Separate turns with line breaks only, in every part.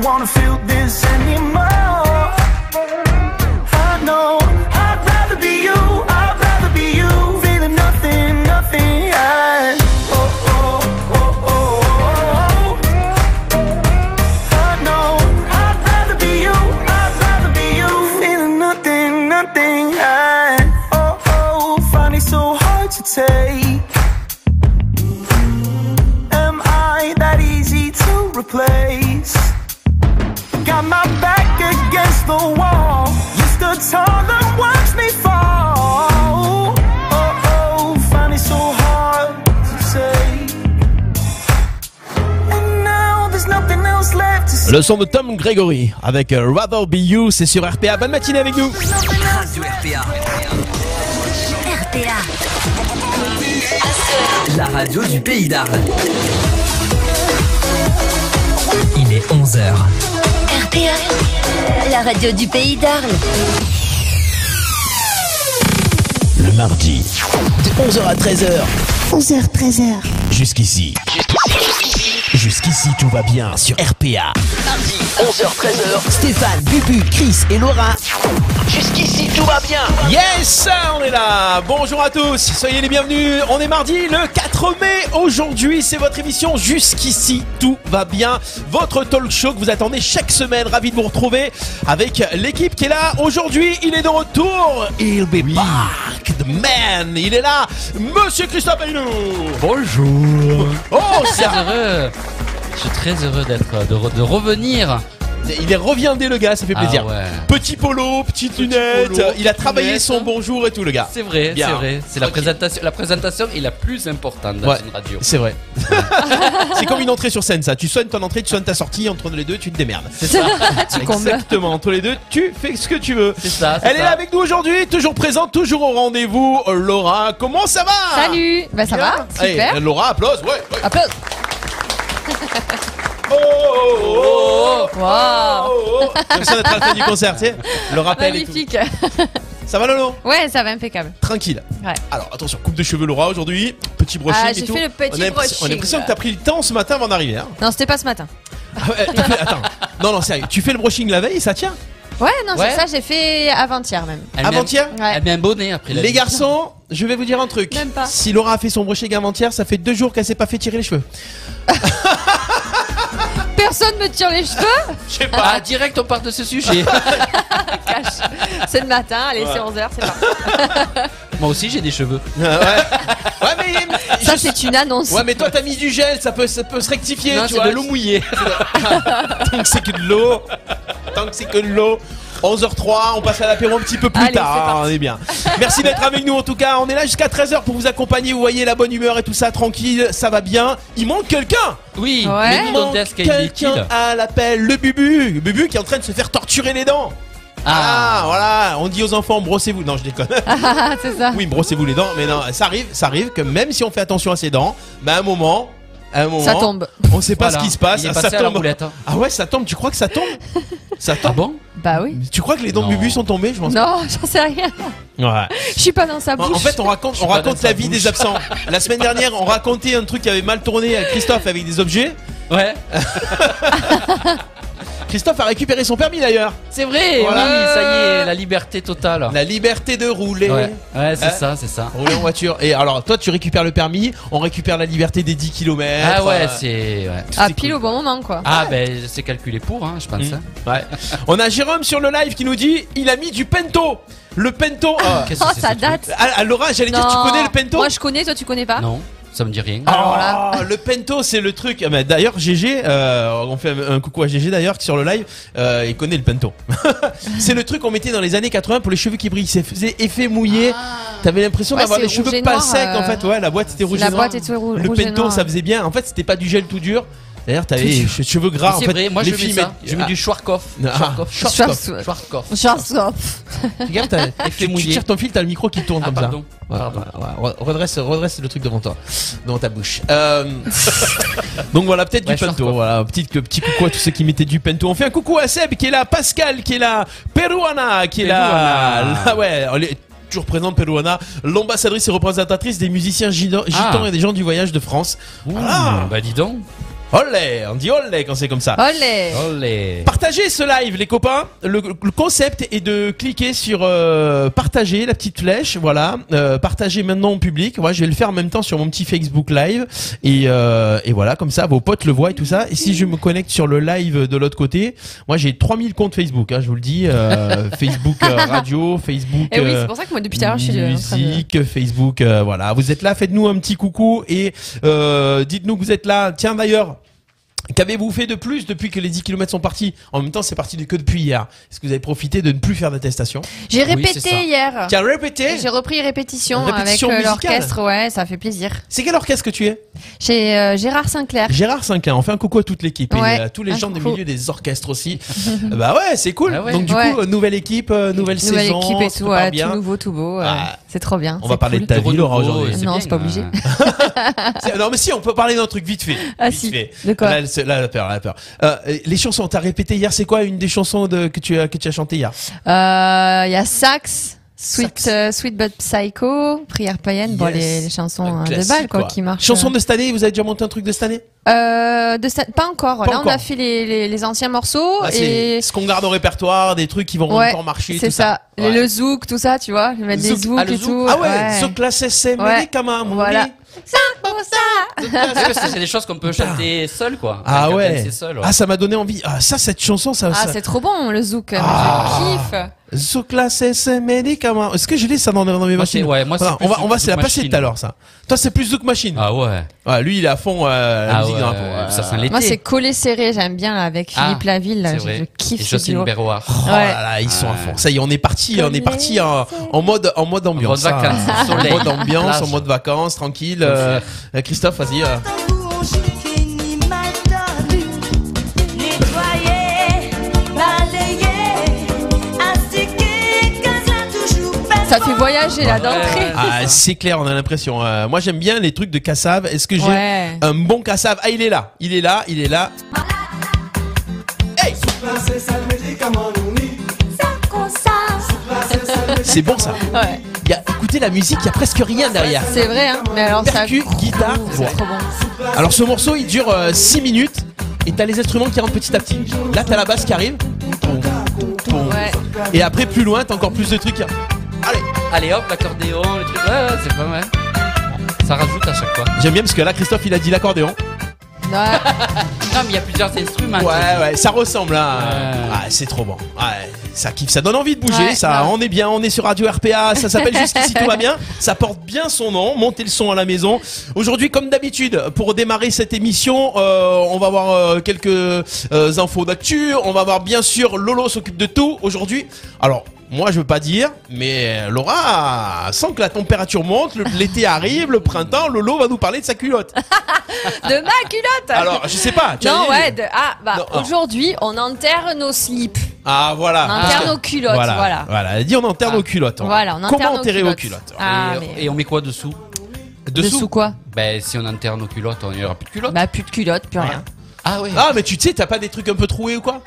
wanna feel this anymore. I know I'd rather be you. I'd rather be you. Feeling nothing, nothing. I, oh, oh, oh, oh, oh, oh. I know I'd rather be you. I'd rather be you. Feeling nothing, nothing. I, oh, oh. Find it so hard to take. Am I that easy to replace? Got my back against the wall. Used to tall and watch me fall. Oh, oh, find it so hard to say. And now there's nothing else left to say.
Le son de Tom Gregory avec euh, Rather Be You, c'est sur RPA. Bonne matinée avec nous.
Radio RPA.
RPA.
La radio du pays d'Arles. Il est 11h.
RPA. La radio du pays d'Arles.
Le mardi, de 11h à 13h.
11h, 13h.
Jusqu'ici. Jusqu'ici, tout va bien sur RPA.
11h-13h, Stéphane, Bubu, Chris et Laura. Jusqu'ici, tout va bien.
Yes, on est là. Bonjour à tous. Soyez les bienvenus. On est mardi le 4 mai. Aujourd'hui, c'est votre émission Jusqu'ici, tout va bien. Votre talk show que vous attendez chaque semaine. Ravi de vous retrouver avec l'équipe qui est là. Aujourd'hui, il est de retour. Il be back, the man. Il est là. Monsieur Christophe Aynou.
Bonjour.
Oh,
Je suis
ça.
très heureux. Je suis très heureux d'être euh, de, re- de revenir.
Il est reviendé le gars, ça fait
Ah
plaisir.
ouais.
Petit polo, petite lunette,
polo,
il a travaillé
lunette.
son bonjour et tout le gars.
C'est vrai,
Bien.
c'est vrai. C'est la
Tranquille.
présentation. La présentation est la plus importante dans
Ouais.
une radio.
C'est vrai. c'est comme une entrée sur scène ça. Tu soignes ton entrée, tu soignes ta sortie, entre les deux, tu te démerdes. C'est ça. Exactement, entre les deux, tu fais ce que tu veux.
C'est ça. c'est
Elle est
ça.
là avec nous aujourd'hui, toujours présente, toujours au rendez-vous. Euh, Laura, comment ça va
Salut Bah ça va
Bien.
Super
Eh, Laura, applause, ouais. ouais.
Applause
Oh, oh, oh, oh,
Wow
oh, oh. Comme ça, on est à la fin du concert, tu sais. Le rappel et tout.
Magnifique
Ça va, Lolo
Ouais, ça va impeccable.
Tranquille.
Ouais.
Alors attention, coupe de cheveux Laura aujourd'hui, petit brushing
Ah,
et
j'ai
tout.
fait le petit
on a l'impression- On a
brushing.
l'impression que t'as pris le temps ce matin avant d'arriver. hein.
Non, c'était pas ce matin.
Ah ouais, t'as fait- attends, non non sérieux, tu fais le brushing la veille, ça tient
Ouais, non,
Ouais.
c'est ça, j'ai fait avant-hier même.
Elle met un-
Avant-hier
Ouais.
Elle met un bonnet après. la
Les
vie.
garçons, je vais vous dire un truc.
Même pas.
Si Laura a fait son brushing avant-hier, ça fait deux jours qu'elle s'est pas fait tirer les cheveux.
Personne me tire les cheveux
Je sais pas.
Ah, direct, on part de ce sujet.
Cache C'est le matin, allez, c'est 11h, c'est parti.
Moi aussi, j'ai des cheveux.
ouais. Ouais, mais.
Ça, c'est une annonce.
Ouais mais toi t'as mis du gel, ça peut, ça peut se rectifier,
Non,
tu
c'est
vois.
de l'eau mouillée.
Tant que c'est que de l'eau. Tant que c'est que de l'eau. 11h03, on passe à l'apéro un petit peu plus
Allez,
tard.
c'est
Ah, on est bien. Merci d'être avec nous en tout cas. On est là jusqu'à 13h pour vous accompagner. Vous voyez la bonne humeur et tout ça, tranquille, ça va bien. Il manque quelqu'un.
Oui,
Ouais.
mais
Il
nous, on
manque
teste qu'il est qui,
quelqu'un
là
à l'appel. Le bubu. Bubu qui est en train de se faire torturer les dents. Ah, voilà, on dit aux enfants brossez-vous. Non, je déconne.
Ah, c'est ça.
oui, brossez-vous les dents. Mais non, ça arrive, ça arrive que même si on fait attention à ses dents, bah à un moment, à un moment,
Ça tombe.
On sait pas
Voilà.
ce qui se passe.
Il est
ça
passé à la
tombe.
roulette. hein.
Ah ouais, ça tombe, tu crois que ça tombe Ça
Ah
tombe
bon
Bah oui.
Tu crois que les dents de
Non.
Bubu sont tombées, je pense
Non, j'en sais rien.
Ouais.
Je suis pas dans sa
En,
bouche.
en fait, on raconte, on
pas dans
raconte
sa
la vie
bouche.
des absents. La semaine dernière, on racontait un truc qui avait mal tourné à Christophe avec des objets.
Ouais.
Christophe a récupéré son permis d'ailleurs.
C'est vrai.
Voilà.
Oui, ça y est, la liberté totale.
La liberté de rouler.
Ouais, ouais c'est
Hein
ça, c'est ça.
Rouler en voiture. Et alors, toi, tu récupères le permis, on récupère la liberté des Euh, 10 km.
Ah ouais, c'est. ouais.
Ah, pile au bon moment, quoi.
Ah ben c'est calculé pour, hein, je pense.
Mm.
hein.
Ouais. On a Jérôme sur le live qui nous dit il a mis du pento. Le pento. Ah,
Qu'est-ce que
Oh,
c'est,
ça
ce
date.
Ah, ah, Laura, j'allais dire, tu
Non.
connais le pento
Moi, je connais, toi, tu connais pas
truc Non, ça me dit rien.
Alors là.
Ah, le pento, c'est le truc. Ah, mais D'ailleurs, GG, euh, on fait un un coucou à GG d'ailleurs qui sur le live, euh, il connaît le pento. c'est le truc qu'on mettait dans les années 80 pour les cheveux qui brillent. C'est faisait effet mouillé. T'avais l'impression
Ah. Ouais,
d'avoir
c'est
les cheveux
rouge et
pas
noir,
secs en
euh,
fait. Ouais, la boîte c'était rouge et
La
noir.
boîte est tout rou-
Le
rouge et
pento,
noir.
ça faisait bien. En fait, c'était pas du gel tout dur. D'ailleurs, t'avais les che- cheveux gras. En
c'est
fait,
vrai, moi
les
je mets
filles
ça.
mettent-
Je mets du Schwarzkopf.
Ah.
Schwarzkopf.
Schwarzkopf.
Schwarzkopf.
Schwarzkopf.
Schwarzkopf.
Regarde, t'as-
Effet
tu- tu,
mouillé.
tires ton fil, t'as le micro qui tourne
Ah,
comme
pardon.
ça. Ouais,
Pardon.
ouais, ouais. Re- redresse, redresse le truc devant toi, dans ta bouche. Euh, Donc voilà, peut-être
Ouais,
du pento.
Schwarzkopf.
Voilà, petit, petit coucou à tous ceux qui mettaient du pento. On fait un coucou à Seb qui est là, Pascal qui est là, Peruana qui est là.
Peruana.
Ah ouais, on est- tu représentes Peruana, l'ambassadrice et représentatrice des musiciens gino- gitans
Ah.
et des gens du voyage de France.
Ouh,
Ah.
Bah dis donc.
Olé, on dit olé quand c'est comme ça.
Olé
Olé.
Partagez ce live, les copains. Le, le concept est de cliquer sur euh, partager, la petite flèche, voilà. Euh, partager maintenant au public. Moi, je vais le faire en même temps sur mon petit Facebook Live. Et, euh, et voilà, comme ça, vos potes le voient et tout ça. Et si je me connecte sur le live de l'autre côté, moi, j'ai 3000 comptes Facebook, hein, je vous le dis. Euh, Facebook euh, Radio, Facebook...
Et Eh oui,
euh,
c'est pour ça que moi, depuis tout à l'heure, je suis euh, en train de...
Musique, Facebook, euh, voilà. Vous êtes là, faites-nous un petit coucou et euh, dites-nous que vous êtes là. Tiens d'ailleurs. Qu'avez-vous fait de plus depuis que les 10 km sont partis En même temps, c'est parti de que depuis hier. Est-ce que vous avez profité de ne plus faire d'attestation
J'ai
Oui, c'est
répété
ça.
hier.
Tiens, répétez
J'ai repris répétition,
Répétition
avec euh,
musicale.
l'orchestre, ouais, ça fait plaisir.
C'est quel orchestre que tu es
Chez euh, Gérard Sinclair.
Gérard Cinquin, on fait un coucou à toute l'équipe
Ouais,
et à tous les
un
gens des
coucou.
milieux des orchestres aussi. bah ouais, c'est cool.
Ah ouais.
Donc du
Ouais.
coup, euh, nouvelle équipe, euh, nouvelle,
Nouvelle
saison,
équipe et
ça
tout,
part
ouais,
bien.
tout nouveau, tout beau. ouais.
Ah.
C'est trop bien.
On
c'est
va parler
cool.
de ta vie, Laura,
renouveau,
aujourd'hui.
et
Non,
bien,
c'est pas obligé.
hein.
C'est- Non mais si, on peut parler d'un truc vite fait.
Ah
Vite
si,
fait.
de quoi
là, elle se- là, elle a peur, elle a peur. Euh, les chansons, t'as répété hier, c'est quoi une des chansons de, que, tu as, que tu as chanté hier
Euh, Il y a Sax, Sweet,
Sax.
euh, Sweet But Psycho, Prière païenne, bon,
Yes.
les, les chansons
Un
euh, de
classique,
balle quoi, qui marchent.
Chanson
euh.
de cette année, vous avez déjà monté un truc de cette année
Euh, de ça- pas encore.
Pas
Là, on a
encore.
fait les, les, les anciens morceaux
Ah,
Oh, et
C'est ce qu'on garde au répertoire, des trucs qui vont
Ouais,
encore marcher.
c'est
tout
ça.
Ouais.
Le, le zouk, tout ça, tu vois, je vais mettre
Le
des
zouk.
zouks
Ah, le
et
zouk.
tout.
Ah ouais,
ouais.
ce classe SM,
Ouais. Voilà.
Parce que c'est c'est des choses qu'on peut chanter seul, quoi.
Ah
Quand
ouais.
même, C'est seul, ouais.
Ah ça m'a donné envie. Ah ça cette chanson ça.
Ah,
ça...
c'est trop bon le zouk.
Ah.
Je
So classe SM médicament. Est-ce que je l'ai ça dans, dans mes
Moi, c'est-
machines
ouais, moi, c'est
Voilà,
plus
on va on va
Zouk
se la passer
Machine.
tout à l'heure ça. Toi c'est plus Zouk Machine.
Ah ouais.
Ouais, lui il est à fond euh, la
Ah
musique
ouais,
dans la peau.
euh,
Ouais.
ça sent l'été.
kiffe. Moi, c'est collé serré, j'aime bien là, avec
Ah,
Philippe Laville. Là,
C'est
je,
vrai.
je kiffe
Et
ce
Jocelyne
duo.
Berroir.
Oh
Ouais.
là là, ils sont à
Ouais.
fond. Ça y est, on est parti, on est parti en, en mode en mode ambiance.
mode vacances,
hein. en
soleil,
mode ambiance, en
plage.
mode vacances, tranquille. euh, euh, Christophe, vas-y. euh.
Ça fait voyager là d'entrée.
Ouais.
Ah, c'est clair, on a l'impression. euh, moi, j'aime bien les trucs de cassave. Est-ce que j'ai
Ouais.
un bon cassave Ah, il est là, il est là, il est là. C'est bon ça.
Ouais.
Il y a, écoutez la musique, il y a presque rien derrière.
C'est vrai, hein. Mais alors ça.
Percu, guitare, voix.
C'est trop bon.
Alors ce morceau il dure 6 minutes et t'as les instruments qui rentrent petit à petit. Là t'as la basse qui arrive. Tom, tom.
Ouais.
Et après plus loin t'as encore plus de trucs. Allez,
Allez hop, l'accordéon, le truc. Ouais, ouais, c'est pas mal. Ça rajoute à chaque fois.
j'aime bien parce que là Christophe il a dit l'accordéon.
Ouais.
Non, Ah, mais il y a plusieurs instruments.
Ah,
Ouais ouais, ça ressemble hein.
Ouais.
Ah, c'est trop bon. Ouais, ça kiffe, ça donne envie de bouger,
Ouais,
ça.
ouais.
On est bien, on est sur Radio RPA, ça s'appelle jusqu'ici tout va bien. Ça porte bien son nom, montez le son à la maison. Aujourd'hui comme d'habitude, pour démarrer cette émission, euh, on va avoir euh, quelques euh, infos d'actu, on va avoir bien sûr Lolo s'occupe de tout aujourd'hui. Alors moi, je veux pas dire, mais euh, Laura, sans que la température monte, le- l'été arrive, le printemps, Lolo va nous parler de sa culotte.
De ma culotte.
Alors, je sais pas. tu as
non,
une
ouais,
idée
de- ah, bah,
Non, non.
aujourd'hui, on enterre nos slips,
Ah, voilà.
on enterre nos culottes,
Voilà,
voilà.
voilà. Elle dit on enterre
Ah.
nos culottes. hein.
Voilà, on enterre
Comment
nos
enterrer vos
culottes.
culottes
Et,
Ah, mais-
et on met quoi dessous
Dessous, quoi
Ben, si on enterre nos culottes, on n'y aura plus de culottes.
Bah, plus de culottes, plus rien.
Ah ouais.
Ah, mais tu sais, t'as pas des trucs un peu troués ou quoi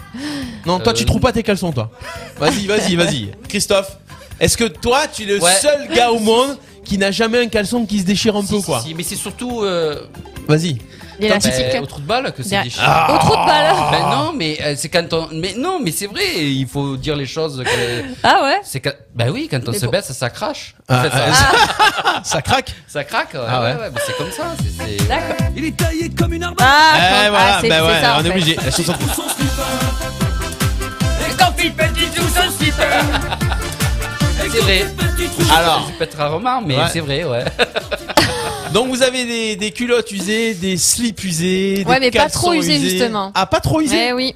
Non, toi,
Euh,
tu trouves pas tes caleçons, toi. Vas-y, vas-y, vas-y. Christophe, est-ce que toi, tu es le
Ouais.
seul gars au monde qui n'a jamais un caleçon qui se déchire un
Si,
peu,
si,
quoi
si, mais c'est surtout euh,
Vas-y.
L'élastique.
ben, au trou de balle que c'est
Bien.
déchiré.
Au trou de balle.
Ah.
Ben non, mais euh, c'est quand on. Mais non, mais c'est vrai, il faut dire les choses. que-
Ah ouais
C'est quand... Ben oui, quand on
Mais
se
bon.
baisse, ça, ça crache.
Ah,
En fait, ça,
Ça craque
ça craque. ouais,
Ah ouais.
ouais, ouais, mais c'est comme ça. c'est- c'est-
D'accord.
Il est taillé comme une arbre.
Ah,
Eh,
quand-
voilà,
ah, c'est
bah
c'est
ouais,
ça, en
on est
fait.
obligé. La chanson-
C'est vrai.
Alors,
C'est peut-être rarement, mais
Ouais.
c'est vrai, ouais.
donc vous avez des, des culottes usées, des slips usés, des
Ouais, mais pas
caleçons
trop usés, justement.
Ah, pas trop usés
Eh oui.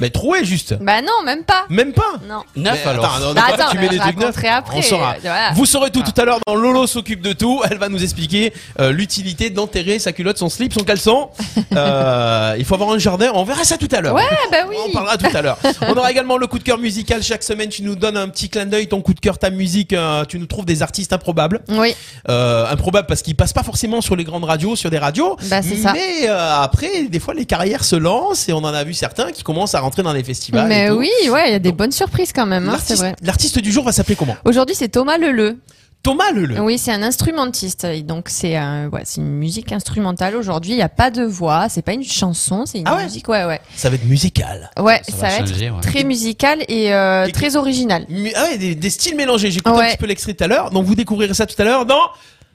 Mais troués, juste.
Bah non, même pas.
Même pas
Non.
Neuf
Mais
alors.
attends, on
Bah
est pas-
attends,
tu
mais
mets
je
des trucs neufs,
raconterai après,
on saura.
euh, voilà.
Vous saurez tout tout à l'heure dans Lolo s'occupe de tout. Elle va nous expliquer euh, l'utilité d'enterrer sa culotte, son slip, son caleçon. Euh, il faut avoir un jardin. On verra ça tout à l'heure.
Ouais, bah oui.
On en parlera tout à l'heure. On aura également le coup de cœur musical chaque semaine. Tu nous donnes un petit clin d'œil, ton coup de cœur, ta musique. euh, tu nous trouves des artistes improbables,
Oui,
Euh, improbables parce qu'ils passent pas forcément sur les grandes radios, sur des radios.
Bah, c'est ça.
Mais euh, après, des fois, les carrières se lancent et on en a vu certains qui commencent à rentrer dans les festivals. et
mais
tout.
oui, ouais, il y a des bonnes surprises quand même, hein, c'est
Bah, L'artiste
vrai.
l'artiste du jour va s'appeler comment
Aujourd'hui, c'est Thomas Leleu.
Thomas Leleu.
Oui, c'est un instrumentiste. Et Donc c'est un- ouais, c'est une musique instrumentale aujourd'hui. Il n'y a pas de voix. C'est pas une chanson, c'est une
Ah ouais
musique. Ouais, ouais.
Ça va être musical.
Ouais,
Ça
ça,
va
va,
changer,
être
ouais.
très musical et euh,
Et-
très original.
Mu- Ah ouais, des, des styles mélangés. J'écoute un
Ouais.
petit peu l'extrait tout à l'heure. Donc vous découvrirez ça tout à l'heure dans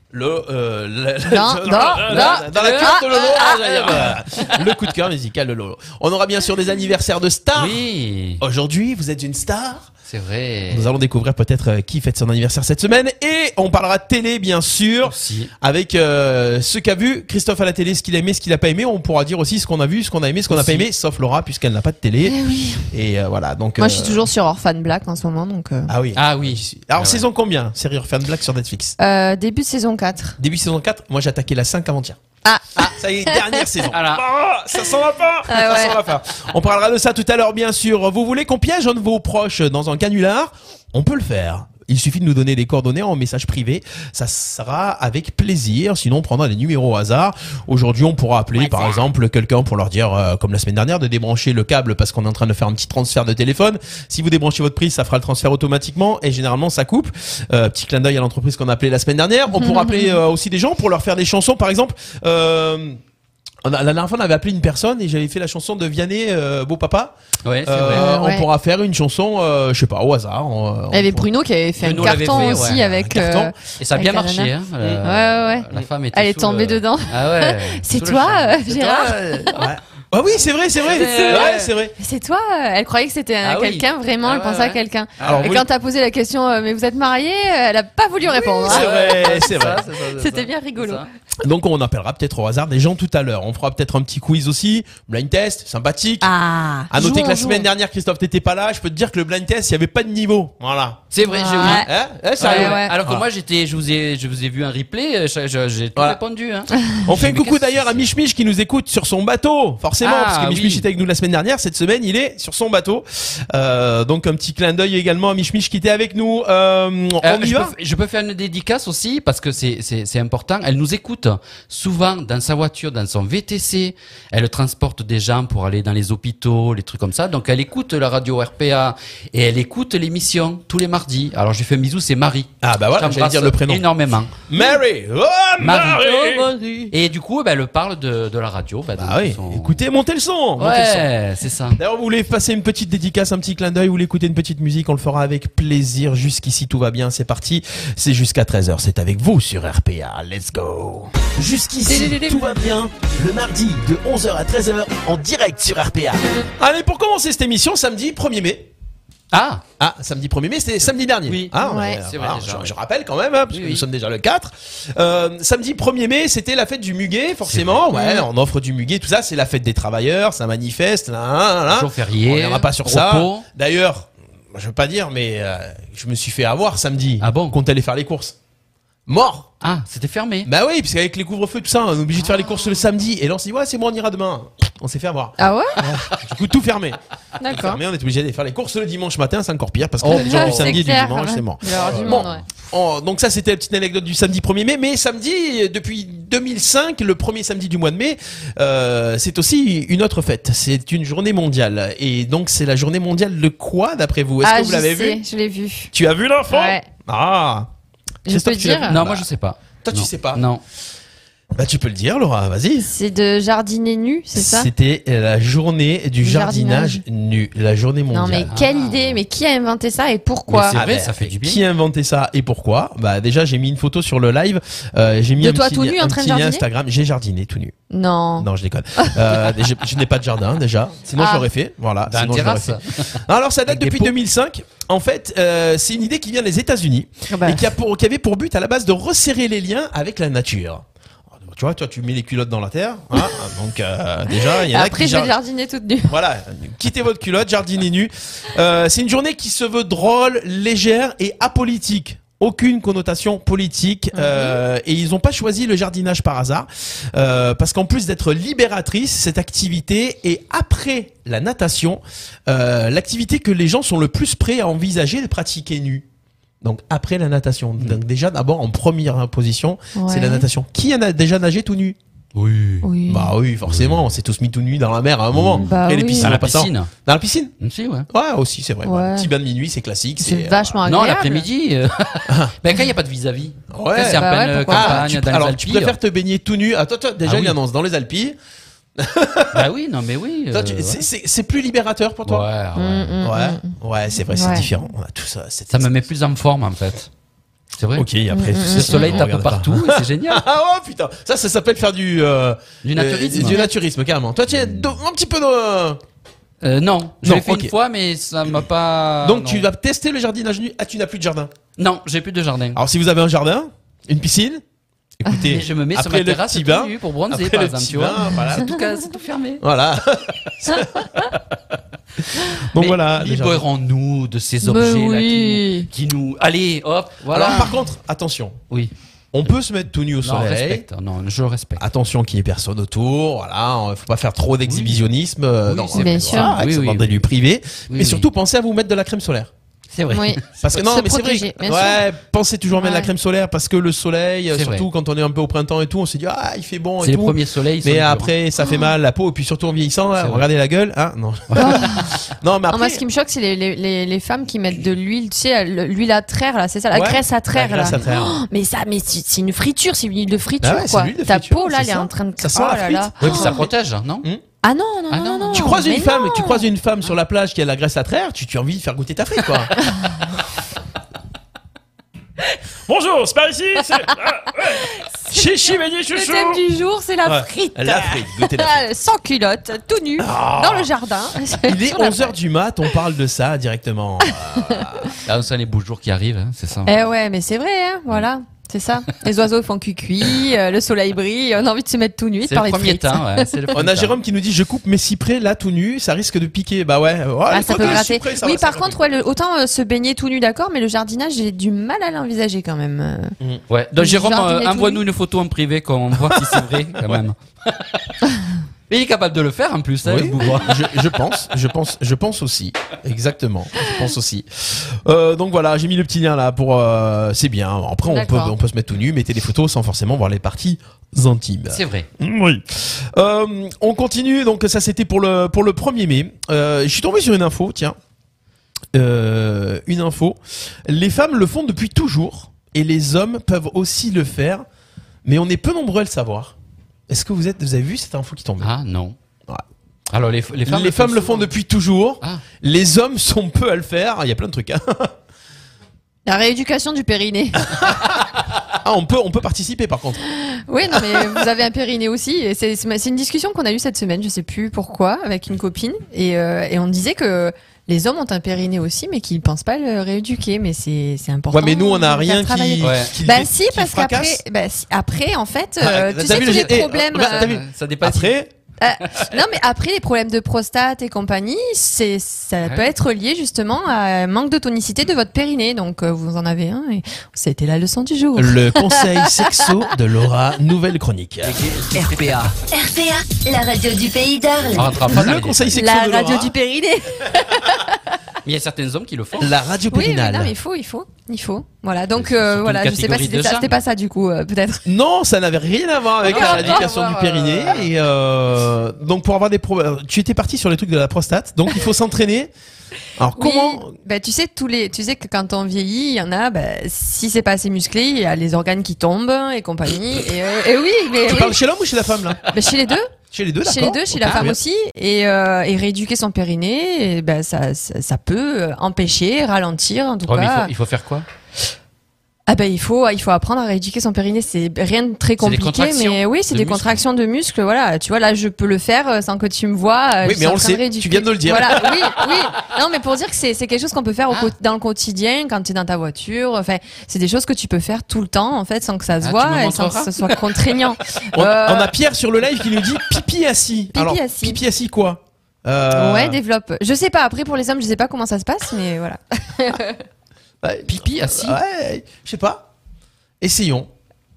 le euh, la-
Dans-
dans-
dans-
dans-
dans-
dans la
le-
carte de Lolo.
ah,
Ah, j'allais dire, voilà. Le coup de cœur musical de Lolo. On aura bien sûr des anniversaires de stars.
Oui,
Aujourd'hui, vous êtes une star.
c'est vrai.
Nous allons découvrir peut-être euh, qui fête son anniversaire cette semaine et on parlera télé bien sûr
Aussi.
avec euh, ce qu'a vu Christophe à la télé, ce qu'il a aimé, ce qu'il a pas aimé. On pourra dire aussi ce qu'on a vu, ce qu'on a aimé, ce qu'on n'a pas
Aussi.
aimé, sauf Laura puisqu'elle n'a pas de télé. Et euh, voilà donc.
Eh Moi,
euh,
je suis toujours sur Orphan Black en ce moment, donc euh,
Ah oui.
Ah oui.
Alors
Ah ouais.
saison combien Série Orphan Black sur Netflix.
euh, début de saison 4.
Début saison 4, moi j'ai attaqué la 5 avant-hier.
Ah.
ça y est, dernière saison.
Ah là.
Ah, ça s'en va pas,
Ah
ça
ouais.
s'en va pas. On parlera de ça tout à l'heure, bien sûr. Vous voulez qu'on piège un de vos proches dans un canular On peut le faire. Il suffit de nous donner des coordonnées en message privé. Ça sera avec plaisir. Sinon, on prendra des numéros au hasard. Aujourd'hui, on pourra appeler, par exemple, quelqu'un pour leur dire, euh, comme la semaine dernière, de débrancher le câble parce qu'on est en train de faire un petit transfert de téléphone. Si vous débranchez votre prise, ça fera le transfert automatiquement et généralement, ça coupe. Euh, petit clin d'œil à l'entreprise qu'on a appelée la semaine dernière. On pourra appeler euh, aussi des gens pour leur faire des chansons, par exemple. Euh, on a- la dernière fois, on avait appelé une personne et j'avais fait la chanson de Vianney, euh, Beau Papa.
Ouais, c'est vrai.
Euh,
vrai.
On
Ouais.
pourra faire une chanson, euh, je sais pas, au hasard. on-
Il y avait
on pourra-
Bruno qui avait fait
Bruno
un
l'avait
carton
fait,
aussi
ouais, un
avec.
carton.
euh,
Et ça a bien
Avec la
marché. Hein. Euh,
Ouais, ouais, ouais.
La femme était
Elle est
sous
tombée
le-
dedans.
Ah ouais.
C'est
Sous le
toi,
charme.
euh,
C'est toi,
Gérard
euh,
Ah oui, c'est vrai, c'est vrai.
C'est vrai.
Ouais, c'est vrai.
Mais C'est toi euh, Elle croyait que c'était un-
Ah oui.
quelqu'un vraiment.
Ah
elle
ouais,
pensait
ouais.
à quelqu'un.
Alors,
Et
oui.
quand t'as posé la question, euh, mais vous êtes marié Elle a pas voulu répondre.
c'est
hein.
vrai, c'est vrai.
ça, ça, ça, ça.
C'était bien rigolo.
C'est ça.
Donc on appellera peut-être au hasard des gens tout à l'heure. On fera peut-être un petit quiz aussi, blind test, sympathique.
Ah.
à noter
jouons,
que la
jouons.
semaine dernière, Christophe, t'étais pas là. Je peux te dire que le blind test, il y avait pas de niveau. Voilà.
C'est vrai, j'ai
Ouais.
oublié.
Hein Hein, sérieux
Ouais, ouais.
Alors que
Ah.
moi j'étais, je vous ai, je vous ai vu un replay, euh, je- je- j'ai tout
Voilà.
répondu. Hein.
On fait un
Mais
coucou
qu'est-ce que
d'ailleurs à
c'est
Mich Mich qui nous écoute sur son bateau, forcément,
Ah,
parce que Mich
oui.
Mich était avec nous la semaine dernière. Cette semaine, il est sur son bateau. Euh, donc un petit clin d'œil également à Mich Mich qui était avec nous. Euh, on
Euh,
y
je,
va
peux, je peux faire une dédicace aussi parce que c'est- c'est c'est important. Elle nous écoute souvent dans sa voiture, dans son VTC. Elle transporte des gens pour aller dans les hôpitaux, les trucs comme ça. Donc elle écoute la radio RPA et elle écoute l'émission tous les mardis. Alors je lui fais un bisou, c'est Marie.
Ah bah voilà,
Je
j'allais dire le prénom.
Énormément.
Mary, oh Mary,
Marie. Et du coup, ben, elle parle de, de la radio. ben,
Bah
donc,
oui,
son-
écoutez, montez le son, montez le son.
Ouais, c'est ça.
D'ailleurs, vous voulez passer une petite dédicace, un petit clin d'œil, vous voulez écouter une petite musique, on le fera avec plaisir. Jusqu'ici, tout va bien, c'est parti. C'est jusqu'à 13h, c'est avec vous sur RPA. Let's go.
Dé- dé-
Jusqu'ici,
dé-
tout va bien. Le mardi de 11h à 13h en direct sur RPA.
Allez, pour commencer cette émission, samedi 1er mai.
Ah,
Ah, samedi 1er mai, c'était samedi dernier.
Oui.
Ah, on
Ouais.
est-
C'est
voilà,
vrai, déjà,
je,
ouais.
je rappelle quand même, hein, parce
Oui,
que
oui.
nous sommes déjà le 4. Euh, samedi 1er mai, c'était la fête du muguet, forcément.
vrai.
Ouais,
Mmh.
on offre du muguet, tout ça. C'est la fête des travailleurs, ça manifeste. Là, là, là.
jour férié.
On reviendra pas sur
repos.
ça. D'ailleurs, je veux pas dire, mais euh, je me suis fait avoir samedi.
Ah bon
Quand allait faire les courses. Mort
Ah, c'était fermé.
Bah oui, parce qu'avec les couvre-feux, tout ça, on est obligé de faire les courses le samedi. Et là, on s'est dit, ouais, c'est bon, on ira demain. On s'est fait avoir.
Ah ouais
Du coup, tout fermé. Tout
D'accord.
fermé, on est obligé d'aller faire les courses le dimanche matin, c'est encore pire, parce que
Oh,
t'as les gens du
c'est
samedi et du
clair, hein.
dimanche,
ouais.
c'est mort.
Il va y avoir du
Bon.
monde, ouais.
Oh, donc ça, c'était la petite anecdote du samedi 1er mai. Mais samedi, euh, depuis 2005, le premier samedi du mois de mai, euh, c'est aussi une autre fête. C'est une journée mondiale. Et donc, c'est la journée mondiale de quoi, d'après vous Est-ce
ah,
que vous
je
l'avez
sais,
vu
Je l'ai vu.
Tu as vu l'enfant
Ouais.
Ah
Je
Christophe,
peux
tu l'as
dire
vu
Non,
Bah,
moi je sais pas.
Toi, tu
Non.
sais pas.
Non.
Bah, tu peux le dire, Laura, vas-y.
C'est de jardiner nu, c'est ça
C'était la journée du
Du
jardinage,
jardinage.
nu, la journée mondiale.
Non mais
Ah.
quelle idée Mais qui a inventé ça et pourquoi
Mais c'est-
Ah
vrai,
ben,
ça fait du bien.
Qui a inventé ça et pourquoi Bah déjà j'ai mis une photo sur le live. Euh, j'ai mis
De
un
toi
petit,
tout nu,
lien-
en
un
train de
petit lien
jardiner
Instagram. J'ai jardiné tout nu.
Non.
Non je déconne. Euh, je je n'ai pas de jardin déjà. Sinon
Ah.
je l'aurais fait. Voilà.
Dans la
sinon, je l'aurais
terrasse.
fait. Alors ça date
Avec des
depuis
pots.
2005. En fait euh, c'est une idée qui vient des États-Unis
Ah bah.
et qui, a pour, qui avait pour but à la base de resserrer les liens avec la nature. Ah, Tu vois, toi, tu mets les culottes dans la terre, hein, donc euh, déjà, il y en a
Après
qui
je vais
jardinent.
jardiner toute nue.
Voilà, quittez votre culotte, jardinez nu. Euh, c'est une journée qui se veut drôle, légère et apolitique. Aucune connotation politique
Mhm.
euh, et ils n'ont pas choisi le jardinage par hasard euh, parce qu'en plus d'être libératrice, cette activité est après la natation euh, l'activité que les gens sont le plus prêts à envisager de pratiquer nu. Donc après la natation. Donc déjà d'abord en première position, c'est
Ouais.
la natation. Qui en a déjà nagé tout nu
Oui.
Oui.
Bah oui, forcément, on s'est tous mis tout nus dans la mer à un moment.
Bah
Et les
oui.
piscines,
Dans la
pas ça.
piscine.
Dans la piscine
Mm, Si, ouais.
Ouais, aussi, c'est vrai.
Ouais.
Voilà, Petit bain de minuit, c'est classique.
C'est
euh,
vachement
Non,
agréable.
l'après-midi. euh, Mais quand il n'y a pas de vis-à-vis.
Ouais.
Quand C'est en
Bah ouais,
pleine euh,
pourquoi
Ah,
campagne,
tu,
dans les
alors
Alpilles.
tu préfères te baigner tout nu. Ah, toi, toi, déjà,
Ah
il y
oui.
en a dans les Alpilles.
Bah oui, non, mais oui.
Toi,
euh,
tu-
ouais.
c'est- c'est c'est plus libérateur pour
Ouais,
toi
ouais.
Mm, mm,
Ouais,
mm.
ouais c'est vrai, c'est
Ouais.
différent. On a tout ça. cette-
Ça me met plus en forme, en fait. C'est vrai.
Ok,
Mm,
après,
Le soleil
on
tape
regarde pas.
partout, et c'est génial.
Ah oh putain, ça ça s'appelle faire du euh,
Du naturisme.
euh, du naturisme carrément. Toi tu es do- un petit peu euh,
Euh, non, je
Non,
l'ai fait
ok.
une fois, mais ça m'a pas.
donc
Ah, non.
tu vas tester le jardinage nu. Ah tu n'as plus de jardin.
Non, j'ai plus de jardin.
Alors si vous avez un jardin, une piscine, écoutez,
Et je me mets sur
après
ma
le
terrasse
petit
tout
bain,
nu pour bronzer,
après
par
le
exemple,
petit
tu vois.
bain, voilà.
C'est tout, cas- c'est tout fermé.
voilà. donc
Mais
voilà. le jardin.
Libérons-nous de ces
Mais
objets-là
Bah oui.
qui, nous- qui nous. Allez, hop, voilà.
Alors par contre, attention,
oui.
on peut se mettre tout nu au
Non,
soleil. Ah.
respecte. Non, je le respecte.
Attention qu'il n'y ait personne autour, voilà, euh, faut pas faire trop d'exhibitionnisme, euh,
Oui,
dans-
c'est
Bien
voilà,
sûr.
avec
Oui,
ce
oui,
bordel
oui.
du privé,
Oui,
mais
oui.
surtout pensez à vous mettre de la crème solaire.
C'est vrai.
Oui.
Parce que
Se
non, mais c'est vrai.
protéger,
que-
bien
Ouais, pensez toujours à mettre de la
Ouais.
crème solaire parce que le soleil, euh,
C'est
surtout quand on est un peu au printemps et tout, on s'est dit ah il fait bon
C'est
et
les
tout.
premiers soleils. ils sont
Mais
durs.
après ça fait mal la peau et puis surtout en vieillissant, là,
C'est vrai.
regardez la gueule, hein non. non mais
Ah, moi,
après.
ce qui me choque, c'est les, les, les, les femmes qui mettent de l'huile, tu sais, le- l'huile à traire, là, c'est ça, la
Ouais,
graisse à traire,
la graisse
là.
à traire.
Oh, mais ça, mais c'est c'est une friture, c'est une huile de friture,
Ah ouais, c'est
quoi.
l'huile de
Ta
friture,
peau, là,
c'est
elle est
ça.
en train de.
Ça sent
oh
la
là
frite.
là.
Ouais, puis ça protège, non
Ah non, non,
Ah
non,
non.
non.
tu croises une
mais
femme,
non.
tu croises une femme sur la plage qui a de la graisse à traire, tu, tu as envie de faire goûter ta frite quoi. Bonjour, c'est par ici. c'est- ah, ouais. Chichi beignet chouchou.
Le thème du jour, c'est la
Ouais,
frite.
La frite, goûtez la Ah. frite.
Ah, Sans culotte, tout nu, dans le jardin.
Il est 11h du mat, on parle de ça directement.
Là, ça, les beaux jours qui arrivent, hein, c'est ça.
Eh ouais, mais c'est vrai, hein, voilà. C'est ça. Les oiseaux font cucuit, euh, le soleil brille, on a envie de se mettre tout nu et de
C'est le
parler de
premier
frites.
temps. ouais, c'est le
On
premier
a
temps.
Jérôme qui nous dit je coupe mes cyprès là tout nu, ça risque de piquer. Bah ouais. Oh,
Ah,
les
ça
côtés,
peut
les
gratter.
cyprès, ça
oui,
va, ça
par
va.
contre, ouais, le- autant euh, se baigner tout nu, d'accord, mais le jardinage, j'ai du mal à l'envisager quand même. euh.
Ouais. Donc Jérôme,
Jardiner
euh,
tout
envoie-nous
nu.
une photo en privé qu'on voit si c'est vrai quand même. Mais il est capable de le faire en plus, hein,
Oui.
le bourgeois.
je, je pense, je pense, je pense aussi. Exactement, je pense aussi. Euh, donc voilà, j'ai mis le petit lien là pour. euh, c'est bien. Après, on peut,
D'accord.
on peut se mettre tout nu, mettez des photos sans forcément voir les parties intimes.
C'est vrai.
Oui. Euh, on continue. Donc ça, c'était pour le pour le 1er mai. Euh, je suis tombé sur une info. Tiens, Euh, une info. Les femmes le font depuis toujours et les hommes peuvent aussi le faire, mais on est peu nombreux à le savoir. Est-ce que vous êtes vous avez vu cette info qui tombe
Ah non.
Ouais.
Alors les, f- les
Les
femmes,
femmes, le font
souvent.
depuis toujours.
Ah.
Les hommes sont peu à le faire. Il y a plein de trucs. hein.
La rééducation du périnée.
Ah, on peut on peut participer par contre.
oui, non, mais vous avez un périnée aussi. et C'est c'est- c'est une discussion qu'on a eue cette semaine, je sais plus pourquoi, avec une copine. Et, euh, et on disait que les hommes ont un périnée aussi, mais qu'ils pensent pas le rééduquer. Mais c'est c'est important.
Ouais, mais nous on
de
a
le faire
rien
travailler.
qui.
Ouais.
qui-
Bah
qui
si, parce qu'après,
fracasse.
bah, si- après, en fait,
Ah,
euh,
t'as
tu sais
vu
tous
le-
les
eh,
problèmes.
bah, t'as
euh,
vu
Ça dépasse.
Après,
non, mais après les problèmes de prostate et compagnie, c'est ça peut
Ouais.
être lié justement à un manque de tonicité de votre périnée. Donc euh, vous en avez un. Et c'était la leçon du jour.
le conseil sexo de Laura, nouvelle chronique.
RPA.
RPA, la radio du pays d'Arles.
On
Ah,
rentrera pas dans
Le
les
conseil sexo
La
de
radio
Laura,
du périnée.
détails. Mais il y a certains hommes qui le font.
la radio
Oui, mais
périnale.
non, mais il faut, il faut, il faut. Voilà. Donc
C'est
euh,
surtout
voilà,
une
je sais pas si
catégorie de
c'était ça,
gens.
c'était pas ça du coup, euh, peut-être.
Non, ça n'avait rien à voir avec
Ah,
la
rien à
rééducation
voir,
du périnée. Et euh, donc pour avoir des problèmes, tu étais parti sur les trucs de la prostate, donc il faut s'entraîner. Alors comment
Oui, bah, tu sais tous les, tu sais que quand on vieillit, il y en a. Bah, si c'est pas assez musclé, il y a les organes qui tombent et compagnie. et, euh, et oui, mais
Tu
oui.
parles chez l'homme ou chez la femme là
Bah, chez les deux.
Chez les deux, d'accord.
Chez les deux, chez la
Ok, Ah,
femme
bien.
aussi, et, euh, et rééduquer son périnée, et ben ça, ça, ça peut euh, empêcher, ralentir en tout
Ouais, Oh, mais il,
cas.
faut, il faut faire quoi
Ah ben il faut, il faut apprendre à rééduquer son périnée. C'est rien de très
C'est des
compliqué,
contractions
mais oui, c'est
de
des
muscles.
contractions de muscles. Voilà, tu vois là, je peux le faire euh, sans que tu me vois. euh,
Oui,
je suis
mais
en
on le
train
sait,
de
tu
rééduquer.
viens de le dire. Ah.
Voilà, oui, oui. Non, mais pour dire que c'est c'est quelque chose qu'on peut faire au co- dans le quotidien, quand tu es dans ta voiture. Enfin, c'est des choses que tu peux faire tout le temps en fait, sans que ça se
Ah, tu
voit
me
et sans que
montreras
ce soit contraignant.
On,
Euh,
on a Pierre sur le live qui nous dit pipi assis. Alors,
assis.
Pipi assis quoi Euh,
Ouais, développe. Je sais pas. Après pour les hommes, je sais pas comment ça se passe, mais voilà.
ouais, bah, euh,
Pipi assis.
Ouais, je sais pas. Essayons.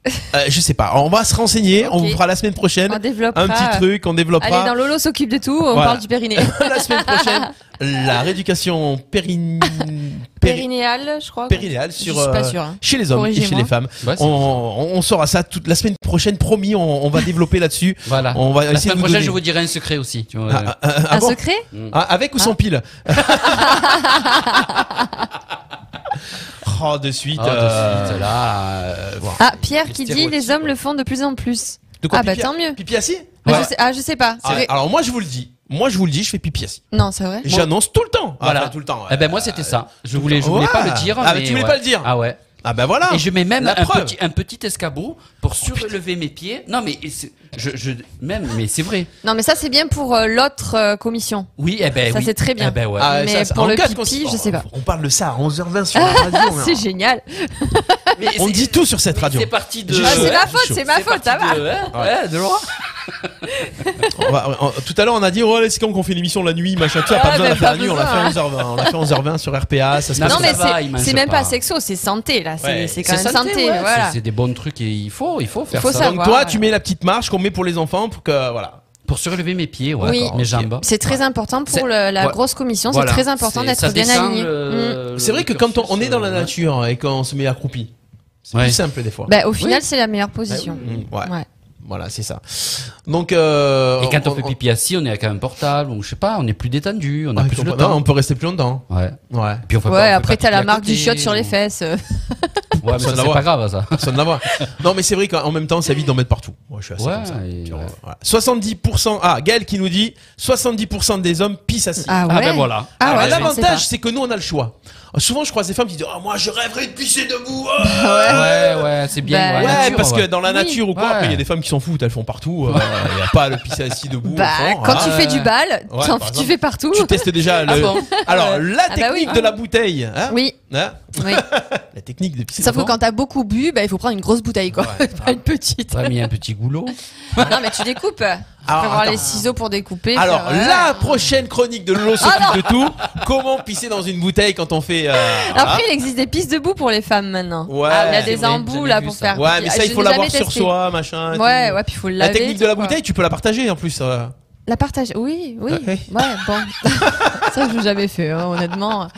Euh, je sais pas. On va se renseigner. On
Ok.
vous fera la semaine prochaine
On développera.
un petit truc. On développera
euh, Allez, dans Lolo s'occupe de tout, on
Voilà.
parle du périnée.
la semaine prochaine la rééducation périn... péri-
Périnéal, je crois.
périnéale sur
Je suis pas
euh,
sûre, hein.
chez les hommes et chez
Corrigez-moi.
les femmes.
Ouais,
on,
c'est-
on on saura ça toute la semaine prochaine. Promis, on, on va développer là-dessus.
Voilà.
On va
Ah. La
essayer de
semaine
vous
prochaine,
donner-
je vous dirai un secret aussi. Tu vois.
Ah, ah, ah, ah
un
bon
secret
Ah, avec ou sans pile Oh, de suite.
Ah, de
euh,
suite, là, euh, voilà.
Ah, Pierre qui dit
Stéréotype,
les hommes le font de plus en plus.
de quoi,
ah, bah
pipi-
tant mieux.
Pipi assis
Ah,
Ouais.
je sais, ah, je sais pas. c'est
Ah,
vrai.
Alors moi, je vous le dis. Moi, je vous le dis, je fais pipi assis.
Non, c'est vrai.
J'annonce tout le temps. Ah,
Voilà.
enfin, tout le temps.
Eh ben
euh,
moi c'était ça. Je voulais, je voulais
Ouais.
pas le dire.
Ah, mais tu voulais
ouais.
pas le dire.
Ah ouais.
Ah ben voilà.
Et je mets même
La
un
preuve. Oh,
petit, un petit escabeau pour surlever mes pieds. Non mais c'est- je, je même mais c'est vrai.
Non, mais ça, c'est bien pour euh, l'autre euh, commission.
Oui eh ben
Ça,
oui.
c'est très bien.
Eh ben ouais.
Ah,
Mais pour
en
le
cas de
pipi,
conscience-
je sais pas.
On parle de ça à 11h20 sur la radio. mais
C'est génial.
Mais
on
c'est-
dit tout sur cette
mais
radio.
C'est parti de.
Je-
Ah, c'est
ouais,
ma
c'est
faute,
chaud.
c'est ma faute, ça va.
parti de- ouais, ouais, de loin.
On va- on- tout à l'heure, on a dit, ouais, c'est comme qu'on fait l'émission la nuit, machin, tout ça, pas
Ah,
besoin de
mais
la faire
pas
la nuit, on l'a fait
besoin,
à 11h20. On l'a fait à 11h20 sur RPA, ça se
Non,
passe
Non, mais
ça va,
c'est-
il mange
c'est même
pas.
pas sexo, c'est santé, là. C'est
Ouais.
c'est quand même
C'est
santé,
ouais.
voilà.
C'est- C'est des bons trucs et il faut il faut faire
Faut
ça.
Donc
savoir.
toi,
ouais.
tu mets la petite marche qu'on met pour les enfants pour que, voilà.
Pour surlever mes pieds, ouais,
Oui.
mes jambes.
C'est très important
C'est-
pour le- la
Ouais.
grosse commission,
Voilà.
c'est très important
C'est-
d'être
ça
bien
descend
aligné. Mm.
le-
C'est
le
vrai que quand on, on est dans la
cursus, euh,
nature et qu'on se met accroupi, c'est
Ouais.
plus simple des fois.
Bah, au final, c'est la meilleure position.
Mm, ouais.
Ouais.
Voilà, c'est ça. Donc, euh,
Et quand on fait pipi assis, on est quand même portable, ou je sais pas, on est plus détendu, on a
Ah,
plus
on,
le
peut- non,
temps.
on peut rester plus longtemps.
Ouais.
Ouais.
Puis on fait pas- on
Ouais,
fait
après,
pas
t'as la
pipi à
marque du
côté,
shot sur les
ou-
fesses.
Ouais, mais
Ça,
ça,
de
c'est
l'avoir.
pas grave, ça.
Personne n'a voix. Non, mais c'est vrai qu'en en même temps, ça vite d'en mettre partout. Moi, je suis assez
Ouais,
comme ça.
et
Puis on-
ouais.
voilà. 70%, ah, Gaël qui nous dit 70% des hommes pissent assis.
Ah ouais.
Ah ben voilà.
Ah
Alors,
ouais, je pensais pas.
l'avantage, c'est que nous, on a le choix. Euh, Souvent, je croise des femmes qui disent Ah, moi, je rêverais de pisser debout. Ah
Ouais, ouais, c'est bien.
Bah,
Ouais,
ouais, la nature,
parce que
ouais.
dans la
Oui.
nature ou quoi,
Ouais.
après, il y a des femmes qui s'en foutent, elles font partout. euh, Il n'y a pas le pisser assis debout.
Bah,
au fond,
quand
hein.
tu Ah fais du bal,
Ouais,
t'en-
par
tu
exemple.
fais partout.
Tu testes déjà le.
bon
Alors, la
bah
technique
oui.
de la bouteille. hein
Oui,
Hein
oui.
la technique de pisser
Sauf que
debout.
quand t'as beaucoup bu, bah, il faut prendre une grosse bouteille, quoi. Pas une petite.
T'as mis un petit goulot.
non, mais tu découpes. Tu peux avoir
attends.
les ciseaux pour découper.
Alors,
faire, voilà.
la prochaine chronique de Lolo
Ah
s'occupe de tout. Comment pisser dans une bouteille quand on fait. euh, voilà.
Après, il existe des pistes debout pour les femmes maintenant. Ah,
Ouais.
il y a
c'est
des
vrai,
embouts
j'avais
là
vu
pour
ça.
faire.
Ouais, mais ça,
Ah,
il
je
faut
l'ai
l'avoir
jamais
sur
testé.
soi, machin. et
Ouais,
tout.
ouais, puis il faut le
La
laver,
technique
hein, tout,
de la
quoi.
bouteille, tu peux la partager en plus. euh.
La partage, oui, oui,
Ouais.
ouais, bon. ça, je l'ai jamais fait, hein, honnêtement.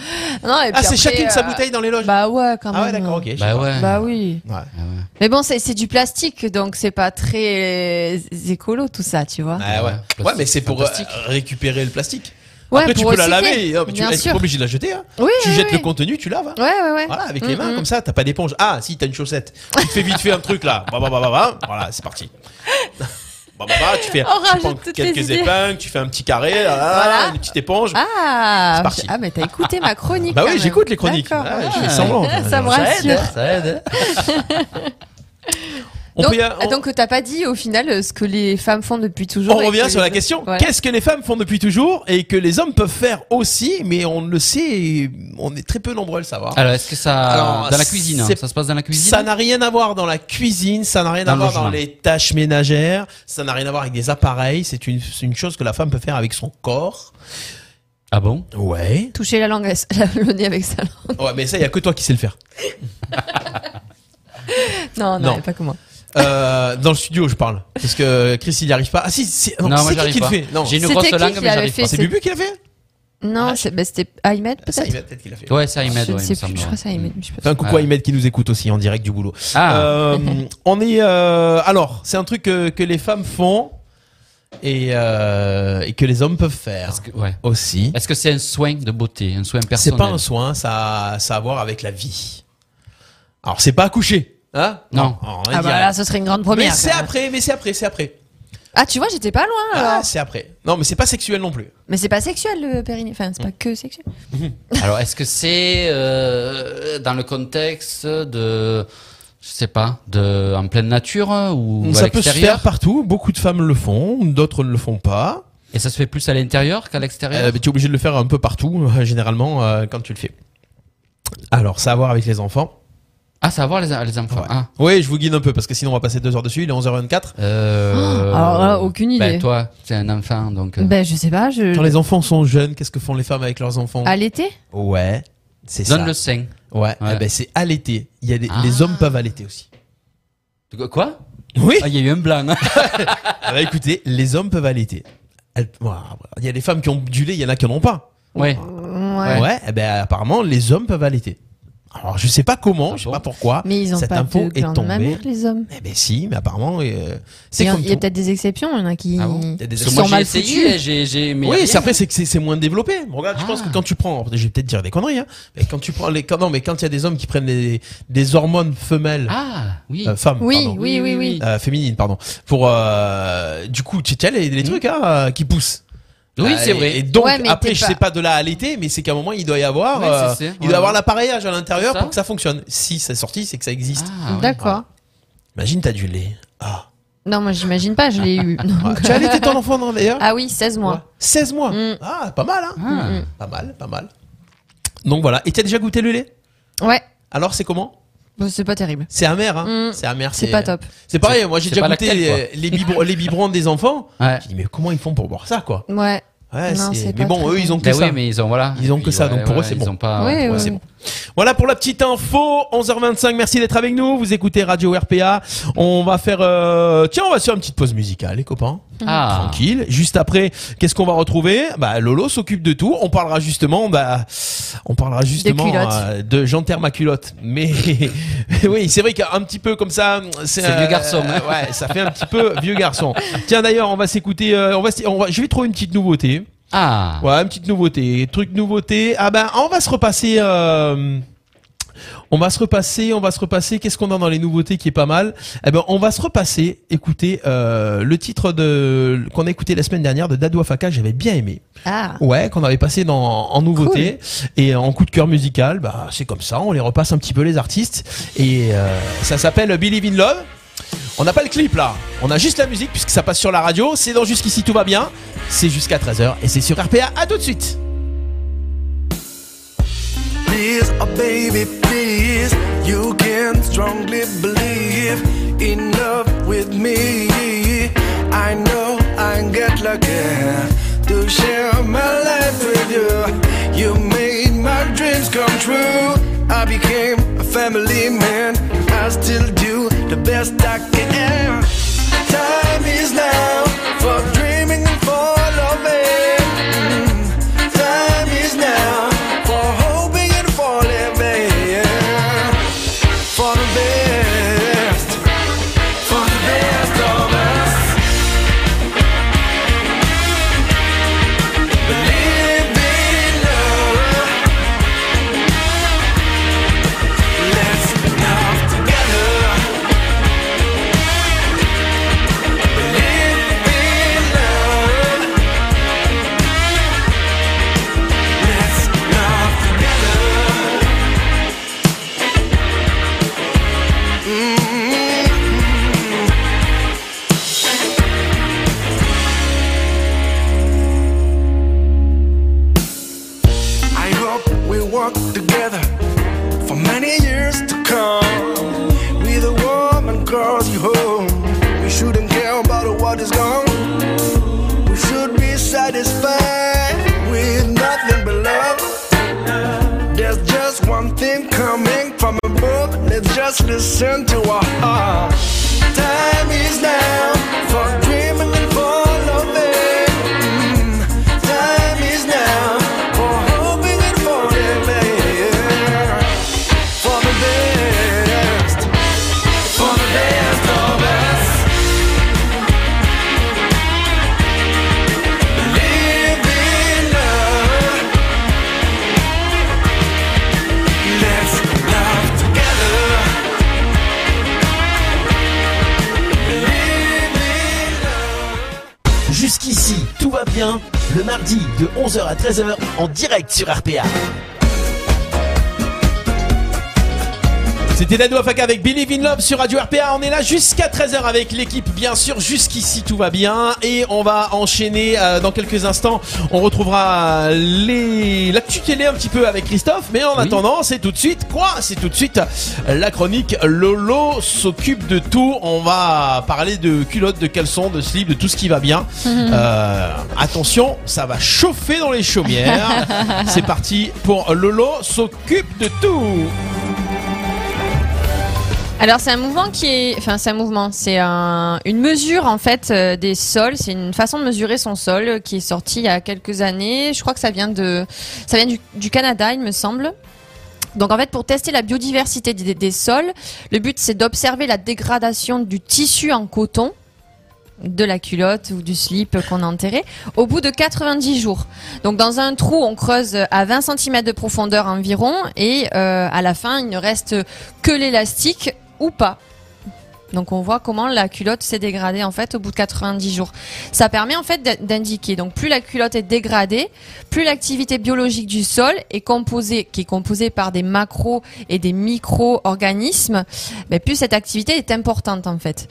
Non, et puis
Ah, c'est
après,
chacune sa
euh,
bouteille dans les loges.
Bah ouais, quand même.
ah ouais, d'accord, ok. je sais
Bah
pas.
ouais.
Bah oui.
Ouais.
Mais bon, c'est c'est du plastique, donc c'est pas très écolo tout ça, tu vois.
Ah ouais.
Ouais, plastique,
Ouais, mais c'est pour euh,
plastique.
récupérer le plastique.
Ouais,
Après, tu
pour
peux la
recycler,
laver. Non, mais tu
bien
eh, t'es
sûr.
pas obligé de la jeter. hein.
Oui,
Tu
oui,
jettes
oui.
le contenu, tu laves. hein.
Ouais, ouais, ouais.
Voilà, avec les
Mm,
mains,
mm.
comme ça, t'as pas d'éponge. Ah, si, t'as une chaussette. Tu te fais vite fait un truc là. Bah, bah, bah, bah, bah. Voilà, c'est parti. Bah, bah, bah, tu fais
On
tu
rajoute
prends
toutes
quelques
les idées.
épingles, tu fais un petit carré, là, là,
Voilà.
une petite éponge.
Ah,
C'est parti.
ah, mais t'as écouté ma chronique.
bah
quand
oui,
même.
j'écoute les chroniques.
D'accord,
Ah,
ouais.
je fais semblant.
Ça me rassure.
hein,
Ça aide.
On
donc, ah,
peut y a- on-
donc t'as pas dit au final euh, ce que les femmes font depuis toujours.
On
et
revient
que
sur la
les-
question.
Voilà.
Qu'est-ce que les femmes font depuis toujours et que les hommes peuvent faire aussi, mais on le sait, et on est très peu nombreux à le savoir.
Alors, est-ce que ça
Alors,
dans la cuisine hein,
c'est-
Ça se passe dans la cuisine
Ça n'a rien à voir dans la cuisine, ça n'a rien
Dans
à
le
voir dans
logement.
les tâches ménagères, ça n'a rien à voir avec des appareils. C'est une, c'est une chose que la femme peut faire avec son corps.
Ah bon
Ouais.
Toucher la langue, la- le nez avec sa langue.
Ouais, mais ça, il y a que toi qui sais le faire.
Non, non,
Non.
pas comment.
Euh, dans le studio, je parle, parce que Chris, il n'y arrive pas. Ah si, c'est non, c'est
moi
qui
j'arrive
qui le
pas.
fait Non, Ah,
J'ai une
C'était
grosse
qui
langue,
qui
mais
l'avait
j'arrive
fait
pas.
c'est
c'est-
Bubu qui l'a fait.
Non, c'est bah, c'était Ahmed
Ah, ça,
peut-être.
Imed, peut-être qu'il l'a fait.
Ouais, c'est Ahmed.
Je
ouais, il
ne sais
me
plus,
semble,
je crois que c'est
ouais.
Ahmed. mais je sais
Fais
pas.
un coucou à Imed qui nous écoute aussi en direct du boulot.
Ah,
Euh, on est, euh, alors, c'est un truc que, que les femmes font et, euh, et que les hommes peuvent faire
parce que- ouais.
aussi.
Est-ce que c'est un soin de beauté, un soin
C'est
personnel
pas un soin, ça, a- ça a à voir avec la vie. Alors, c'est pas accoucher, hein
Non.
on va
Ah
dire.
bah là, ce serait une grande
mais
première.
c'est
quand même.
après, mais c'est après, c'est après.
Ah, tu vois, j'étais pas loin
Ah,
alors.
c'est après. Non, mais c'est pas sexuel non plus.
Mais c'est pas sexuel le périnée. Enfin,
Hmm.
c'est pas que sexuel.
Alors, est-ce que c'est euh, dans le contexte de, je sais pas, de en pleine nature ou à
ça peut se
l'extérieur
faire partout. Beaucoup de femmes le font, d'autres ne le font pas.
Et ça se fait plus à l'intérieur qu'à l'extérieur
Euh, mais tu es obligé de le faire un peu partout, euh, généralement, euh, quand tu le fais. Alors, ça a à voir avec les enfants.
Ah, ça va voir les, les enfants.
Ouais.
Ah.
Oui, je vous guide un peu parce que sinon on va passer deux heures dessus. Il est 11h24.
Euh,
Ah, alors là, aucune
Ben,
idée.
toi, t'es un enfant, donc. euh,
Ben, je sais pas. Je...
Quand Hmm. les enfants sont jeunes, qu'est-ce que font les femmes avec leurs enfants
À l'été
Ouais, c'est ça.
donne le sein.
Ouais,
Ouais.
eh ben, c'est allaiter. Il y a des-
Ah.
Les hommes peuvent allaiter aussi.
De quoi- Quoi
Oui.
Ah, il y a eu un blanc.
Ah bah écoutez, les hommes peuvent allaiter. Elles- Ouah, Il y a des femmes qui ont du lait, il y en a qui n'en ont pas.
ouais.
Ouais.
Ouais, eh ben apparemment les hommes peuvent allaiter. Alors je sais pas comment, je sais pas pourquoi.
Mais ils ont
cette
pas
info
de
est
gland de
tombée.
mammaire, les hommes.
Eh ben si, mais apparemment euh,
Il
c'est
y a,
comme
il y a
tout.
peut-être des exceptions, il y en a qui.
Ah bon
Il y a des
Parce que
exceptions.
moi
sont
j'ai
mal
essayé,
foutus.
j'ai j'ai mais
Oui,
rien.
c'est après c'est que c'est- c'est moins développé. Bon, regarde, je
Ah.
pense que quand tu prends, je vais peut-être dire des conneries, hein, mais quand tu prends les, quand- non, mais quand il y a des hommes qui prennent les, des hormones femelles,
Ah, oui.
euh, femmes,
Oui,
pardon,
oui, oui, oui.
euh, féminines, pardon, pour, euh, du coup, tu tu as les, les trucs hein, euh, qui poussent.
Mm. Oui,
Euh,
c'est
et-
vrai.
Et donc
Ouais, mais
après,
t'es
je
pas-
sais pas de là à allaiter, mais c'est qu'à un moment il doit y avoir,
Ouais,
euh,
c'est- c'est,
il
ouais.
doit avoir l'appareillage à l'intérieur
C'est ça.
pour que ça fonctionne. Si c'est sorti, c'est que ça existe.
Ah, ouais.
D'accord.
Imagine, t'as du lait. Ah.
Non, moi j'imagine pas, je l'ai eu.
Ouais. tu as allaité ton enfant non, d'ailleurs.
Ah oui, 16
Ouais.
mois.
16 mois.
Mm.
Ah, pas mal, hein.
Ah.
Pas mal, pas mal. Donc voilà. Et t'as déjà goûté le lait
Ouais,
Alors c'est comment
Bon, c'est pas terrible.
C'est amer, hein
Mm.
C'est amer.
C'est pas top.
C'est pareil, moi j'ai
c'est
déjà
pas
goûté
laquelle,
les, les, biberons- les biberons des enfants.
Ouais.
J'ai dit, mais comment ils font pour boire ça, quoi
Ouais.
ouais,
Non,
c'est-
c'est
Mais
pas
bon,
très
eux, ils ont que
Ben
ça.
oui, mais ils ont voilà.
Ils ont que
Puis,
ça,
ouais,
donc pour
ouais,
eux, c'est
ils
bon.
ont pas-
Ouais,
Ah Ouais,
ouais,
c'est
ouais.
bon. Voilà pour la petite info. 11h25, merci d'être avec nous. Vous écoutez Radio RPA. On va faire... euh, Tiens, on va se faire une petite pause musicale, les copains.
Ah.
Tranquille. Juste après, qu'est-ce qu'on va retrouver Bah, Lolo s'occupe de tout. On parlera justement... Bah, on parlera justement
culottes.
euh, de j'enterre ma culotte. Mais mais oui, c'est vrai qu'un petit peu comme ça... euh,
C'est vieux garçon, hein.
Ouais, ça fait un petit peu vieux garçon. Tiens, d'ailleurs, on va s'écouter... euh, on va, s- on va, je vais trouver une petite nouveauté.
Ah.
Ouais, une petite nouveauté, truc nouveauté. Ah ben, on va se repasser. euh, on va se repasser, on va se repasser. Qu'est-ce qu'on a dans les nouveautés qui est pas mal Eh ben, on va se repasser. Écoutez, euh, le titre de qu'on a écouté la semaine dernière de Dadou Afaka, j'avais bien aimé.
Ah.
Ouais, qu'on avait passé dans en nouveauté et en coup de cœur musical. Bah, c'est comme ça. On les repasse un petit peu les artistes et euh, ça s'appelle Believe in Love. On n'a pas le clip là, on a juste la musique puisque ça passe sur la radio, c'est dans Jusqu'ici tout va bien, c'est jusqu'à 13h et c'est sur RPA, à tout de suite
Please, oh baby, please, you can strongly believe in love with me. I know I get lucky to share my life with you. You made my dreams come true. I became a family man. I still do the best I can. Time is now for dreaming and for loving. Mm, Time is now for hoping and for living. For the best, for the best of us. Believe in love. Let's love together. Believe in love. Let's love together. I hope we work together for many years to come. We the warm and cozy home. We shouldn't care about what is gone. We should be satisfied with nothing but love. There's just one thing coming from above. Let's just listen to our heart. Time is now for dreaming and for loving. Mm, Time is now for hoping and for living. For the best, for the best of us. Live in love. Let's love together. Live in love.
Jusqu'ici, tout va bien, le mardi de 11h à 13h en direct sur RPA. C'était Dadou Afaka avec Believe in Love sur Radio RPA. On est là jusqu'à 13h avec l'équipe, bien sûr. Jusqu'ici, tout va bien. Et on va enchaîner euh, dans quelques instants. On retrouvera euh, les... l'actu télé un petit peu avec Christophe. Mais en
Oui.
attendant, c'est tout de suite quoi C'est tout de suite euh, la chronique Lolo s'occupe de tout. On va parler de culottes, de caleçons, de slips, de tout ce qui va bien. Euh, attention, ça va chauffer dans les chaumières. c'est parti pour Lolo s'occupe de tout.
Alors c'est un mouvement qui est, enfin c'est un mouvement, c'est un- une mesure en fait euh, des sols. C'est une façon de mesurer son sol euh, qui est sortie il y a quelques années. Je crois que ça vient de, ça vient du, du Canada, il me semble. Donc en fait, pour tester la biodiversité des, des sols, le but c'est d'observer la dégradation du tissu en coton, de la culotte ou du slip qu'on a enterré, au bout de 90 jours. Donc dans un trou, on creuse à 20 cm de profondeur environ, et euh, à la fin, il ne reste que l'élastique ou pas. Donc on voit comment la culotte s'est dégradée en fait au bout de 90 jours. Ça permet en fait d- d'indiquer. Donc plus la culotte est dégradée, plus l'activité biologique du sol est composée, qui est composée par des macro et des micro-organismes, mais plus cette activité est importante en fait.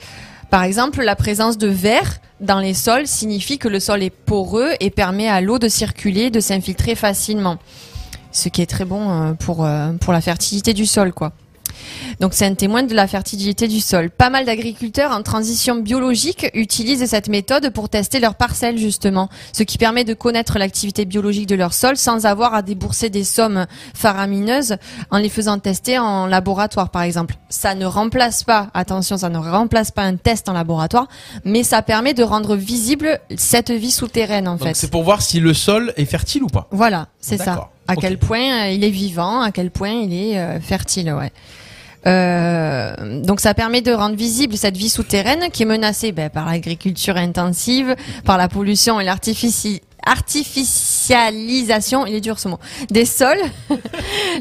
Par exemple, la présence de verre dans les sols signifie que le sol est poreux et permet à l'eau de circuler, de s'infiltrer facilement. Ce qui est très bon euh, pour, euh, pour la fertilité du sol, quoi. Donc c'est un témoin de la fertilité du sol. Pas mal d'agriculteurs en transition biologique utilisent cette méthode pour tester leurs parcelles justement, ce qui permet de connaître l'activité biologique de leur sol sans avoir à débourser des sommes faramineuses en les faisant tester en laboratoire par exemple. Ça ne remplace pas, attention, ça ne remplace pas un test en laboratoire, mais ça permet de rendre visible cette vie souterraine en
Donc
fait.
c'est pour voir si le sol est fertile ou pas.
Voilà, c'est ça.
D'accord.
À
Ok.
quel point euh, il est vivant, à quel point il est euh, fertile, ouais. Euh, donc ça permet de rendre visible cette vie souterraine qui est menacée ben, par l'agriculture intensive, par la pollution et l'artifici- artificialisation, il est dur ce mot, des sols.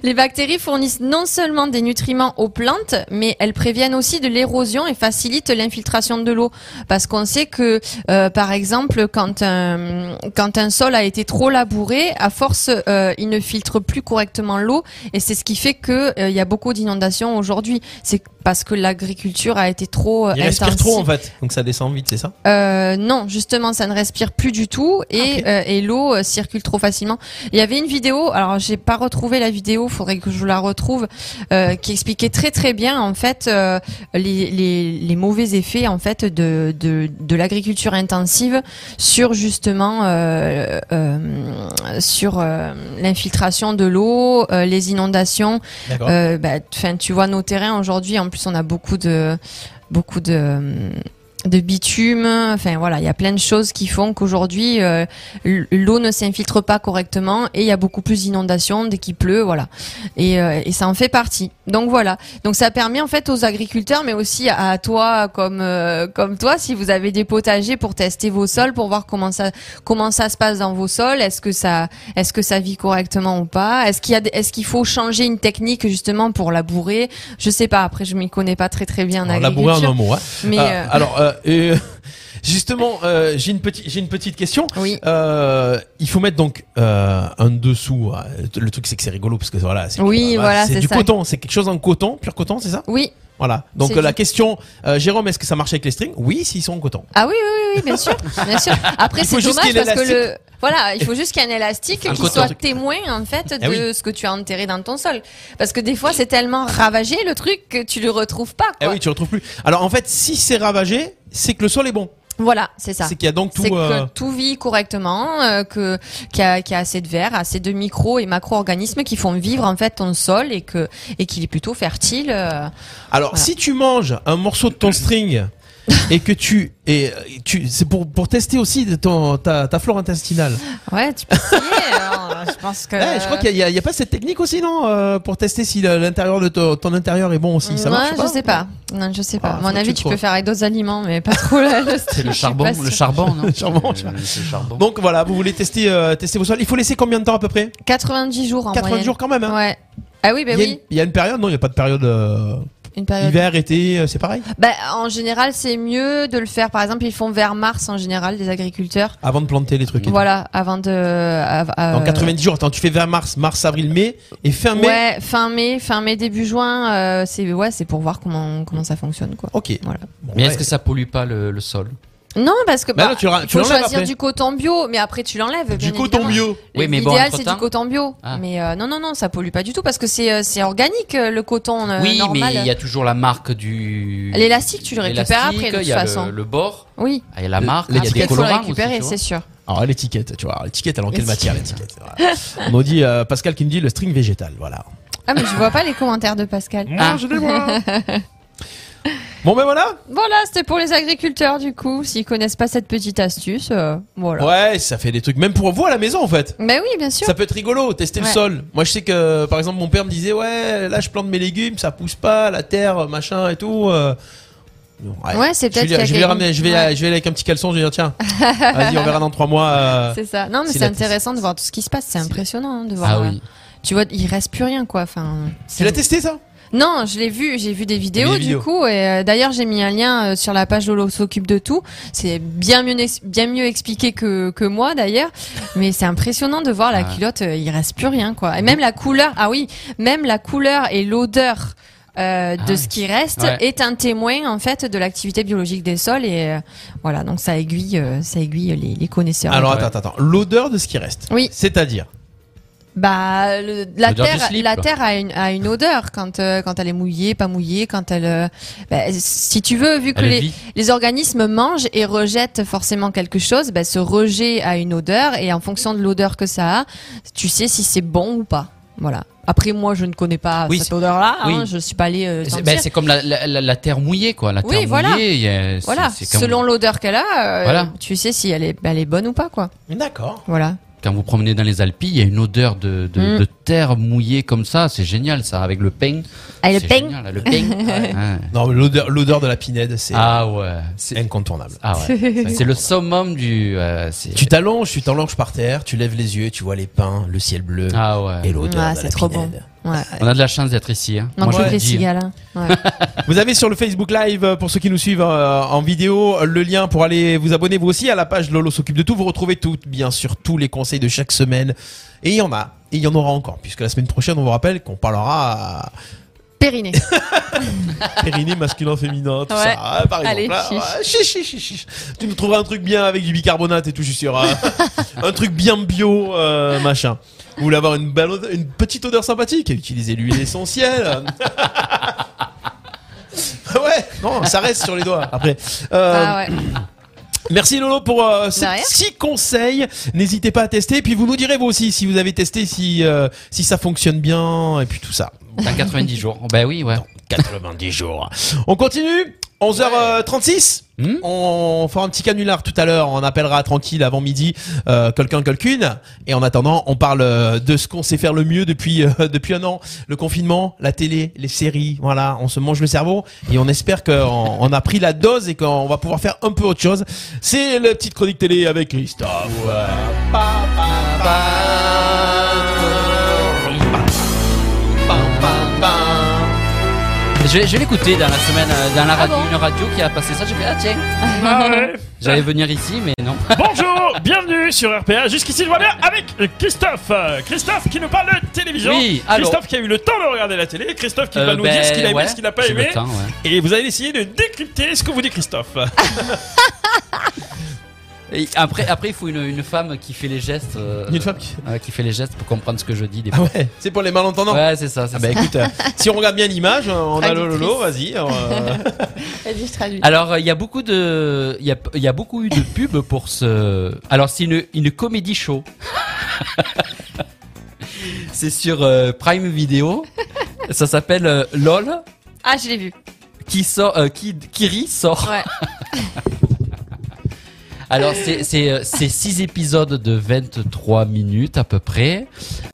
Les bactéries fournissent non seulement des nutriments aux plantes, mais elles préviennent aussi de l'érosion et facilitent l'infiltration de l'eau. Parce qu'on sait que, euh, par exemple, quand un, quand un sol a été trop labouré, à force, euh, il ne filtre plus correctement l'eau. Et c'est ce qui fait que euh, il y a beaucoup d'inondations aujourd'hui. C'est parce que l'agriculture a été trop euh,
Il
intensive.
respire trop en fait, donc ça descend vite, c'est ça
Euh, non, justement, ça ne respire plus du tout et,
Ok.
euh, et l'eau euh, circule trop facilement. Il y avait une vidéo, alors j'ai pas retrouvé la vidéo, faudrait que je vous la retrouve, euh, qui expliquait très très bien en fait euh, les, les, les mauvais effets en fait de de, de l'agriculture intensive sur justement euh, euh, sur euh, l'infiltration de l'eau, euh, les inondations,
D'accord.
euh, bah, enfin, tu vois nos terrains aujourd'hui. En plus, on a beaucoup de beaucoup de euh, de bitume. Enfin voilà, il y a plein de choses qui font qu'aujourd'hui euh, l- l'eau ne s'infiltre pas correctement et il y a beaucoup plus d'inondations dès qu'il pleut. Voilà, et, euh, et ça en fait partie. Donc voilà. Donc ça permet en fait aux agriculteurs, mais aussi à toi comme euh, comme toi, si vous avez des potagers pour tester vos sols, pour voir comment ça comment ça se passe dans vos sols. Est-ce que ça est-ce que ça vit correctement ou pas Est-ce qu'il y a des- est-ce qu'il faut changer une technique justement pour labourer Je sais pas. Après, je m'y connais pas très très bien en
Alors, labourer en un
agriculture.
mot. hein.
Mais
Ah,
euh,
Alors, euh, euh, justement, euh, j'ai une petite, j'ai une petite question.
oui.
Euh, il faut mettre donc euh, un dessous. euh, Le truc c'est que c'est rigolo parce que voilà, c'est
Oui,
euh,
voilà,
c'est
c'est
du
ça.
coton, c'est quelque chose en coton, pur coton, c'est ça
Oui.
Voilà. Donc
C'est
euh, la
du-
question, euh, Jérôme, est-ce que ça marche avec les strings Oui, s'ils sont en coton.
Ah oui, oui, oui, oui, bien sûr, bien sûr. Après,
Il faut
c'est
juste
dommage
qu'il y ait
parce que le, voilà, il faut juste qu'il y ait un élastique
Un
qui
coton.
soit témoin en fait
Ah
de
oui.
ce que tu as enterré dans ton sol. Parce que des fois, c'est tellement ravagé le truc que tu le retrouves pas.
Eh
Quoi.
oui, tu le retrouves plus. Alors en fait, si c'est ravagé, c'est que le sol est bon.
Voilà, c'est ça.
C'est qu'il y a donc tout.
C'est
euh,
que tout vit correctement, euh, que qu'il y, a- qu'il y a assez de verre, assez de micro et macro-organismes qui font vivre en fait ton sol et que et qu'il est plutôt fertile. euh.
Alors,
Voilà.
si tu manges un morceau de ton string et que tu et euh, tu, c'est pour pour tester aussi de ton ta, ta flore intestinale.
Ouais, tu peux essayer. alors, je pense que.
Eh, je crois qu'il y a- il y, a- il y a pas cette technique aussi, non, euh, pour tester si la- l'intérieur de ton, ton intérieur est bon aussi. Ça
Ouais,
marche pas
je sais pas. Non, je sais pas.
Ah,
à
faut
mon
que
avis,
tu
tu
trouves.
peux faire avec d'autres aliments, mais pas trop là.
C'est le charbon, le charbon, non
Le charbon,
Euh, c'est le charbon.
Donc voilà, vous voulez tester euh, tester vos sols. Il faut laisser combien de temps à peu près
90 jours en
80
moyenne.
jours quand même. Hein.
Ouais. Ah oui, bah
il, y a une,
oui.
il y a une période, non, il n'y a pas de période euh,
Une période.
hiver, été, euh, c'est pareil.
Bah, en général, c'est mieux de le faire. Par exemple, ils font vers mars en général, des agriculteurs.
Avant de planter les trucs. et tout.
Voilà, avant de. av- euh,
Dans 90 jours, attends, tu fais 20 mars, mars, avril, mai et fin mai.
Ouais, fin mai, fin mai, début juin, euh, c'est ouais, c'est pour voir comment comment ça fonctionne quoi.
Ok.
Voilà.
Bon,
Mais
ouais.
est-ce que ça pollue pas le, le sol
Non, parce que
Bah
bah,
non, tu le ra-
il
tu
faut
l'enlèves
choisir
après.
du coton bio, mais après tu l'enlèves.
du
bien
coton
évidemment.
bio
Oui, mais bon,
L'idéal c'est
entre-temps-
du coton bio,
Ah.
mais euh, non non non, ça pollue pas du tout parce que c'est euh, c'est organique euh, le coton euh,
Oui,
normal.
mais il y a toujours la marque du.
L'élastique, tu le récupères après, de
L'élastique, Il y a
toute
le-
façon.
le bord.
Oui.
Ah, Il y a la marque,
le
il y a
ticket,
des
Il faut le
colorants aussi,
récupérer,
tu vois.
c'est sûr.
Alors l'étiquette, tu vois, alors, l'étiquette, alors quelle
L'étiquette.
matière l'étiquette voilà. On nous dit euh, Pascal qui me dit le string végétal, voilà.
Ah mais je vois pas les commentaires de Pascal.
Moi, je les vois. Bon ben voilà.
Voilà, c'était pour les agriculteurs du coup. S'ils connaissent pas cette petite astuce, euh, voilà.
Ouais, ça fait des trucs même pour vous à la maison en fait.
Mais oui, bien sûr.
Ça peut être rigolo, tester le
Ouais.
sol. Moi, je sais que, par exemple, mon père me disait, ouais, là, je plante mes légumes, ça pousse pas, la terre, machin et tout. euh, bon,
Ouais, c'est
Je vais lui-
peut-être qu'il y a
Je vais, lui
quelqu'un-
ramener- je vais,
Ouais.
je vais aller avec un petit caleçon, je vais dire, tiens, vas-y, on verra dans trois mois. euh,
C'est ça. Non, mais
C'est
c'est
la test-
intéressant de voir tout ce qui se passe. C'est impressionnant hein, de voir.
Ah
euh,
oui.
Tu vois, il reste plus rien quoi. Enfin,
Tu l'as testé, ça
Non, je l'ai vu, j'ai vu des vidéos
des
du
vidéos.
coup, et euh, d'ailleurs j'ai mis un lien euh, sur la page Lolo s'occupe de tout. C'est bien mieux, ex- bien mieux expliqué que, que moi d'ailleurs, mais c'est impressionnant de voir la
Ouais.
culotte, euh, il reste plus rien quoi. Et même la couleur, ah oui, même la couleur et l'odeur. euh, de
Ah
ce
oui.
qui reste
Ouais.
est un témoin en fait de l'activité biologique des sols et euh, voilà donc ça aiguille euh, ça aiguille les, les connaisseurs
Alors,
Ouais.
attends, attends, attends. L'odeur de ce qui reste.
Oui.
C'est-à-dire.
bah, le- la
L'odeur du
terre,
slip.
la terre a une, a une odeur quand euh, quand elle est mouillée, pas mouillée, quand elle, euh, bah, si tu veux, vu que
Elle
les,
vit.
les organismes mangent et rejettent forcément quelque chose, bah, ce rejet a une odeur et en fonction de l'odeur que ça a, tu sais si c'est bon ou pas. Voilà. Après, moi, je ne connais pas
Oui,
cette
c'est-
odeur-là. hein,
oui.
je suis pas allée euh,
C'est
sentir.
ben, c'est comme la, la, la- la terre mouillée, quoi. La
Oui,
terre
voilà.
mouillée, il y a- c'est-
voilà.
c'est quand,
Selon l'odeur qu'elle a, euh,
Voilà.
tu sais si elle est, elle est bonne ou pas, quoi.
D'accord.
Voilà.
quand vous promenez dans les Alpilles, il y a une odeur de, de,
Mm.
de terre mouillée comme ça. C'est génial, ça, avec le peigne.
Ah,
Allez, le
C'est
peigne.
génial, le peigne. Ouais.
Non, mais l'odeur, l'odeur de la pinède, c'est
Ah ouais. C'est
incontournable.
ah ouais. C'est le summum du. euh, c'est-
Tu t'allonges, tu t'allonges par terre, tu lèves les yeux, tu vois les pins, le ciel bleu
ah ouais.
et l'odeur
Ouais,
de la
c'est trop bon.
pinède.
Ouais.
On a de la chance d'être ici. Hein.
Non,
Moi, je
toutes
vous
les
le dis.
cigales. hein. Ouais.
Vous avez sur le Facebook Live, euh, pour ceux qui nous suivent euh, en vidéo, euh, le lien pour aller vous abonner vous aussi à la page Lolo s'occupe de tout. Vous retrouvez tout, bien sûr, tous les conseils de chaque semaine. Et il y en a, et il y en aura encore, puisque la semaine prochaine, on vous rappelle qu'on parlera
Périnée.
à périnée masculin, féminin, tout
Ouais.
ça. hein, par exemple,
Allez,
hein.
chiche.
Ouais, chiche, chiche, chiche. Tu nous trouveras un truc bien avec du bicarbonate et tout, je suis sûr. hein. un truc bien bio, euh, machin. Vous voulez avoir une, belle odeur- une petite odeur sympathique Utilisez l'huile essentielle. ouais, non, ça reste sur les doigts après. Euh,
Ah ouais.
Merci Lolo pour euh, ces
rien.
six conseils. N'hésitez pas à tester. Puis vous nous direz vous aussi si vous avez testé, si, euh, si ça fonctionne bien et puis tout ça.
hein, Dans 90 jours. Ben oui, ouais.
90 jours. On continue 11h36
Hmm
On fera un petit canular tout à l'heure, on appellera tranquille avant midi euh, quelqu'un, quelqu'une. Et en attendant, on parle euh, de ce qu'on sait faire le mieux depuis euh, depuis un an, le confinement, la télé, les séries. Voilà, on se mange le cerveau et on espère qu'on on a pris la dose et qu'on va pouvoir faire un peu autre chose. C'est la petite chronique télé avec Christophe.
Je, je l'écoutais dans la semaine, euh, dans la radio, une radio qui a passé ça. J'ai fait, ah tiens. J'allais venir ici, mais non.
Bonjour, bienvenue sur RPA. Jusqu'ici, je vois bien avec Christophe. Euh, Christophe qui nous parle de télévision.
Oui, alors.
Christophe qui a eu le temps de regarder la télé. Christophe qui va
Euh,
nous
ben,
dire ce qu'il a aimé,
ouais,
ce qu'il n'a pas
j'ai
aimé.
le temps, ouais.
Et vous allez essayer de décrypter ce que vous dit Christophe.
Ah,
Et après, après, il faut une, une femme qui fait les gestes. euh,
Une femme qui-
ouais, fait les gestes pour comprendre ce que je dis. Des
Ah
fois.
ouais, c'est pour les malentendants.
Ouais, c'est ça. c'est
Ah
ben,
bah
ça.
écoute, euh, si on regarde bien l'image, euh, on a le
Traductrice.
lolo, vas-y. euh,
Vas-y, je traduis.
Alors, euh, il y a beaucoup de, il y a, il y a beaucoup eu de pubs pour ce. Alors, c'est une, une comédie show. c'est sur euh, Prime Video. Ça s'appelle euh, LOL.
Ah, je l'ai vu.
Qui sort, euh, qui, qui rit sort.
Ouais.
Alors, c'est- c'est euh, c'est six épisodes de 23 minutes à peu près,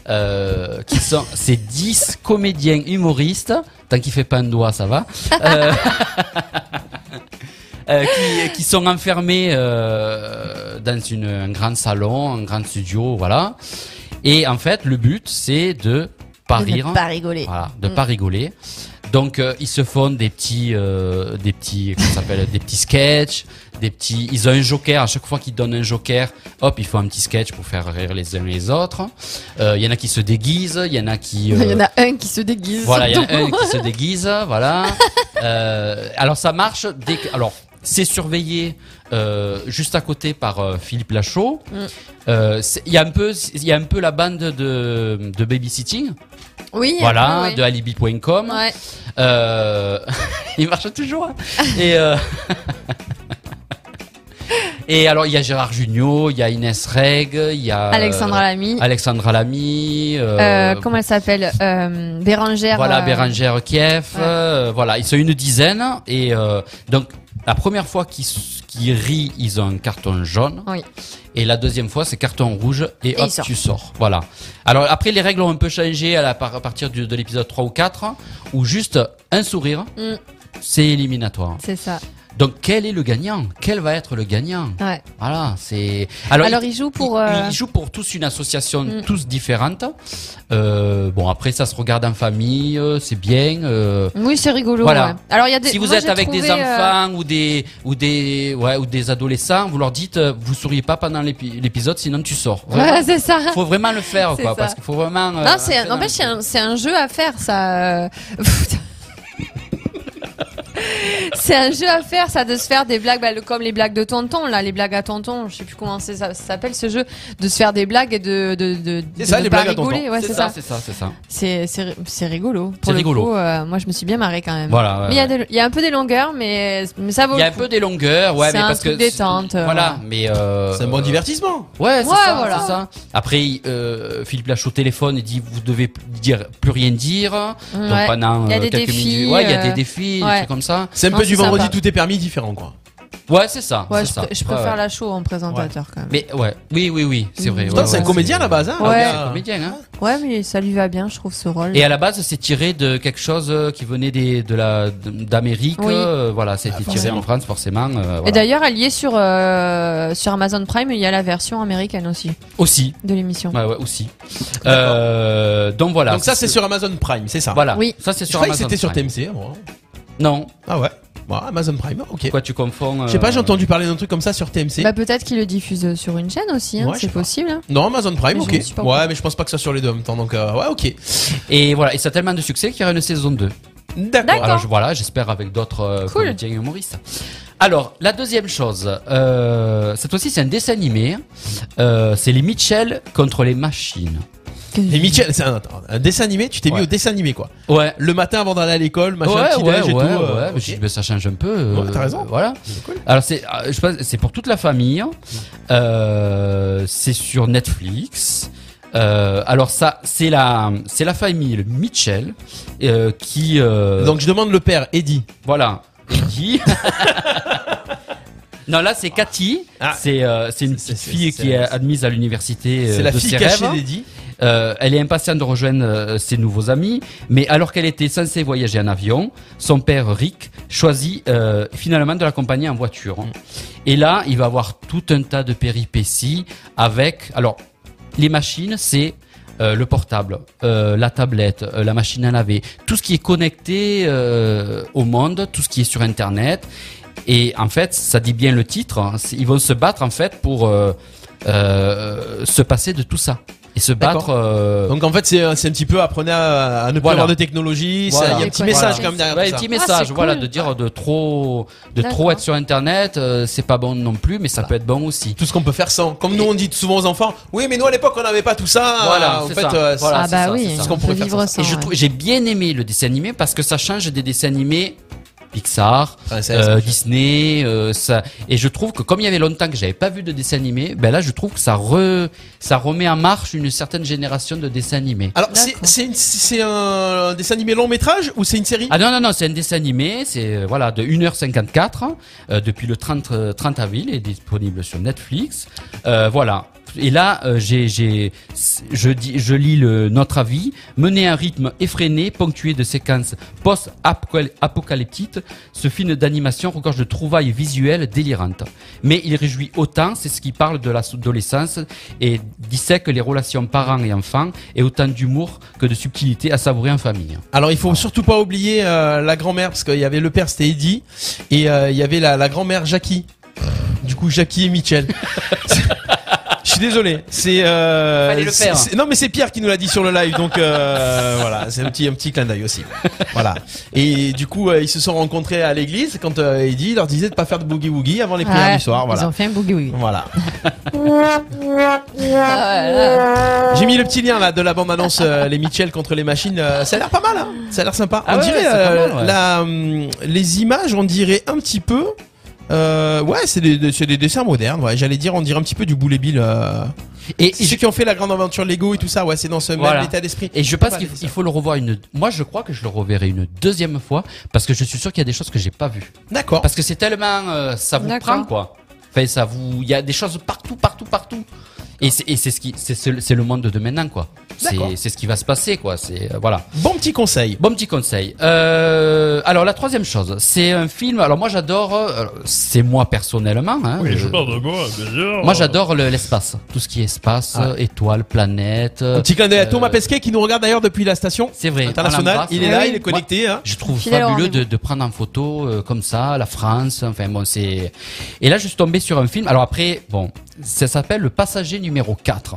euh, qui sont, c'est 10 comédiens humoristes, tant qu'il fait pas un doigt, ça va, euh, euh, qui, qui sont enfermés euh, dans une, un grand salon, un grand studio, voilà. Et en fait, le but, c'est de pas
De ne
rire. Ah,
Pas rigoler.
Voilà,
Mm.
de pas rigoler. Donc euh, ils se font des petits, euh, des petits, comment ça s'appelle, des petits sketchs, des petits. Ils ont un joker. À chaque fois qu'ils donnent un joker, hop, ils font un petit sketch pour faire rire les uns les autres. Euh, Il y en a qui se déguisent, il y en a qui. euh,
Il y en a un qui se déguise.
voilà, il y en a
surtout.
un qui se déguise, voilà. Euh, alors ça marche dès que, alors c'est surveillé euh, juste à côté par euh, Philippe Lachaud.
Mm.
Euh, c'est- Il y a un peu, il y a un peu la bande de, de babysitting,
Oui.
voilà,
Ah ouais, ouais.
de Alibi.com.
Ouais.
Euh, il marche toujours. hein. Et euh, Et alors, il y a Gérard Jugnot, il y a Inès Reg, il y a. euh,
Alexandra Lamy.
Alexandra Lamy. euh,
Euh, comment elle s'appelle Euh, Bérangère.
Voilà,
euh,
Bérangère Kiev. euh, voilà, ils sont une dizaine. Et euh, donc, la première fois qu'ils s- qu'ils rient, ils ont un carton jaune.
Oui.
Et la deuxième fois, c'est carton rouge. Et,
Et
hop,
il sort.
tu sors. Voilà. Alors, après, les règles ont un peu changé à, la, par- à partir du- de l'épisode 3 ou 4, où juste un sourire,
Mm.
c'est éliminatoire.
C'est ça.
Donc, quel est le gagnant Quel va être le gagnant
Ouais.
Voilà, c'est.
Alors,
il-
ils jouent pour.
ils-
euh,
Ils jouent pour tous une association,
Mm.
tous différentes. Euh, bon, après, ça se regarde en famille, euh, c'est bien. euh.
Oui, c'est rigolo.
Voilà.
ouais. Alors, il y a des.
si vous
moi,
êtes
j'ai
avec des
trouvé, euh,
enfants ou des ou des ouais, ou des adolescents, vous leur dites euh, vous souriez pas pendant l'épi- l'épisode, sinon tu sors.
Ouais,
Vraiment,
c'est ça.
faut vraiment le faire,
C'est
quoi,
ça.
parce qu'il faut vraiment. euh,
Non, Ah, c'est
entrer dans
n'empêche,
le-
c'est un, c'est un jeu à faire, ça. euh. Putain. c'est un jeu à faire, ça, de se faire des blagues, bah, le- comme les blagues de tonton, là, les blagues à tonton, je sais plus comment c'est- ça, ça s'appelle ce jeu, de se faire des blagues et de. de, de
C'est
de
ça,
ne
les
pas
blagues à tonton.
rigoler, ouais,
c'est ça, c'est ça, c'est ça.
C'est c'est ri- c'est rigolo. Pour
C'est
le
rigolo.
coup, euh, moi, je me suis bien marrée quand même.
Voilà, ouais,
mais il y a des- il y, a un peu des longueurs, mais, mais ça vaut.
Il y a un
le coup.
peu des longueurs, ouais,
C'est
mais
un
parce que
truc détente, euh,
voilà,
voilà.
mais euh,
C'est un bon
euh,
divertissement.
Ouais, c'est
Ouais,
ça,
voilà.
c'est ça. Après, il- euh, Philippe Lachaud au téléphone il dit vous devez p- dire plus rien dire. Donc
Mmh, Ouais.
pendant
Il y a
euh,
des
quelques
défis,
minutes, ouais, il y a
euh,
des défis, des
ouais.
trucs comme ça.
C'est un
Non,
peu du
c'est
vendredi
sympa.
tout est permis différent quoi.
Ouais, c'est ça.
Ouais,
c'est
je,
ça.
pr- je
Ouais,
préfère
ouais.
la show en présentateur quand même.
Mais ouais, oui, oui, oui, c'est vrai.
Putain,
ouais,
c'est un
ouais,
comédien à la base hein. le
Ouais.
gars.
C'est un comédien, hein.
Ouais, mais ça lui va bien, je trouve, ce rôle.
Et à la base, c'est tiré de quelque chose euh, qui venait des, de la d'Amérique.
Oui.
euh, voilà, c'était tiré
Ah, forcément.
en France forcément. euh, voilà.
Et d'ailleurs, elle y est sur, euh, sur Amazon Prime, il y a la version américaine aussi
aussi.
de l'émission.
Ouais, ouais, aussi. Euh, donc voilà.
Donc ça c'est sur Amazon Prime, c'est ça.
Voilà.
Oui.
Ça c'est
Je
sur
croyais que
Amazon
c'était sur
Prime.
TMC. moi.
Non.
Ah ouais. Bon, Amazon Prime, ok.
Pourquoi tu confonds
Je sais pas, j'ai
euh,
entendu parler d'un truc comme ça sur TMC.
Bah, peut-être qu'ils le diffusent sur une chaîne aussi, hein,
Ouais, je sais
c'est
pas.
possible. hein.
Non, Amazon Prime,
Mais
ok.
je ne suis pas au courant.
Ouais, mais je pense pas que ça sur les deux en même temps, donc euh, ouais, ok.
Et voilà, et ça a tellement de succès qu'il y aura une saison 2.
D'accord.
Alors je, voilà, j'espère avec d'autres euh,
Cool.
comédiens et humoristes. Alors, la deuxième chose, euh, cette fois-ci c'est un dessin animé, euh, c'est les Mitchell contre les machines.
Et Mitchell, c'est un, attends, un dessin animé, tu t'es mis
Ouais.
au dessin animé quoi.
Ouais.
Le matin avant d'aller à l'école, machin,
ouais,
petit
ouais,
déj et
ouais,
tout. euh,
ouais,
ok.
mais je dis, ben, ça change un peu. euh,
Ouais, t'as raison.
Voilà.
C'est cool.
Alors c'est, euh, je pense, que c'est pour toute la famille. Euh, c'est sur Netflix. Euh, alors ça, c'est la, c'est la famille le Mitchell euh, qui. euh,
Donc je demande le père, Eddie.
Voilà. Et qui Non, là, c'est Cathy.
Ah.
C'est euh, c'est une
C'est-
petite
c'est-
fille
c'est-
qui est
c'est-
admise à l'université euh,
C'est la
de
fille
ses
cachée
rêves.
d'Eddie.
Euh, elle est impatiente de rejoindre euh, ses nouveaux amis, mais alors qu'elle était censée voyager en avion, son père Rick choisit euh, finalement de l'accompagner en voiture. Et là, il va avoir tout un tas de péripéties avec. Alors, les machines, c'est euh, le portable, euh, la tablette, euh, la machine à laver, tout ce qui est connecté euh, au monde, tout ce qui est sur Internet. Et en fait, ça dit bien le titre. hein, c'est- ils vont se battre en fait pour euh, euh, se passer de tout ça et se
D'accord.
battre. euh,
Donc en fait, c'est c'est un petit peu apprenez à, à ne plus
Voilà.
avoir de technologie. ça- Il
Voilà.
y a un petit message quand même derrière
Ouais,
tout
un petit
ça.
message,
Ah, c'est
voilà,
cool.
de dire de trop, de
D'accord.
trop être sur Internet, euh, c'est pas bon non plus, mais ça
Bah.
peut être bon aussi.
Tout ce qu'on peut faire sans. Comme nous on dit souvent aux enfants, oui, mais nous à l'époque on n'avait pas tout ça.
Voilà,
en
c'est
fait,
ça.
euh, c'est-
Voilà,
ah
c'est
bah
ça, c'est
oui,
ça.
Ce qu'on
on
pourrait
peut
faire
vivre
sans ça.
ça.
Et je trouve, j'ai bien aimé le dessin animé parce que ça change des dessins animés Pixar,
Princesse,
euh,
machin.
Disney, euh, ça. Et je trouve que comme il y avait longtemps que j'avais pas vu de dessin animé, ben là je trouve que ça re, ça remet en marche une certaine génération de dessins animés.
Alors c'est c'est une- c'est un dessin animé long métrage ou c'est une série
Ah non non non, c'est un dessin animé, c'est euh, voilà de 1h54 euh, depuis le 30 euh, 30 avril et disponible sur Netflix. Euh, voilà. Et là, euh, j'ai, j'ai, je, dis, je lis le, notre avis. Mener un rythme effréné, ponctué de séquences post-apocalyptiques, ce film d'animation regorge de trouvailles visuelles délirantes. Mais il réjouit autant, c'est ce qui parle de l'adolescence et dissèque les relations parents et enfants et autant d'humour que de subtilité à savourer en famille.
Alors il faut surtout pas oublier euh, la grand-mère parce qu'il y avait le père c'était Eddie et euh, il y avait la, la grand-mère Jackie. Du coup Jackie et Michel. Je suis désolé, c'est euh,
Fallait le
c'est-
faire.
c'est- non mais c'est Pierre qui nous l'a dit sur le live donc euh, voilà c'est un petit un petit clin d'œil aussi voilà et du coup euh, ils se sont rencontrés à l'église quand euh, Eddie leur disait de pas faire de boogie woogie avant les prières du soir
Ah. Ils
voilà
ont fait un boogie Ah, woogie.
voilà Ah, j'ai mis le petit lien là de la bande annonce les Mitchell contre les machines euh, ça a l'air pas mal hein ça a l'air sympa
Ah
on
ouais,
dirait
ouais, c'est pas mal, ouais.
la, hum, les images on dirait un petit peu Euh, ouais, c'est des, des- c'est des dessins modernes. Ouais, j'allais dire, on dirait un petit peu du Boulet Bill. euh.
Et
C'est ceux qui ont fait la grande aventure Lego et tout ça. Ouais, c'est dans ce
Voilà.
même état d'esprit.
Et je pense
Pas
qu'il
mal,
il faut le revoir une. Moi, je crois que je le reverrai une deuxième fois parce que je suis sûr qu'il y a des choses que j'ai pas vues.
D'accord.
Parce que c'est tellement euh, ça vous
D'accord.
prend quoi. Enfin, ça vous. Il y a des choses partout, partout, partout. Et c'est et c'est ce qui c'est ce- c'est le monde de maintenant quoi.
D'accord.
C'est c'est ce qui va se passer quoi. C'est euh, voilà.
Bon petit conseil.
Bon petit conseil. Euh, alors la troisième chose, c'est un film. Alors moi j'adore. euh, C'est moi personnellement. Hein,
Oui,
euh,
je parle de moi, bien sûr.
moi j'adore le- l'espace, tout ce qui est espace, euh, étoiles, planètes.
Ah. Un petit clin d'œil à
euh,
Thomas Pesquet qui nous regarde d'ailleurs depuis la station
C'est vrai. on
internationale.
l'embrasse.
Il est là, il est connecté. Hein.
Je trouve
Fidèle au
fabuleux de,
rendez-vous.
de prendre en photo euh, comme ça la France. Enfin bon, c'est. Et là, je suis tombé sur un film. Alors après, bon, ça s'appelle Le Passager numéro 4.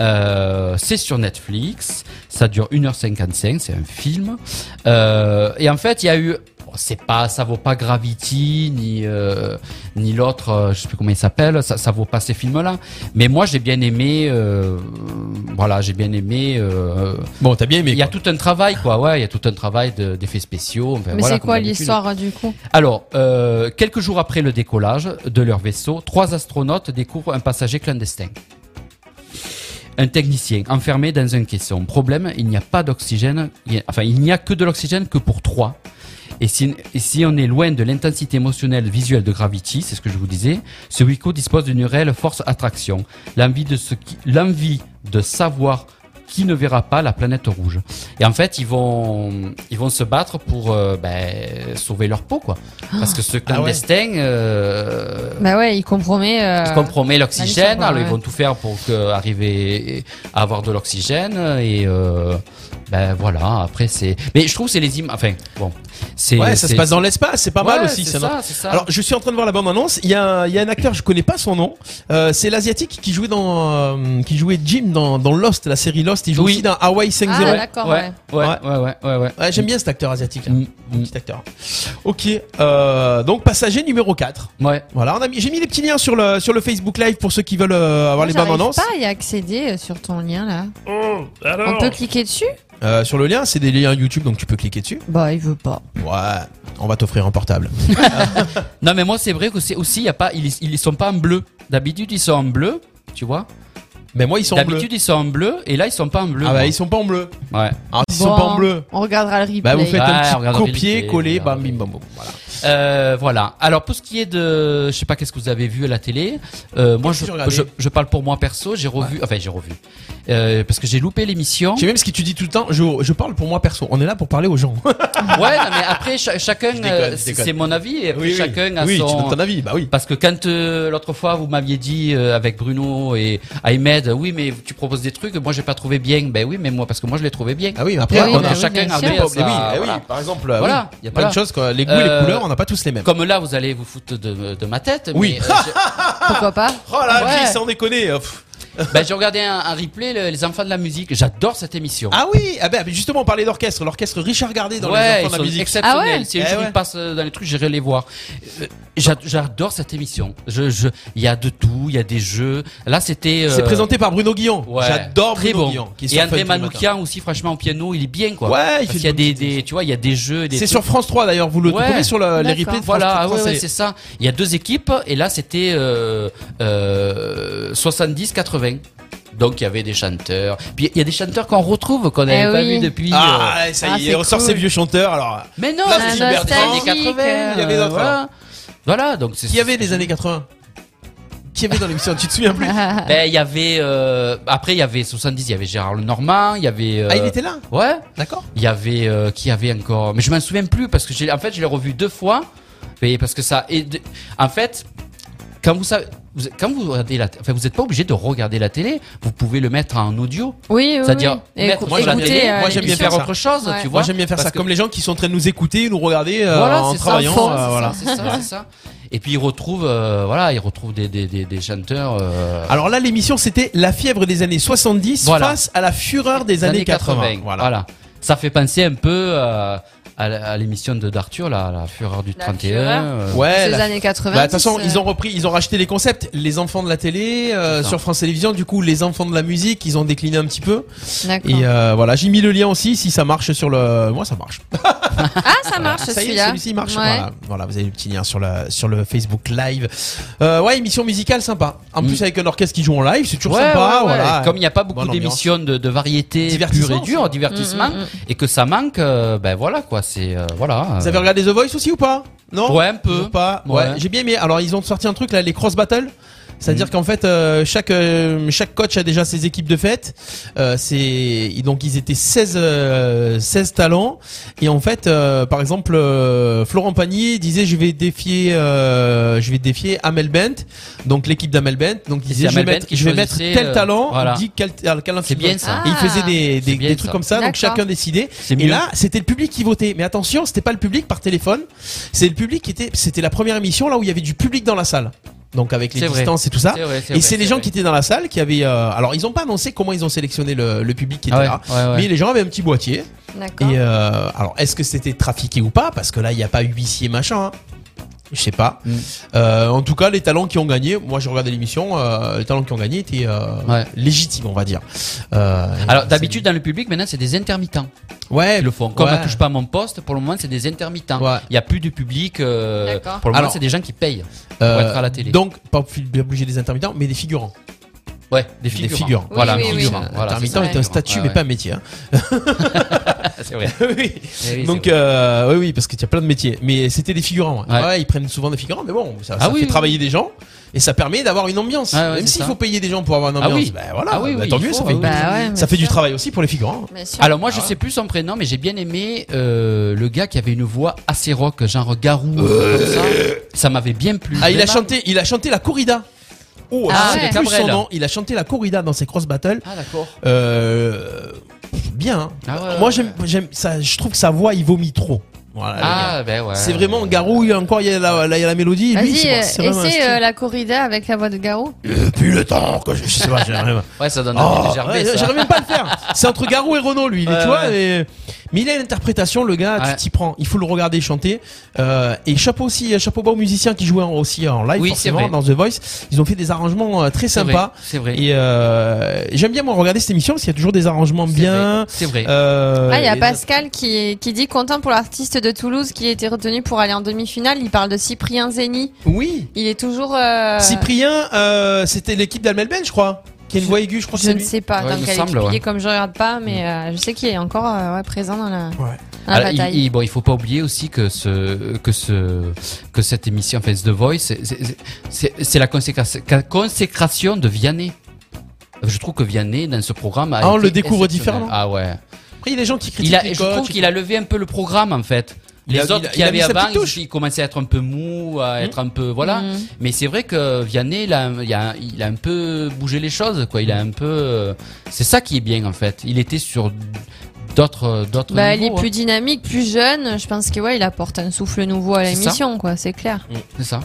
Euh, c'est sur Netflix. Ça dure 1h55. C'est un film. Euh, et en fait, il y a eu. bon, C'est pas, ça vaut pas Gravity ni euh, ni l'autre, euh, je sais plus comment il s'appelle. Ça, ça vaut pas ces films-là. Mais moi, j'ai bien aimé. euh, voilà, j'ai bien aimé. euh,
Bon, t'as bien aimé.
il y a
quoi.
tout un travail, quoi. Ouais, il y a tout un travail de- d'effets spéciaux. Enfin,
Mais
voilà,
c'est
comme
quoi
d'habitude.
l'histoire du coup
Alors, euh, quelques jours après le décollage de leur vaisseau, trois astronautes découvrent un passager clandestin. Un technicien enfermé dans un caisson. Problème, il n'y a pas d'oxygène. il y a- Enfin, il n'y a que de l'oxygène que pour trois. Et si, et si on est loin de l'intensité émotionnelle visuelle de Gravity, c'est ce que je vous disais, ce Wico dispose d'une réelle force attraction. L'envie de ce qui, l'envie de savoir qui ne verra pas la planète rouge. Et en fait, ils vont, ils vont se battre pour euh, ben, sauver leur peau, quoi. Parce que ce clandestin euh,
Bah ouais, il compromet. euh,
il compromet
la
l'oxygène.
mission,
Alors,
ouais.
ils vont tout faire pour que, arriver à avoir de l'oxygène. Et euh, ben voilà, après, c'est. Mais je trouve que c'est les images. Enfin, bon. c'est-
Ouais, ça se
c'est-
passe dans l'espace. C'est pas mal
Ouais,
aussi.
c'est
non
ça, c'est ça.
Alors, je suis en train de voir la bande-annonce. Il y, a un- il y a un acteur, je connais pas son nom. Euh, c'est l'asiatique qui jouait dans, euh, qui jouait Jim dans, dans Lost, la série Lost. Il joue
Oui.
aussi dans Hawaii 5-0.
Ah d'accord.
ouais,
Ouais.
ouais, ouais, ouais, ouais, ouais.
Ouais, j'aime bien cet acteur asiatique. là.
Mm, mm,
Petit acteur. Ok. Euh, donc passager numéro 4
Ouais.
Voilà, on a mis, j'ai mis les petits liens sur le sur le Facebook Live pour ceux qui veulent
Ah,
euh, avoir les bandes
J'arrive
annonces.
pas à y accéder euh, sur ton lien là.
Oh, alors.
On peut cliquer dessus
Euh, sur le lien, c'est des liens YouTube, donc tu peux cliquer dessus.
Bah il veut pas.
Ouais, on va t'offrir un portable.
Non, mais moi, c'est vrai que c'est aussi, il y a pas, ils, ils sont pas en bleu. D'habitude, ils sont en bleu, tu vois.
Mais moi ils sont en bleu.
D'habitude, ils sont en bleu, et là, ils sont pas en bleu.
Ah bah
moi.
ils sont pas en bleu.
Ouais.
Alors s'ils sont pas en bleu.
On regardera le replay.
Bah vous faites
Ouais, on
un petit
regarde en
copier coller,
vérité,
bam
on
bim
regarde.
bam boum. Voilà.
Euh, voilà. Alors pour ce qui est de, je sais pas qu'est-ce que vous avez vu à la télé. Euh, moi,
Qu'est-ce
je,
que tu regardais
je, je parle pour moi perso. J'ai revu, enfin j'ai revu, euh, parce que j'ai loupé l'émission.
Tu sais même ce que tu dis tout le temps. Je, je parle pour moi perso. On est là pour parler aux gens.
Ouais, non, mais après cha- chacun,
déconne,
euh,
je
c'est
déconne.
c'est mon avis. Et après, chacun a
oui, tu
son.
donnes ton avis. Bah oui.
Parce que quand euh, l'autre fois vous m'aviez dit euh, avec Bruno et Ahmed, oui mais tu proposes des trucs, moi j'ai pas trouvé bien. Ben oui mais moi parce que moi je l'ai trouvé bien.
Ah oui, mais après
Ah oui,
on
Donc,
a
bah oui,
chacun
bien
avait
sûr.
Eh oui,
sa-
eh oui,
voilà.
par exemple, euh,
Voilà,
oui, il y a plein
voilà.
de choses quoi. Les goûts, les
Euh,
couleurs, on n'a pas tous les mêmes.
Comme là vous allez vous foutre de, de ma tête.
Oui.
Mais, euh, j'ai-
Pourquoi pas
Oh là,
Ouais.
Chris, sans déconner. euh, pff.
Ben, j'ai regardé un, un replay, le- Les Enfants de la Musique. J'adore cette émission.
Ah oui, ah ben justement, on parlait d'orchestre, l'orchestre Richard Gardé dans
ouais,
les enfants
ils
de
sont
la musique.
exceptionnels.
Ah ouais
Si un
Eh
jour
ouais.
ils passent euh, dans les trucs, j'irai les voir. Euh, j'a- J'adore cette émission. Je, je, il y a de tout, il y a des jeux. Là, c'était. euh,
C'est présenté par Bruno Guillon.
Ouais,
J'adore
très
Bruno
bon.
Guillon. Qui est
Et
sur Fun
André
tous les matins.
Manoukian aussi, franchement, au piano, il est bien, quoi.
Ouais, il fait
Parce qu'il
des
y a des,
bonnes petites
des- tu vois, il y a des jeux, des
C'est
trucs.
sur France 3 d'ailleurs, vous le
Ouais.
trouvez sur la- les
D'accord.
replays de France
Voilà,
3.
ouais, ouais,
c'est-
c'est ça. Il y a deux équipes, et là c'était euh, euh, 70-80. Donc il y avait des chanteurs. Puis il y a des chanteurs qu'on retrouve, qu'on n'avait pas
oui.
vu depuis. euh,
Ah, ça
Ah,
y est,
c'est
on sort
cool.
ces vieux chanteurs. Alors,
Mais non,
Là,
c'est
c'est
Gilbert Bertrand,
nostalgique,
années 80.
il y avait d'autres,
voilà. Voilà, donc c'est.
qui y avait les années 80 Qui y avait dans l'émission Tu te souviens plus Ah,
Ben il y avait euh, après il y avait 70, il y avait Gérard Lenormand, il y avait. euh,
Ah, il était là,
Ouais.
d'accord
Il y avait euh, qui y avait encore, mais je m'en souviens plus parce que j'ai en fait je l'ai revu deux fois, mais parce que ça et de- en fait quand vous savez vous- quand vous regardez la, enfin vous n'êtes pas obligé de regarder la télé, vous pouvez le mettre en audio,
Oui, oui.
c'est-à-dire
oui. Et
mettre
écou-
moi, j'aime
écouter,
bien-
euh,
moi, j'aime bien
bien
l'émission.
faire
ça.
autre chose,
Ouais.
tu vois.
Moi j'aime bien faire
Parce
ça,
que-
comme les gens qui sont en train de nous écouter, nous regarder euh,
voilà,
en
c'est ça,
travaillant.
fond,
euh,
c'est ça,
voilà.
c'est ça, c'est ça. Et puis il retrouve, euh, voilà, il retrouve des, des, des, des chanteurs. euh,
Alors là, l'émission c'était La fièvre des années 70
Voilà.
face à la fureur des années 80.
Voilà. Ça fait penser un peu euh, à la- à l'émission de d'Arthur, là, la Fureur du 31.
Fureur.
euh,
Ouais.
Ces
la-
années 90.
Bah, de toute façon,
euh,
ils ont repris, ils ont racheté les concepts. Les enfants de la télé euh,
C'est ça.
sur France Télévisions, du coup, les enfants de la musique, ils ont décliné un petit peu.
d'accord.
Et euh, voilà, j'ai mis le lien aussi. Si ça marche sur le, moi, ça marche.
Ah, ça marche
ça y est,
celui-là.
celui-ci marche.
Ouais.
Voilà. Voilà, vous avez le petit lien sur le sur le Facebook Live. Euh, ouais, émission musicale sympa. En plus
Mm.
avec un orchestre qui joue en live, c'est toujours
ouais,
sympa.
ouais, ouais.
Voilà.
Comme il n'y a pas beaucoup
Bonne ambiance.
d'émissions de, de variété pure
Divertissement,
et dure,
ça.
divertissement,
Mm, mm, mm.
et que ça manque, euh, ben voilà quoi, c'est euh, voilà.
Vous
euh,
avez regardé The Voice aussi ou pas Non
Ouais, un peu.
Ou pas. Ouais.
Ouais. Mm.
J'ai bien aimé. Alors ils ont sorti un truc là, les cross battles. C'est-à-dire qu'en fait euh, chaque euh, chaque coach a déjà ses équipes de fête. Euh, c'est donc ils étaient 16 euh, 16 talents et en fait euh, par exemple euh, Florent Pagny disait je vais défier euh, je vais défier Amel Bent. Donc l'équipe d'Amel Bent donc il
Et
disait
c'est
je vais
Amel
mettre,
Bent qui
je vais mettre
choisissait,
tel
euh,
talent,
voilà.
dit quel, quel, quel
C'est bien ça. Ah,
Et il faisait des des,
C'est bien
des trucs
ça.
comme ça donc
D'accord.
chacun décidait
C'est
et
mieux.
là, c'était le public qui votait. Mais attention, c'était pas le public par téléphone. C'est le public qui était. C'était la première émission là où il y avait du public dans la salle. Donc avec les
C'est vrai.
distances et tout ça.
c'est vrai,
Et c'est les gens
vrai.
qui étaient dans la salle qui avaient. euh, alors ils ont pas annoncé comment ils ont sélectionné le, le public qui était
Ah ouais,
là.
ouais, ouais.
Mais les gens avaient un petit boîtier. Et
D'accord.
euh, alors est-ce que c'était trafiqué ou pas Parce que là, il n'y a pas huissier machin. hein. Je sais pas.
Mm.
Euh, en tout cas, les talents qui ont gagné. Moi, j'ai regardé l'émission. euh, les talents qui ont gagné étaient euh,
Ouais.
légitimes, on va dire. Euh,
Alors
c'est-
d'habitude dans le public maintenant c'est des intermittents
ouais,
qui le font. Comme
ouais.
on touche pas à mon poste, pour le moment c'est des intermittents. Il
Ouais.
n'y a plus de public. euh,
D'accord.
pour le moment
Alors-
c'est des gens qui payent
Euh,
être à la télé.
Donc, pas obligé des intermittents, mais des figurants.
ouais, des
figurants.
figurants.
Oui,
voilà,
oui,
des
oui.
figurants. Voilà, c'est
Intermittent
ça.
est un statut,
Ouais,
mais
ouais.
pas un métier. hein.
C'est vrai.
oui.
Eh oui,
Donc,
c'est vrai.
euh, oui, oui, parce qu'il y a plein de métiers. Mais c'était des figurants. hein. Ouais.
Ouais.
ils prennent souvent des figurants, mais bon, ça,
Ah
ça
oui,
fait
oui.
travailler des gens et ça permet d'avoir une ambiance.
Ah ouais,
Même
c'est
s'il
ça.
faut payer des gens pour avoir une
Ah
ambiance,
oui.
bah, voilà,
Ah oui,
bah,
oui,
tant
il
mieux,
faut,
ça fait,
ah oui.
Bah ouais,
ça
bien
fait du
sûr.
travail aussi pour les figurants.
Bien sûr.
alors moi je
Ah.
sais plus son prénom, mais j'ai bien aimé euh, le gars qui avait une voix assez rock, genre garou, comme ça. Ça m'avait bien plu.
Ah, il a
vraiment.
chanté, il a chanté la corrida. Oh,
Ah
je sais
ouais.
plus son
Cabrel.
nom. Il a chanté la corrida dans ses cross battles.
Ah d'accord.
Euh, bien. hein.
Ah ouais,
Moi,
ouais,
j'aime, j'aime ça. Je trouve que sa voix, il vomit trop. Voilà, le gars.
Ah ben ouais.
C'est vraiment Garou, il y a encore il y a la, la- il y a la mélodie. Lui,
Vas-y,
c'est,
euh,
c'est vraiment un
essaie
style.
euh, la corrida avec la voix de Garou.
Depuis le temps que je, je sais pas, j'ai rien-
Ouais, ça donne
Oh,
un Gervais.
ouais,
ça.
j'arrive même pas à le faire. C'est entre Garou et Renault, lui. il est-
Ouais,
tu vois,
ouais.
mais, mais il a une interprétation, le gars, tu
Ouais.
t'y prends. Il faut le regarder chanter. Euh, et chapeau aussi, chapeau bas aux musiciens qui jouaient en- aussi en live,
Oui, c'est
forcément,
vrai.
dans The Voice. Ils ont fait des arrangements euh, très
C'est vrai,
sympas.
C'est vrai.
Et euh, j'aime bien moi regarder cette émission parce qu'il y a toujours des arrangements
C'est
bien.
vrai, C'est vrai.
Euh,
Ah, il y a
et-
Pascal qui, qui dit content pour l'artiste de Toulouse qui a été retenu pour aller en demi-finale. Il parle de Cyprien Zeni.
Oui.
Il est toujours. euh,
Cyprien, euh, c'était l'équipe d'Almel Ben, je crois. Qui a une voix aiguë, je crois que
Je
c'est
ne
lui.
sais pas
Ouais,
dans
il me
quelle
semble,
équipe il est,
ouais.
comme je regarde pas, mais euh, je sais qu'il est encore euh, ouais, présent dans la, dans Ah, la
Alors, il,
bataille.
il- bon, il faut pas oublier aussi que ce que ce que cette émission, enfin, The Voice, c'est- c'est- c'est c'est la consécration, consécration de Vianney. Je trouve que Vianney dans ce programme, a
Ah, on
été
le découvre
exceptionnel.
différemment.
Ah ouais.
Après, il y a des gens qui critiquent
Il a,
les
je trouve
coachs.
qu'il a levé un peu le programme en fait.
Il
Les
a- il
autres
a-
qui
il a mis
avaient
sa petite
avant,
touche. Mmh.
ils, ils commençaient à être un peu mous, à être un peu voilà.
Mhm.
Mais c'est vrai que Vianney, il a, il, a, il a un peu bougé les choses, quoi. Il a un peu, euh, c'est ça qui est bien en fait. Il était sur d'autres, d'autres.
Bah, il
niveaux,
est
hein.
plus dynamique, plus jeune. Je pense que ouais, il apporte un souffle nouveau à
C'est ça.
l'émission, quoi. C'est clair.
C'est ça.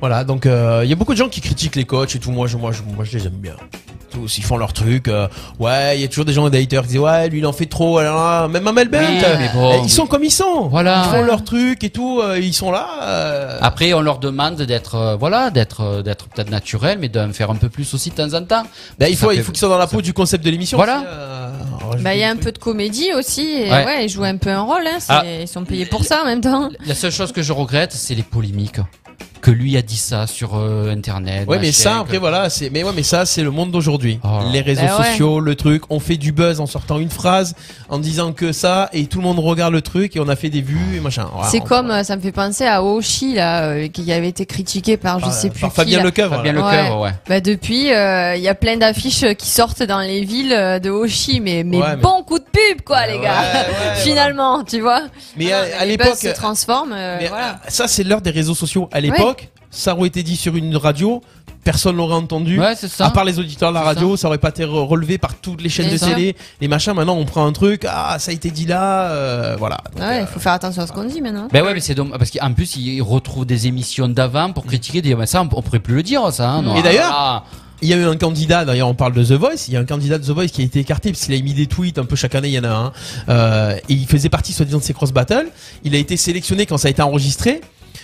Voilà, donc euh, il y a beaucoup de gens qui critiquent les coachs et tout. Moi, je, moi, je, moi, je les aime bien. Tous, ils font leur truc. euh, ouais, il y a toujours des gens, des haters qui disent ouais, lui, il en fait trop. alors là, même Amel Ben,
Oui,
euh,
mais bon,
euh, ils
oui.
sont comme ils sont.
Voilà.
Ils font
Ouais.
leur truc et tout. euh, ils sont là. euh,
Après, on leur demande d'être, euh, voilà, d'être, euh, d'être peut-être naturel, mais d'en faire un peu plus aussi de temps en temps. Ben,
bah, il
Ça
faut,
fait-
il faut qu'ils soient dans la peau du concept de l'émission.
Voilà.
aussi, euh, rajouter
Bah, il y a
des
un
trucs.
peu de comédie aussi. Et ouais.
Ouais.
ils jouent un peu un rôle. Hein. C'est-
Ah.
Ils sont payés pour ça en même temps.
La seule chose que je regrette, c'est les polémiques. Que lui a dit ça sur euh, Internet.
Ouais, mais
machin,
ça,
que-
après, voilà, c'est, mais ouais, mais ça, c'est le monde d'aujourd'hui.
Oh.
Les réseaux
Bah ouais.
sociaux, le truc, on fait du buzz en sortant une phrase, en disant que ça, et tout le monde regarde le truc, et on a fait des vues, et machin. Voilà,
C'est
on-
comme, euh, ça me fait penser à Oshi, là, euh, qui avait été critiqué par je
par- euh,
sais
par
plus qui.
Fabien
là.
Lecoeuvre.
Fabien
voilà.
Lecoeur, ouais.
Bah, depuis, euh, il y a plein d'affiches qui sortent dans les villes euh, de Oshi, mais, mais
Ouais, mais-
bon coup de pub, quoi, les
Ouais,
gars.
ouais,
Finalement, tu vois.
Mais
Non,
à, à
les
l'époque,
Ah, buzz se transforme.
mais,
voilà.
euh, ça, c'est l'heure des réseaux sociaux. À l'époque, ça aurait été dit sur une radio, personne l'aurait entendu.
Ouais, c'est ça.
À part les auditeurs de la
C'est
radio, ça. aurait pas été re- relevé par toutes les chaînes
Bien
de
sûr.
télé, les machins. Maintenant, on prend un truc, ah, ça a été dit là, euh, voilà. Donc,
Ouais,
euh,
il faut faire attention à ce qu'on dit maintenant.
Ben ouais, mais c'est dommage parce qu'en plus ils retrouvent des émissions d'avant pour critiquer, dire mais ça on, on pourrait plus le dire ça. hein, non.
Mm. Et d'ailleurs,
Ah,
Il y a eu un candidat, d'ailleurs on parle de The Voice, il y a un candidat de The Voice qui a été écarté parce qu'il a mis des tweets, un peu chaque année il y en a un, euh, et il faisait partie soi-disant de ces cross battles, il a été sélectionné quand ça a été enregistré,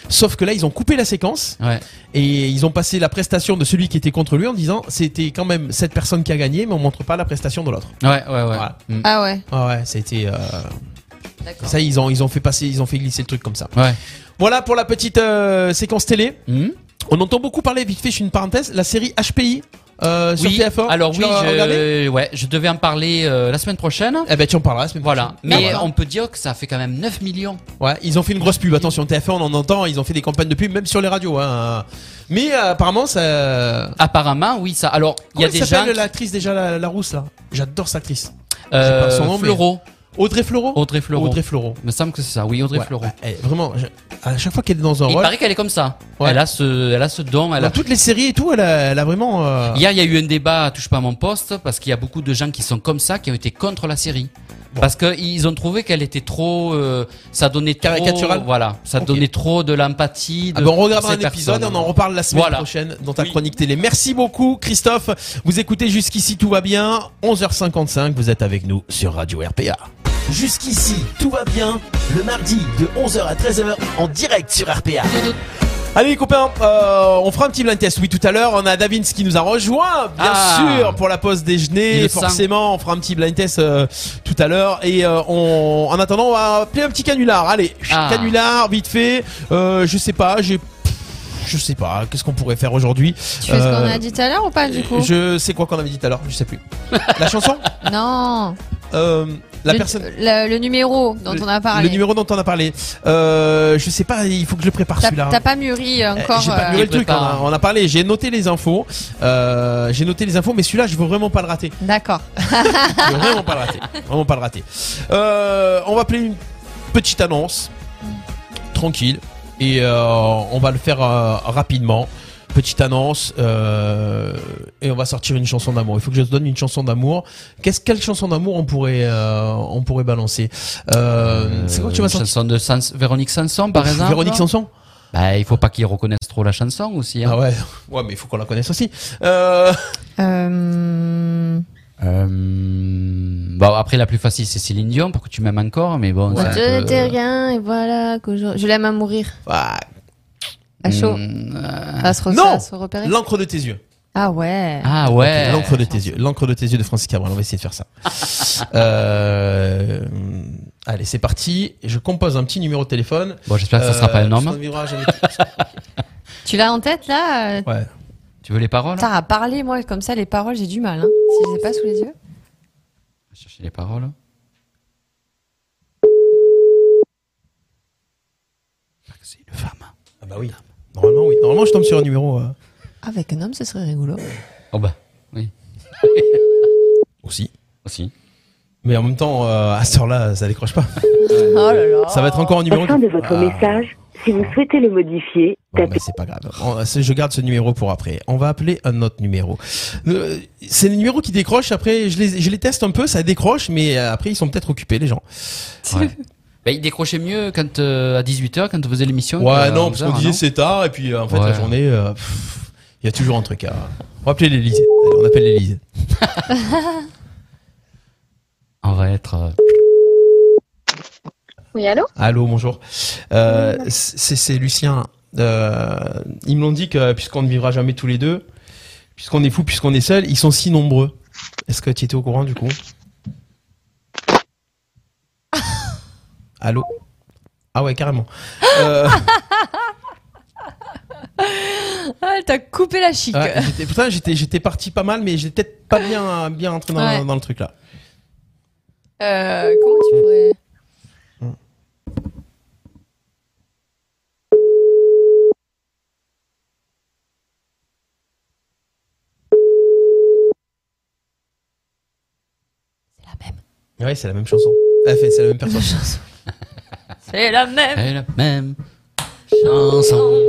sauf que là ils ont coupé la séquence,
ah.
et ils ont passé la prestation de celui qui était contre lui en disant c'était quand même cette personne qui a gagné mais on montre pas la prestation de l'autre.
Ouais, ouais, ouais. Mm.
Ah ouais.
ouais, ça a été... euh, Ça, ils ont, ils ont fait passer, ils ont fait glisser le truc comme ça.
Ouais. Mm.
Voilà pour la petite euh, séquence télé. On entend beaucoup parler, vite fait, je fais une parenthèse, la série HPI euh, sur
Oui,
TF1.
alors
Tu
oui,
l'as regardée
je, ouais, je devais en parler euh, la semaine prochaine.
Eh ben tu en parleras la semaine
Voilà,
prochaine.
mais
Ah, voilà.
on peut dire que ça fait quand même 9 millions.
Ouais, ils ont fait une grosse pub. Attention, TF1, on en entend. Ils ont fait des campagnes de pub, même sur les radios. hein. Mais euh, apparemment, ça.
Apparemment, oui, ça. Alors, il y a des gens.
s'appelle l'actrice déjà la, la rousse là. J'adore cette actrice.
Euh,
J'ai pas son nom, mais-
Fleurot.
Audrey Fleurot.
Audrey Fleurot.
Audrey Fleurot.
Il me semble que c'est ça, oui, Audrey
Ouais,
Fleurot.
bah, elle- vraiment, je- à chaque fois qu'elle est dans un
Il
rôle,
paraît qu'elle est comme ça.
Ouais.
Elle a ce, elle a ce don. Elle
dans
a...
toutes les séries et tout, elle a, elle a vraiment. euh,
Hier, il y a eu un débat à Touche pas à mon poste parce qu'il y a beaucoup de gens qui sont comme ça, qui ont été contre la série. Parce qu'ils ont trouvé qu'elle était trop. euh, ça donnait trop.
Caricaturale
Voilà. Ça
Ok.
donnait trop de l'empathie.
Ah
de-
ben, on regardera un
pour ces
épisode et
personnes.
on en reparle la semaine
Voilà.
prochaine dans ta
Oui.
chronique télé. Merci beaucoup Christophe. Vous écoutez jusqu'ici tout va bien. 11h55, vous êtes avec nous sur Radio RPA.
Jusqu'ici, tout va bien. Le mardi de 11h à 13h en direct sur RPA.
Allez les copains, euh, on fera un petit blind test. Oui, tout à l'heure, on a Davins qui nous a rejoint, bien
Ah.
sûr, pour la pause
Il
déjeuner.
le sent.
Forcément, on fera un petit blind test euh, tout à l'heure. Et euh, on, en attendant, on va appeler un petit canular. Allez,
Ah.
canular, vite fait. Euh, je sais pas, j'ai... Je sais pas, qu'est-ce qu'on pourrait faire aujourd'hui
Tu fais ce qu'on
Euh,
a dit tout à l'heure ou pas du coup
Je sais quoi qu'on avait dit tout à l'heure, je sais plus. La chanson
Non.
Euh, La
le,
personne.
le- le numéro dont on a parlé.
Le numéro dont on a parlé. Euh, je sais pas, il faut que je le prépare
T'as
celui-là.
t'as pas mûri
Euh,
encore.
J'ai pas
euh,
mûri le truc, on a,
prépare.
on a parlé, j'ai noté les infos. Euh, j'ai noté les infos, mais celui-là, je veux vraiment pas le rater.
D'accord.
Je veux vraiment pas le rater. Vraiment pas le rater. Euh, on va appeler une petite annonce. Tranquille. Et euh, on va le faire euh, rapidement. Petite annonce. euh, et on va sortir une chanson d'amour. Il faut que je te donne une chanson d'amour. Qu'est-ce quelle chanson d'amour on pourrait euh, on pourrait balancer Euh, C'est quoi que tu vas
Une
sortir
chanson de Sans- Véronique Sanson, par exemple.
Véronique Sanson
Bah, il faut pas qu'ils reconnaissent trop la chanson aussi. hein.
Ah ouais. Ouais, mais il faut qu'on la connaisse aussi. Euh,
Euh,
Euh, Bon, après, la plus facile, c'est Céline Dion, pour que tu m'aimes encore, mais bon. c'est un
Je
peu- euh,
n'étais rien et voilà que je, je l'aime à mourir.
ah,
Mm,
À chaud.
Hmm.
à se, re-
Non
à se repérer.
L'encre de tes yeux.
Ah ouais.
Ah ouais.
Ok, L'encre de tes yeux. L'encre de tes yeux de Francis Cabrel. On va essayer de faire ça. Euh, Allez, c'est parti. Je compose un petit numéro de téléphone.
Bon, j'espère que ça sera pas hein. un
Euh,
homme.
Tu l'as en tête là euh,
Ouais.
Tu veux les paroles
Putain, à parler moi comme ça les paroles j'ai du mal. Hein. Si je les ai pas sous les
Je
yeux.
vais chercher les paroles. J'espère que C'est une femme.
Ah bah oui. Normalement, oui. Normalement, je tombe sur un numéro euh,
Avec un homme ce serait rigolo.
Oh bah, oui.
aussi.
Aussi.
Mais en même temps, euh, à ce heure-là, ça décroche pas.
Oh là là.
Ça va être encore un numéro.
Fin
qui-
de votre
Ah.
message, si vous souhaitez le modifier,
Bon,
tapez.
bah, c'est pas grave. On- c'est- je garde ce numéro pour après. On va appeler un autre numéro. Euh, c'est les numéros qui décrochent. Après, je les, je les teste un peu. Ça décroche, mais euh, après, ils sont peut-être occupés, les gens.
Ouais. Bah, il décrochait mieux quand euh, à 18h, quand on faisait l'émission.
Ouais,
qu'à
non, parce
11 heures,
qu'on disait
euh, non
c'est tard, et puis euh, en fait, la
Ouais.
journée, euh, pff, il y a toujours un truc à. On va appeler l'Elysée. Allez, on appelle l'Elysée.
On va être. euh,
Oui, allô
Allô, bonjour. Euh, c'est c'est Lucien. Euh, ils me l'ont dit que puisqu'on ne vivra jamais tous les deux, puisqu'on est fou, puisqu'on est seul, ils sont si nombreux. Est-ce que tu étais au courant du coup Allô Ah ouais, carrément. Euh,
Ah, elle t'a coupé la
Ah,
chic.
ouais, j'étais- putain, j'étais j'étais parti pas mal, mais j'étais peut-être pas bien bien entré dans,
Ouais.
dans le truc là.
Euh, comment tu pourrais
Ouais, c'est la même chanson. Ah, fait, c'est la même personne.
C'est la même.
elle, même chanson.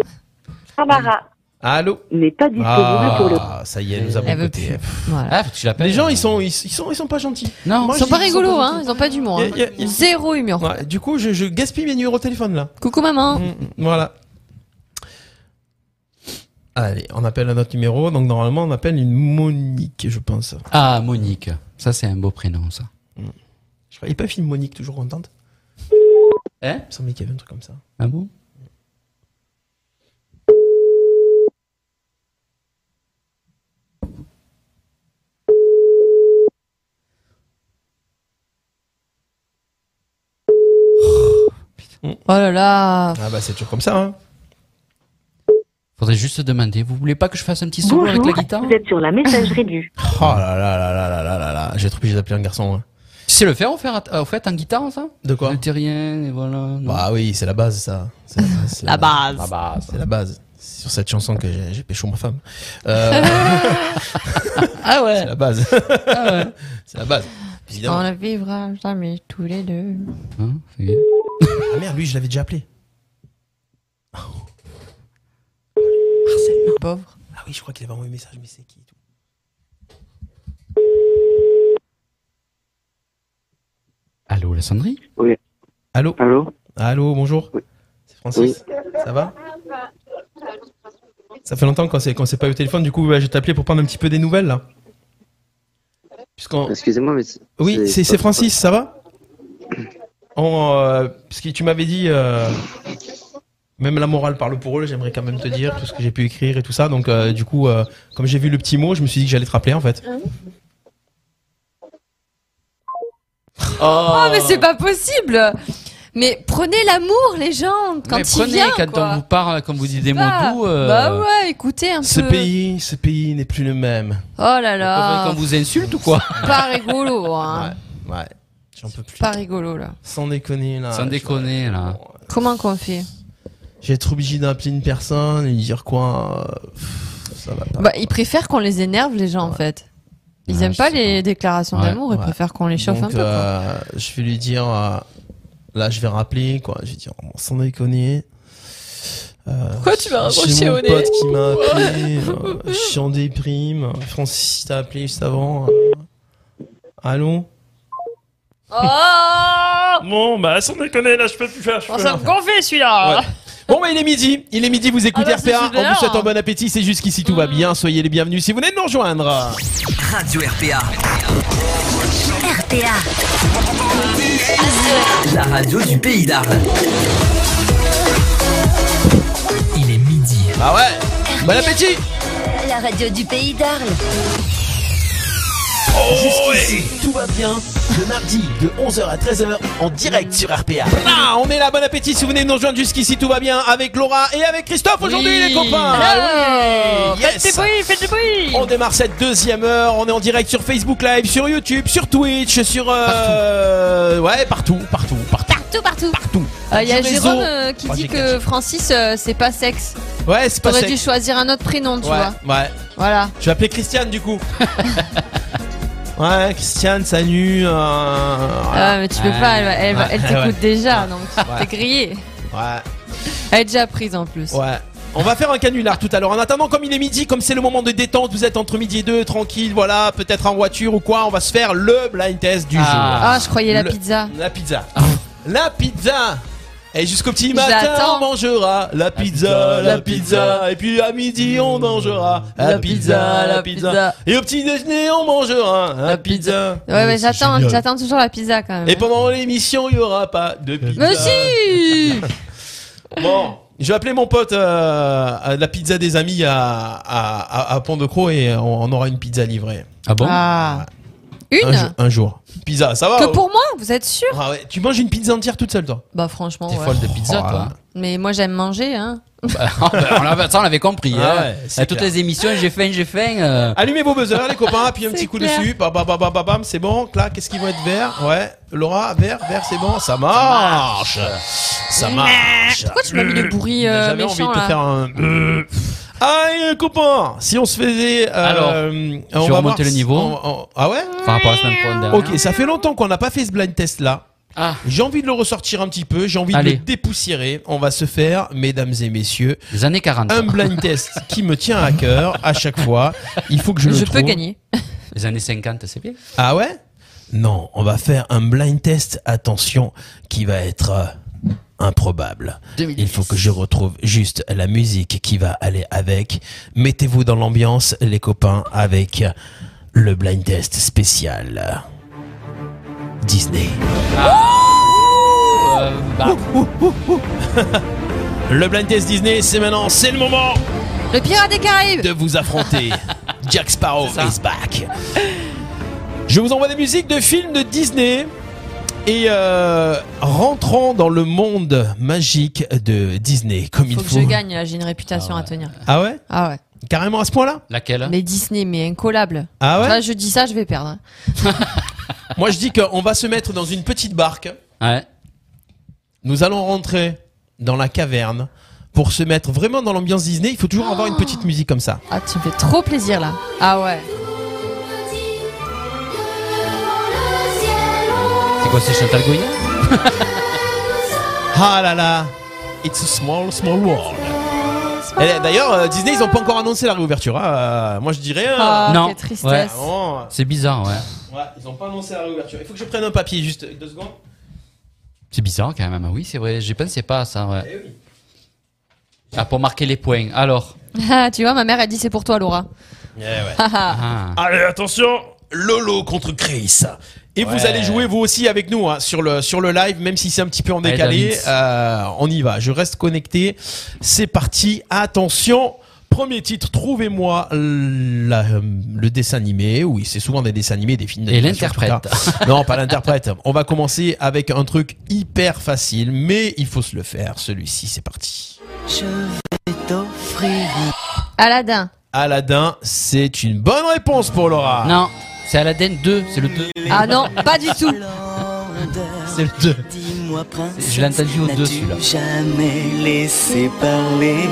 Barbara
Allô
n'est pas disponible pour le.
Ah, ça y est, nous avons
Elle veut
coté.
Voilà.
Ah, faut que tu l'appelles.
Les gens, ils sont, ils, ils sont, ils sont pas gentils.
Non,
Moi,
Ils sont
je
pas
dis, ils
rigolos, hein,
gentils.
ils ont pas d'humour. hein.
Y a- y a- y a-
Zéro humour.
Ouais, Mm. du coup, je, je
Mm,
gaspille mes numéros de téléphone là.
Coucou maman.
Mm, Voilà. Allez, on appelle un autre numéro. Donc normalement, on appelle une Monique, je pense.
Ah, Monique. Ça, c'est un beau prénom, ça.
Je croyais pas film Monique, toujours contente.
Hein
Il me semblait qu'il y avait un truc comme ça.
Ah bon
Oh là là.
Ah bah c'est toujours comme ça. Hein.
Faudrait juste se demander, vous voulez pas que je fasse un petit solo avec la guitare
vous êtes sur la messagerie du.
Oh là là là là là là là là. J'ai été obligé d'appeler un garçon. hein.
Tu sais le faire, au fait, au fait, en guitare, ça
De quoi
Le terrien, et voilà. non
Bah oui, c'est la base ça. C'est la base. c'est
La base.
Ah bah, ça-
C'est la base. C'est sur cette chanson que j'ai j'ai pécho ma femme. Euh,
Ah ouais
c'est la base.
Ah ouais.
C'est la base.
On
Évidemment.
la vivra jamais tous les deux.
Hein, c'est bien.
Ah merde, lui, je l'avais déjà appelé.
Pauvre.
Ah oui, je crois qu'il avait envoyé un message, mais c'est qui et tout.
Allô, la sonnerie
Allô
Allô
Allô, bonjour. C'est Francis. Ça va Ça fait longtemps qu'on s'est qu'on s'est pas eu au téléphone, du coup, bah, je vais t'appeler pour prendre un petit peu des nouvelles là. Puisqu'on-
Excusez-moi, mais. c'est-
Oui, c'est c'est
pas-
Francis, ça va On, euh, Parce que tu m'avais dit, euh, même la morale parle pour eux, j'aimerais quand même te dire tout ce que j'ai pu écrire et tout ça. Donc, euh, du coup, euh, comme j'ai vu le petit mot, je me suis dit que j'allais te rappeler en fait.
Oh, mais c'est pas possible. Mais prenez l'amour, les gens, quand
Mais
il
prenez,
vient.
quand
quoi.
on vous parle, quand vous dites des mots
Bah,
doux. euh,
bah ouais, écoutez un
Ce
peu.
pays, ce pays n'est plus le même.
Oh là
quand- Quand
là.
on vous insulte ou quoi
Pas rigolo, hein.
Ouais, ouais. J'en peux plus.
Pas rigolo là.
Sans déconner là.
Sans
je-
déconner, là.
Comment qu'on fait
J'ai être obligé d'appeler une personne et lui dire quoi. euh, pff, ça va pas.
Bah, ils préfèrent qu'on les énerve, les gens, en fait. Ils
Ouais,
aiment
je
pas
sais
les déclarations
Ouais,
d'amour, ils
ouais.
préfèrent qu'on les chauffe un
Donc,
peu. quoi.
euh, je vais lui dire, euh, là, je vais rappeler, quoi. Je vais dire, oh, sans déconner. Euh,
Pourquoi tu m'as
J'ai
raccroché
mon
au nez
pote qui m'a appelé. euh, je suis en déprime. euh, Francis t'a appelé juste avant. euh, allô
Oh
Bon, bah, sans déconner, là, je peux plus faire. Je
On
peux
s'en confie celui-là
Bon, bah, il est midi. Il est midi, vous écoutez
Ah bah, c'est
RPA. On
super. Mm.
vous souhaite un bon appétit. C'est jusqu'ici, tout va bien. Soyez les bienvenus si vous venez de nous rejoindre.
Radio RPA,
RPA.
la radio du pays d'Arles. Il est midi.
Ah ouais Bon appétit
La radio du pays d'Arles.
Jusqu'ici, tout va bien. Le mardi de 11h à 13h en direct sur RPA. Ah, on est là, bon appétit si vous venez de nous rejoindre jusqu'ici, tout va bien avec Laura et avec Christophe aujourd'hui
Oui.
les copains. oui,
Alors, Ah Faites
yes.
du bruit, faites du bruit
On démarre cette deuxième heure, on est en direct sur Facebook Live, sur YouTube, sur Twitch, sur... euh, Ouais, partout, partout, partout,
Partout, partout
partout.
Il y a
Sur les
Jérôme
os.
euh, qui
Moi,
dit
j'ai
que
catché.
Francis, euh, c'est pas sexe.
Ouais, c'est pas
T'aurais dû
sec.
choisir un autre prénom, tu
ouais,
vois.
ouais.
Voilà.
Je vais appeler Christiane du coup. ouais, Christiane, salut. euh,
Ah, mais tu peux
Ah,
pas, elle, va- elle, va-
ouais,
elle
ouais.
t'écoute déjà, donc
Ouais.
t'es grillé.
Ouais.
Elle est déjà prise en plus.
Ouais. On va faire un canular tout à l'heure. En attendant, comme il est midi, comme c'est le moment de détente, vous êtes entre midi et deux, tranquille, voilà, peut-être en voiture ou quoi, on va se faire le blind test du
Ah.
Ah, je croyais la
Le-
pizza.
jour. La pizza. La pizza et jusqu'au petit matin,
J'attends.
on mangera la pizza, la pizza. Et puis à midi, on mangera la pizza, la pizza. Et au petit déjeuner, on mangera la pizza.
Ouais, ouais,
C'est
j'attends,
génial.
j'attends toujours la pizza quand même.
Et pendant l'émission, il y aura pas de pizza.
Mais si
Bon, je vais appeler mon pote euh, à la pizza des amis à, à, à, à Pont de Croix et on, on aura une pizza livrée.
Ah bon
Ah.
un, jour-
Une
un jour. Pizza, ça va
Que
oh
pour moi, vous êtes sûr
Ah ouais, tu manges une pizza entière toute seule, toi
Bah franchement,
T'es
ouais.
folle de pizza,
Oh,
toi.
Mais moi j'aime manger, hein.
Ah, bah, on l'avait- ça, on l'avait compris.
Ah
hein.
ouais, c'est
À toutes
clair.
les émissions, j'ai faim, j'ai faim. euh,
Allumez vos buzzers, les copains, puis un petit coup
clair.
dessus. Bam, bam, bam, bam, bam, bam, c'est bon. Clac, qu'est-ce qu'ils vont être verts Ouais. Laura, vert, vert, c'est bon. Ça marche. Ça marche.
Pourquoi tu m'as mis le bruit euh,
Mmh. J'avais envie
méchant
de te
là
faire un. euh, Aïe, copain Si on se faisait. euh,
Alors,
on
je
va
remonter
voir
le
si-
niveau.
on- on- Ah ouais
Par rapport à la semaine prochaine.
Ok, ça fait longtemps qu'on n'a pas fait ce blind test là.
Ah.
J'ai envie de le ressortir un petit peu, j'ai envie de
Allez.
le dépoussiérer. On va se faire, mesdames et messieurs,
Les années 40.
un blind test qui me tient à cœur à chaque fois. Il faut que je,
Je,
le
peux
trouve.
gagner.
Les années 50, c'est bien.
Ah ouais Non, on va faire un blind test, attention, qui va être euh, improbable. Il faut que je retrouve juste la musique qui va aller avec. Mettez-vous dans l'ambiance, les copains, avec le blind test spécial Disney.
Euh, bah,
le blind test Disney, c'est maintenant, c'est le moment
Le pirate des Caraïbes
de vous affronter. Jack Sparrow is back. Je vous envoie des musiques de films de Disney. Et euh, rentrons dans le monde magique de Disney, comme il
Faut que
faut.
je gagne, là, j'ai une réputation à tenir.
Ah ouais
Ah ouais.
Carrément à ce point-là
Laquelle
Mais Disney, mais incollable.
Ah ouais
Ça, je dis ça, je vais perdre. hein.
Moi, je dis qu'on va se mettre dans une petite barque.
Ouais.
Nous allons rentrer dans la caverne pour se mettre vraiment dans l'ambiance Disney. Il faut toujours avoir une petite musique comme ça.
Ah, tu me fais trop plaisir, là. Ah ouais.
C'est quoi, c'est Chantal Goya
Ah là là, it's a small, small world. Et D'ailleurs, euh, Disney, ils ont pas encore annoncé la réouverture. hein. Euh, moi, je dirais. euh,
Ah,
Non.
quelle tristesse.
vraiment,
C'est bizarre, ouais.
euh, ouais, ils ont pas annoncé la réouverture. Il faut que je prenne un papier, juste deux secondes.
C'est bizarre quand même. Ah Oui, c'est vrai. J'y pensais pas à ça, ouais. Ah, pour marquer les points. Alors.
Ah, tu vois, ma mère, elle dit c'est pour toi, Laura.
Eh ouais.
Ah.
Allez, attention
Lolo contre Chris. Et vous
Ouais.
allez jouer vous aussi avec nous hein, sur le sur le live, même si c'est un petit peu en
Allez,
décalé.
David.
Euh, on y va. Je reste connecté. C'est parti. Attention. Premier titre. Trouvez-moi la- euh, le dessin animé. Oui, c'est souvent des dessins animés, des films.
Et
d'animation, en tout
l'interprète.
cas. non, pas l'interprète. On va commencer avec un truc hyper facile, mais il faut se le faire. Celui-ci, c'est parti.
Aladdin.
Aladdin, c'est une bonne réponse pour Laura.
Non, c'est Aladdin 2, c'est le 2.
Ah non, pas du tout.
C'est le deux.
Dis-moi, princesse,
Je l'ai entendu au deux,
n'as-tu
celui-là.
jamais laissé parler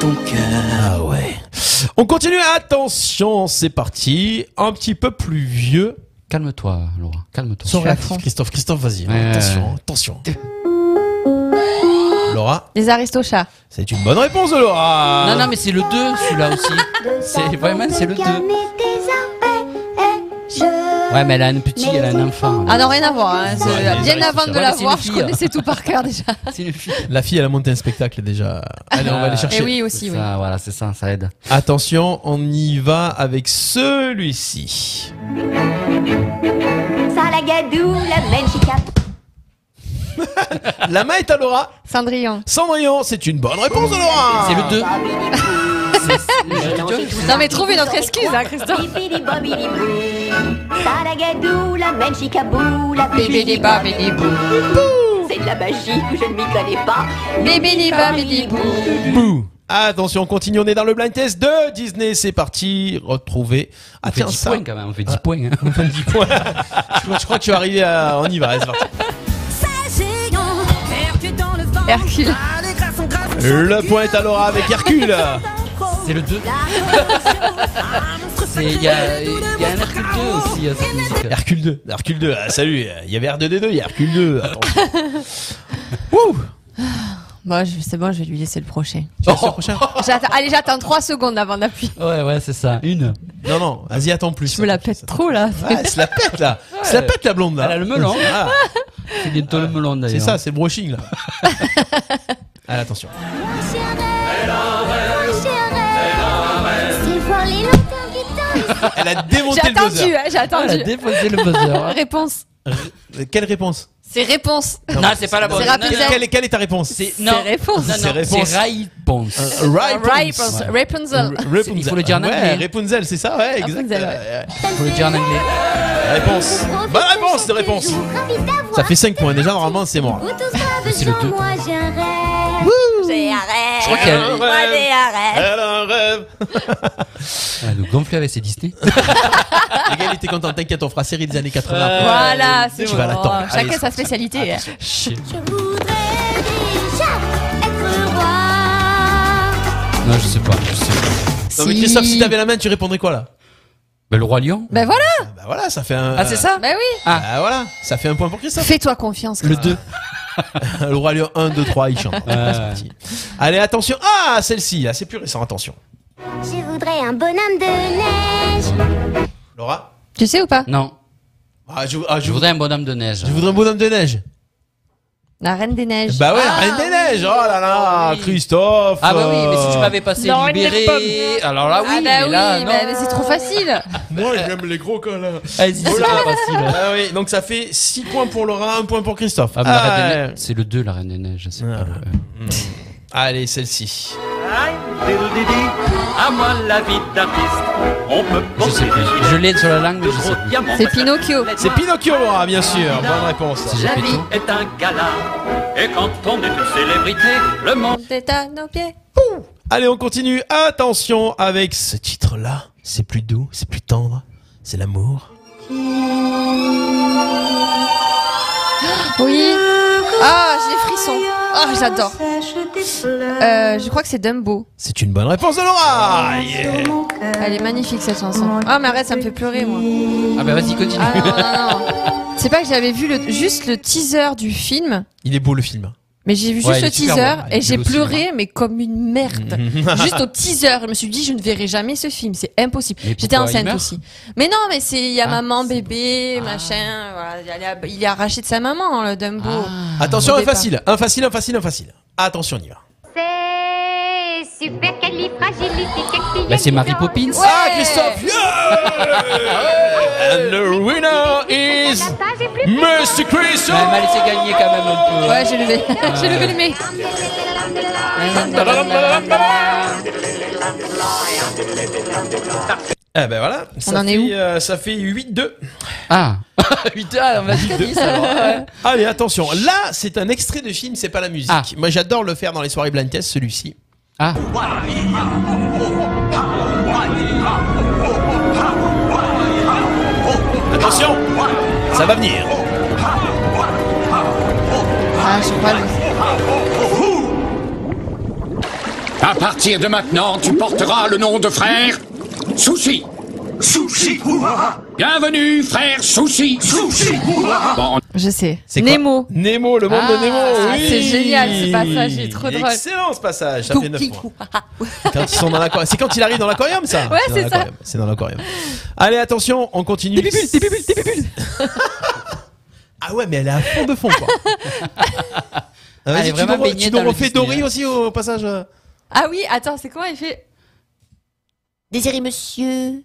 ton cœur
Ah ouais. On continue, attention, c'est parti. Un petit peu plus vieux.
Calme-toi, Laura, calme-toi.
Sans
suis à
réactif,
fond.
Christophe, Christophe, vas-y. hein,
Ouais, ouais,
attention,
ouais.
attention. Laura,
Les Aristochats.
c'est une bonne réponse de Laura.
Non, non, mais c'est le 2, celui-là aussi. C'est vraiment, c'est le 2. Ouais, mais elle a un petit, elle a un enfant.
Ah non, rien à voir. hein. C'est-
Ouais, les hein.
Bien avant
Aristochats.
de
Ouais,
la
c'est
voir,
une
je
fille.
connaissais tout par cœur déjà.
C'est une fille. Euh,
La fille, elle a monté un spectacle déjà. Allez, on va aller
Ah.
Et
chercher.
oui,
C'est
aussi, oui.
Ça, voilà, c'est ça, ça aide.
Attention, on y va avec celui-ci.
Salagadou, la Benchica.
La main est à Laura.
Cendrillon.
Cendrillon, c'est une bonne réponse de Laura.
C'est le 2.
Ah,
Non, mais trouve une autre excuse, hein, Christophe.
Bibidi bobidi boo. Salagadou, la Benchicabou, la
Bibidi babidi bou.
C'est de la magie que je ne m'y connais pas.
Bibidi babidi bou.
Bouh. Attention, on continue, on est dans le blind test de Disney. C'est parti, retrouvez. Ah
On fait
tiens,
10
ça. Ah.
points quand même, on fait 10 points. hein.
Je crois, je crois que tu es arrivé à... On y va, c'est parti.
Hercule.
Le point est à Laura avec Hercule.
C'est le 2. C'est, il y a, il y a un Hercule 2 aussi à cette musique.
Hercule 2. Hercule 2, ah, salut. Il y avait R2D2, il y a Hercule 2. Attention. Wouh
Bon, je- c'est bon, je vais lui laisser le prochain.
Tu vas sur le prochain
J'attends- Allez, j'attends 3 secondes avant d'appuyer.
Ouais, ouais, c'est ça. Une.
Non, non, vas-y, attends plus.
Je me la pète trop là.
Ouais, elle se la pète là. Elle se la pète la blonde là.
Elle a le melon. hein.
Ah,
C'est bientôt le melon d'ailleurs.
c'est ça, c'est le brushing là. Allez, attention. Elle a
J'ai
démonté le
attendu,
buzzer.
hein, j'ai
Ah, Elle a
attendu.
défoncé le buzzer.
Réponse.
Euh, Quelle réponse
C'est réponse.
Non, c'est pas la bonne.
C'est rapide.
Non, non,
quelle, est- quelle est ta réponse
C'est
C'est réponse.
Non, non,
C'est réponse.
C'est Euh, Raïponse.
Réponse. Rapunzel.
Rapunzel.
Il faut le dire en
Ouais,
anglais.
Rapunzel, c'est ça, ouais, exact.
Rapunzel, ouais.
Euh,
Faut le dire en anglais.
euh, Réponse. Bonne réponse de réponse. Ça fait 5 points déjà, normalement c'est mort.
C'est le 2.
J'ai un
Je crois
rêve.
qu'elle a
Moi, j'ai un rêve.
Elle a un rêve.
nous gonfler Ah, avec ses Disney.
Les gars, il était content, t'inquiète, on fera série des années 80.
Voilà, c'est
Euh, Tu vas
bon.
l'attendre. Allez,
Chacun sa spécialité. hein.
Non, je sais pas. Je sais pas.
Non, mais Christophe, si t'avais la main, tu répondrais quoi là
Ben, le roi lion.
Ben voilà,
Bah voilà, ça fait un.
Ah, c'est ça
ben oui.
Bah voilà, ça fait un point pour Christophe.
Fais-toi confiance.
Le 2.
Le roi lion 1, 2, 3, il chante. C'est parti. Allez, attention. Ah, celle-ci, là, c'est plus récent, attention.
Je voudrais un bonhomme de neige.
Laura
Tu sais ou pas
Non.
ah, je, ah, je,
Je voudrais un bonhomme de neige.
je voudrais un bonhomme de neige.
La Reine des Neiges.
Bah ouais, la Reine des Neiges. Oh là là, Christophe.
Ah bah oui, mais si tu
euh,
m'avais passé
Non,
libéré,
elle n'est pas-
alors là oui,
Ah bah
mais là
oui,
non.
mais- mais c'est trop facile.
Moi, j'aime les gros connards.
Allez-y, c'est pas facile.
Euh, Ah oui, donc ça fait 6 points pour Laura, 1 point pour Christophe.
Ah, mais la Reine des
ouais.
Neiges, c'est le 2 la Reine des Neiges, c'est pas le euh,
Allez, celle-ci.
À moi la vie d'artiste. On peut
Je sais plus. Je l'ai sur la langue, mais je sais plus.
C'est Pinocchio.
C'est Pinocchio, Laura, bien sûr. Bonne réponse.
La vie est un gala. Et quand on est une célébrité, le monde.
C'est à nos pieds.
Allez, on continue. Attention avec ce titre-là. C'est plus doux, c'est plus tendre. C'est l'amour.
Oui. Ah, j'ai des frissons. Ah, j'adore. Euh, je crois que c'est Dumbo.
C'est une bonne réponse de Laura. Yeah.
Elle est magnifique cette chanson. Ah, mais arrête, ça me fait pleurer moi.
Ah bah vas-y, continue.
Ah non, non, non. C'est pas que j'avais vu le, juste le teaser du film,
Il est beau le film.
mais j'ai vu
Ouais,
juste
il
le
est super
teaser
beau. Il est
et j'ai
beau aussi,
pleuré, mais comme une merde.
Mhm.
juste au teaser, je me suis dit, je ne verrai jamais ce film, c'est impossible.
Mais
J'étais
pourquoi, il
enceinte
meurt
aussi. Mais non, mais c'est il y a
Ah,
maman, bébé, machin. voilà, il, a, il est arraché de sa maman, hein, le Dumbo.
Ah.
Attention,
Au
un
départ.
facile. Un facile, un facile, un facile. Attention, on y va.
C'est super
Là, Bah, c'est Mary Poppins.
Ah, Christophe yeah And the winner is Mr. Christophe
Elle m'a laissé gagner quand même un peu.
Ouais, j'ai levé,
Ah.
j'ai levé le mec.
Eh ben voilà, ça,
en
fait,
est où
euh, ça fait 8-2.
Ah Putain, on m'a
Ah,
dit deux, ça va.
euh, Allez, attention. Là, c'est un extrait de film, c'est pas la musique. Moi, j'adore le faire dans les soirées blind test, celui-ci.
Ah.
Attention, ça va venir.
Ah, je crois.
À partir de maintenant, tu porteras le nom de frère Sushi. Sushi Bienvenue, frère Sushi. Sushi Bon,
Je sais.
C'est
Nemo.
Nemo, le monde de Nemo.
Ah,
oui.
c'est génial ce passage, il est trop drôle.
Excellent ce passage, ça fait 9 points. Quand ils sont dans l'aquarium. C'est quand il arrive dans l'aquarium, ça
Ouais,
dans
c'est ça.
l'aquarium, C'est dans l'aquarium. Allez, attention, on continue. Ah ouais, mais elle est à fond de fond, quoi. Ah,
Elle est
Vas-y, tu
vraiment
nous re-
baignée
tu
dans
nous
le
refais
Disney,
Dory
hein.
aussi au passage euh.
Ah oui, attends, c'est comment il fait Désiré monsieur.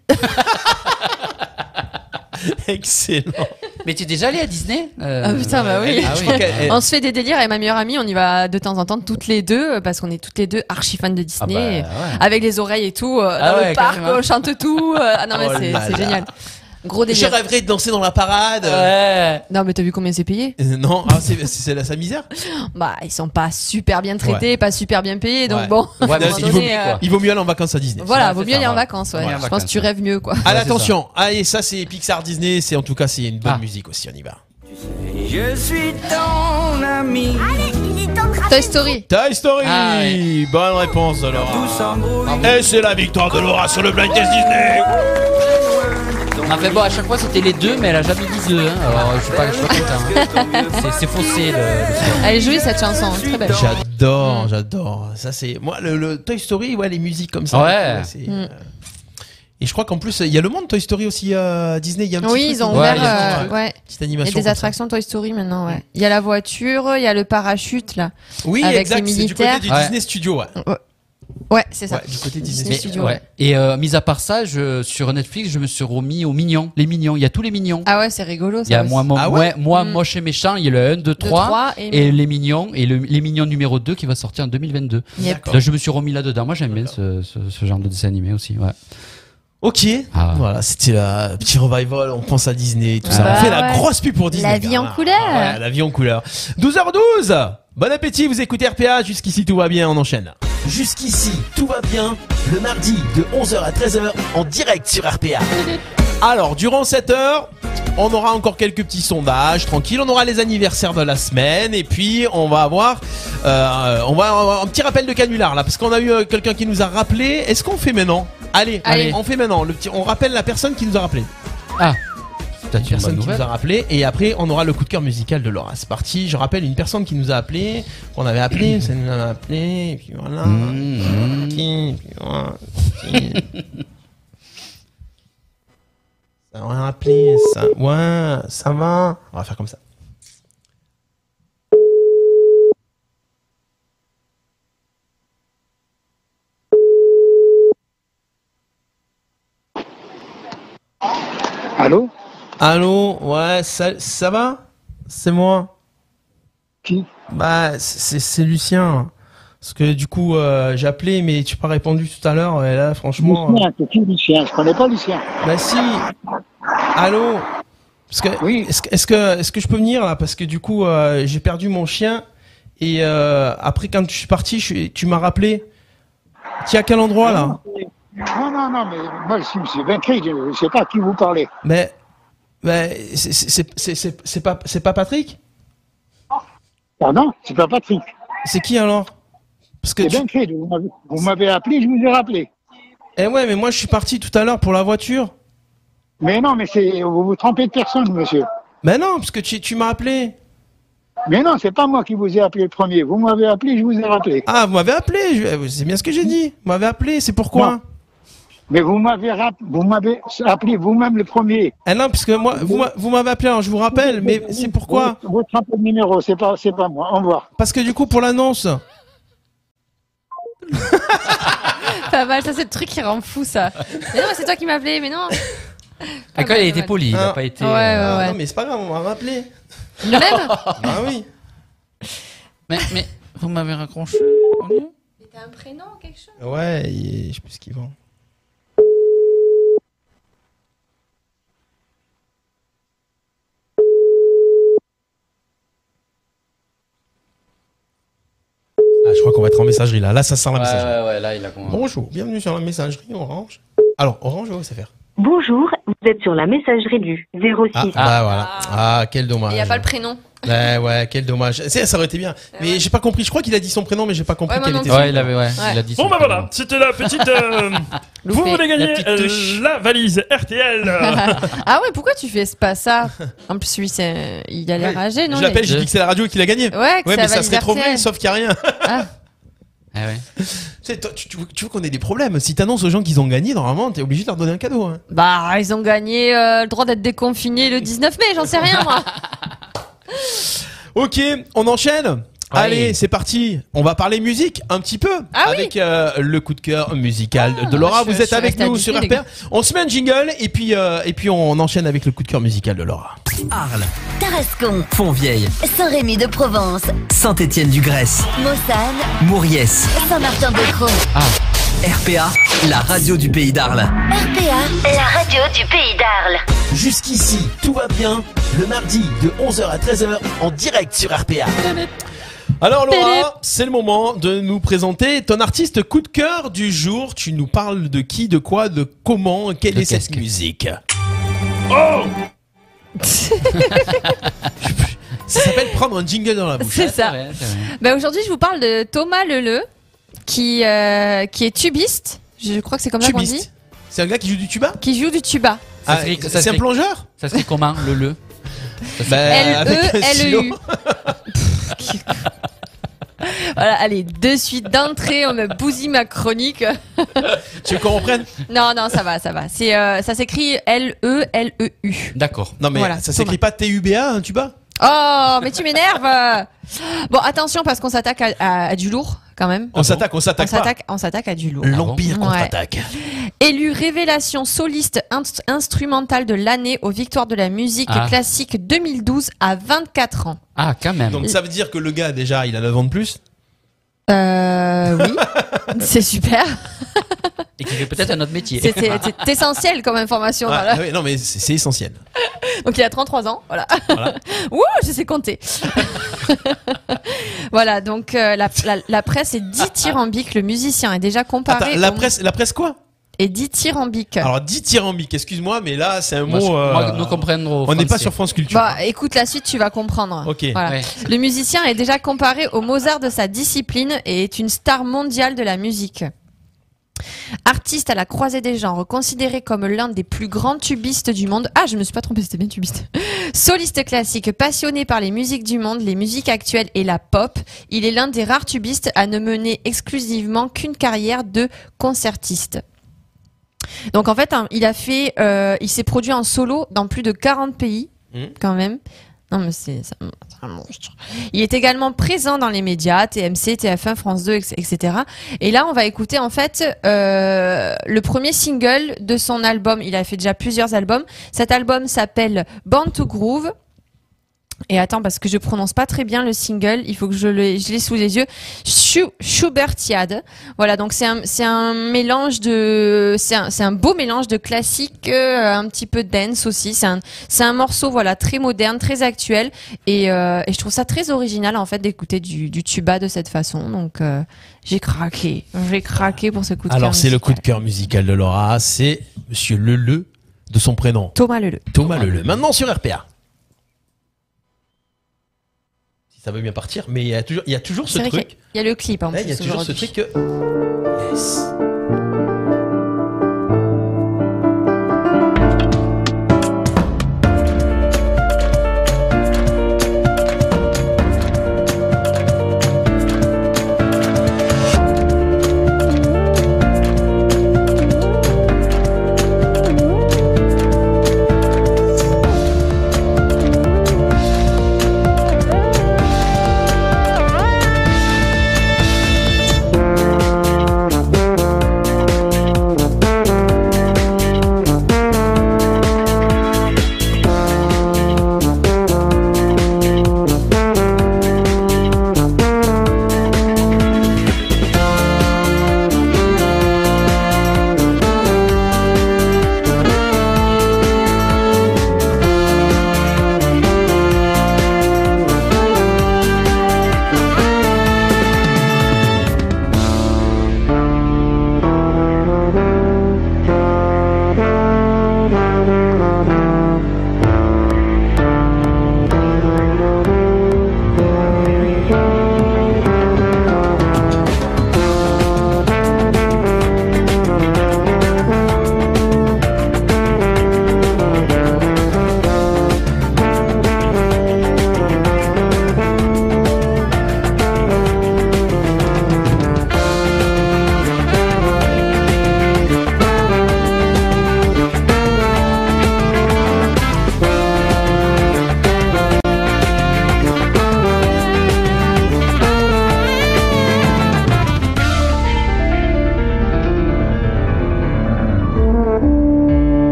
Excellent.
Mais tu es déjà allé à Disney Euh,
Ah putain, bah oui.
Ah
on se fait des délires et ma meilleure amie, on y va de temps en temps toutes les deux euh, parce qu'on est toutes les deux archi fans de Disney
Ah bah,
euh,
ouais.
avec les oreilles et tout euh,
Ah
dans
ouais,
le parc,
carrément.
on chante tout. euh, ah non mais
Oh
c'est
là
c'est
là.
génial. Gros
Je
délire.
rêverais de danser dans la parade.
Ouais.
Non mais t'as vu combien c'est payé
non, ah, c'est- c'est la sa misère.
Bah ils sont pas super bien traités, pas super bien payés donc
Ouais.
bon. à un
Ouais, mais
moment
il, vaut,
donné, euh,
il vaut mieux aller en vacances à Disney.
Voilà, vaut mieux aller en vacances. Ouais.
Ouais, en
Je pense
vacances,
que tu
ouais.
rêves mieux quoi.
Allez, attention. Allez, ça c'est Pixar Disney. C'est en tout cas c'est une bonne
Ah.
musique aussi. On y va.
Je suis ton ami.
Toy Story.
Toy Story.
Ah,
Bonne réponse de Laura. Et c'est la victoire de Laura sur le blind test Disney.
Ah, mais bon, à chaque fois c'était les deux, mais elle a jamais dit deux. hein. Alors, je suis pas, je suis pas content. hein. C'est- C'est faussé.
Ah,
Le...
Elle est jolie cette chanson, hein, très belle.
J'adore, j'adore. Ça c'est moi le, le Toy Story. Ouais, les musiques comme ça.
Ouais.
c'est- euh,
Mm.
Et je crois qu'en plus il y a le monde Toy Story aussi euh, à Disney. Il y a un petit
Oui,
truc
ils ont
comme
ouvert.
ça, un petit
euh,
truc,
ouais.
Petite animation.
Il y a
comme
des
ça.
attractions Toy Story maintenant. Ouais. Il y a la voiture, il y a le parachute là.
Oui,
avec
exact.
les
C'est du côté
militaires.
du Disney Studio. Ouais.
Ouais, c'est ça.
Ouais, du côté Disney,
Mais,
Studio.
ouais. Et euh, mis à part ça, je, sur Netflix, je me suis remis aux mignons. Les mignons, il y a tous les mignons.
Ah ouais, c'est rigolo. Ça
Il y a
aussi.
moi, moi,
Ah
moi,
ouais
moi,
Mm.
moche et méchant, il y a le 1, 2, 3,
trois
et,
et-
les mignons, et le- les mignons numéro 2 qui va sortir en 2022.
Yep.
Là, je me suis remis là-dedans. Moi, j'aime bien ce, ce- ce genre de dessin animé aussi. Ouais. Ah,
Ok. Voilà, c'était la petit revival. On pense à Disney, tout ça.
Bah
on fait la
ouais.
grosse pub pour Disney.
La vie en
gars.
couleur.
Ouais, la vie en couleur. 12h12. Bon appétit. Vous écoutez RPA. Jusqu'ici tout va bien. On enchaîne. Jusqu'ici, tout va bien. Le mardi de 11h à 13h en direct sur RPA. Alors, durant cette heure, on aura encore quelques petits sondages, tranquille. On aura les anniversaires de la semaine et puis on va avoir, euh, on va avoir un petit rappel de canular là, parce qu'on a eu euh, quelqu'un qui nous a rappelé. Est-ce qu'on fait maintenant Allez,
Allez.
on fait maintenant. Le petit, on rappelle la personne qui nous a rappelé.
Ah.
T'as une personne
bonne
qui nous
nouvelle.
a rappelé et après on aura le coup de cœur musical de Laura. C'est parti. Je rappelle une personne qui nous a appelé, qu'on avait appelé, ça nous a appelé, et puis voilà.
Mmh.
Qui, puis voilà, qui. Ça on a appelé, ça. Ouais, ça va. On va faire comme ça. Allô Allô, ouais, ça, ça va C'est moi. Qui Bah, c'est c'est Lucien. Parce que du coup, euh, j'ai appelé, mais tu n'as pas répondu tout à l'heure, et là, franchement...
Lucien,
c'est qui Lucien Je connais pas Lucien. Bah si Allô Parce que, Est-ce que- est-ce que, est-ce que je peux venir, là Parce que du coup, euh, j'ai perdu mon chien, et euh, après, quand je suis parti, je suis- tu m'as rappelé. Tu es à quel endroit, là
Non, non, non, mais moi, je suis monsieur Vintry, je ne sais pas à qui vous parlez.
Mais, mais c'est- c'est- c'est c'est- c'est pas, c'est pas Patrick
Pardon Ah C'est pas Patrick.
C'est qui alors Parce
que C'est Vintry, vous m'avez- vous m'avez appelé, je vous ai rappelé.
Eh ouais, mais moi, je suis parti tout à l'heure pour la voiture.
Mais non, mais c'est vous vous trompez de personne, monsieur.
Mais Ben non, parce que tu, tu m'as appelé.
Mais non, c'est pas moi qui vous ai appelé le premier. Vous m'avez appelé, je vous ai rappelé.
Ah, vous m'avez appelé, je- c'est bien ce que j'ai dit. Vous m'avez appelé, c'est pourquoi
Mais vous m'avez rapp- vous m'avez appelé vous-même le premier.
Ah non, parce que moi, vous m'a- vous m'avez appelé, alors je vous rappelle, mais c'est pourquoi
Votre rappel de numéro, c'est pas, c'est pas moi. Au revoir.
Parce que du coup, pour l'annonce.
Pas mal, ça c'est le truc qui rend fou ça. Mais non, mais c'est toi qui m'as appelé, mais non.
Ah, quand il a été poli, il n'a
Ah.
pas été.
Ouais, ouais,
euh,
ouais.
Non, mais c'est pas grave, on m'a rappelé.
Même
Ah oui.
Mais, mais vous m'avez raccroché.
T'as un prénom ou quelque chose
Ouais, il- je sais plus ce qu'il vend. Ah, je crois qu'on va être en messagerie là. Là, ça sent la
Ouais,
messagerie.
ouais, ouais, là, il a compris.
Bonjour, bienvenue sur la messagerie Orange. Alors, Orange, ouais, ça fait.
Bonjour, vous êtes sur la messagerie du 06.
Ah, bah voilà. Ah, quel dommage.
Il n'y a pas le prénom.
Ouais, ouais, quel dommage. C'est- Ça aurait été bien. Mais j'ai pas compris. Je crois qu'il a dit son prénom, mais j'ai pas compris
Ouais, moi
quel
non
était
plus.
son
Ouais, il
prénom.
avait- ouais, Ouais. il a dit
Bon
ben
bah voilà, c'était la petite. euh, vous
Loupé.
voulez gagner
La petite
euh,
touche.
la valise RTL. euh,
ah ouais, pourquoi tu fais pas ça En plus, lui, c'est- il a l'air âgé, non
Je
il a-
l'appelle, j'ai dit que c'est la radio qui l'a gagné.
Ouais, que c'est
mais
la
ça
valise
serait trop
RTL.
vrai, sauf qu'il n'y a rien.
Ah.
Eh
Tu, sais, toi, tu- tu veux, tu veux qu'on ait des problèmes. Si t'annonces aux gens qu'ils ont gagné, normalement, t'es obligé de leur donner un cadeau. hein.
Bah, ils ont gagné euh, le droit d'être déconfinés le 19 mai, j'en sais rien moi.
Ok, on enchaîne.
Ah
Allez, c'est parti. On va parler musique un petit peu
Ah
avec euh, le coup de cœur musical de Laura.
je-
Vous
je
êtes
suis
avec
restée
nous
habituée,
sur
les
RPR.
gars.
On se met un jingle et puis euh, et puis on enchaîne avec le coup de cœur musical de Laura.
Arles,
Tarascon,
Fontvieille,
Saint-Rémy de Provence,
Saint-Étienne-du-Grèce,
Mossane,
Mauriès.
Saint-Martin-de-Croix.
Ah. RPA, la radio du pays d'Arles.
RPA, la radio du pays d'Arles.
Jusqu'ici, tout va bien. Le mardi de 11h à 13h en direct sur RPA. Alors Laura, c'est le moment de nous présenter ton artiste coup de cœur du jour. Tu nous parles de qui, de quoi, de comment, quelle est cette musique
Oh
Ça s'appelle prendre un jingle dans la bouche.
C'est ça. Bah, aujourd'hui, je vous parle de Thomas Leleu, qui, euh, qui est tubiste. Je crois que c'est comme ça qu'on dit.
Tubiste. C'est un gars qui joue du tuba
Qui joue du tuba.
Ah, c'est un plongeur Bah,
Ça serait comment le le
E
Euh,
L-E-L-E-U. Voilà, allez, de suite d'entrée, on me bousille ma chronique.
Tu veux qu'on reprenne
Non, non, ça va, ça va. C'est, euh, ça s'écrit E L-E-L-E-U.
D'accord. Non mais
Voilà,
ça s'écrit pas T-U-B-A, un hein, tuba
Oh, mais tu m'énerves Bon, attention, parce qu'on s'attaque à, à- à du lourd, quand même.
On s'attaque, on s'attaque
On
pas.
s'attaque- on s'attaque à du lourd.
Ah L'Empire
Ah bon
contre-attaque.
Élu révélation soliste inst- instrumentale de l'année aux victoires de la musique
Ah.
classique 2012 à 24 ans.
Ah, quand même.
Donc ça veut dire que le gars, déjà, il a 9 ans de plus.
Euh, oui, c'est super.
Et qui fait peut-être un autre métier.
C'est- C'est c'est essentiel comme information.
Ah,
voilà.
ah oui, non mais c'est c'est essentiel.
Donc il a 33 ans, voilà.
Voilà.
Ouh, je sais compter. voilà, donc euh, la, la- la presse est dithyrambique. Le musicien est déjà comparé.
Attends, la
au-
presse, la presse quoi
Est dithyrambique.
Alors dithyrambique, excuse-moi, mais là c'est un
Moi,
mot.
je-
euh,
moi, nous comprendrons
On n'est pas
français.
sur France Culture.
Bah, écoute la suite, tu vas comprendre.
Ok.
Voilà.
Ouais.
Le musicien est déjà comparé au Mozart de sa discipline et est une star mondiale de la musique. Artiste à la croisée des genres, considéré comme l'un des plus grands tubistes du monde. Ah, je me suis pas trompée, c'était bien tubiste. Soliste classique, passionné par les musiques du monde, les musiques actuelles et la pop, il est l'un des rares tubistes à ne mener exclusivement qu'une carrière de concertiste. Donc en fait, hein, il a fait, euh, il s'est produit en solo dans plus de 40 pays
Hmm.
quand même. Non, mais c'est c'est un c'est un monstre. Il est également présent dans les médias, TMC, TF1, France 2, ex- etc. Et là, on va écouter en fait euh, le premier single de son album. Il a fait déjà plusieurs albums. Cet album s'appelle Born to Groove. Et attends, parce que je prononce pas très bien le single, il faut que je l'ai je l'ai sous les yeux. Schu- Schubertiade. Voilà, donc c'est un, c'est un mélange de, c'est un, c'est un beau mélange de classique, euh, un petit peu dance aussi. C'est un, c'est un morceau, voilà, très moderne, très actuel. Et, euh, et je trouve ça très original, en fait, d'écouter du, du tuba de cette façon. Donc, euh, j'ai craqué. J'ai craqué pour ce coup de
Alors
cœur
c'est le coup
musical.
de cœur musical de Laura, c'est Monsieur Leleu de son prénom.
Thomas Leleu.
Thomas Leleu. Maintenant sur RPA. Si ça veut bien partir, mais il y a toujours, il y a toujours ce
C'est vrai qu'il y a-
truc.
Il y a le clip, en
Là,
plus.
il y a toujours ce
aujourd'hui.
truc que. Yes.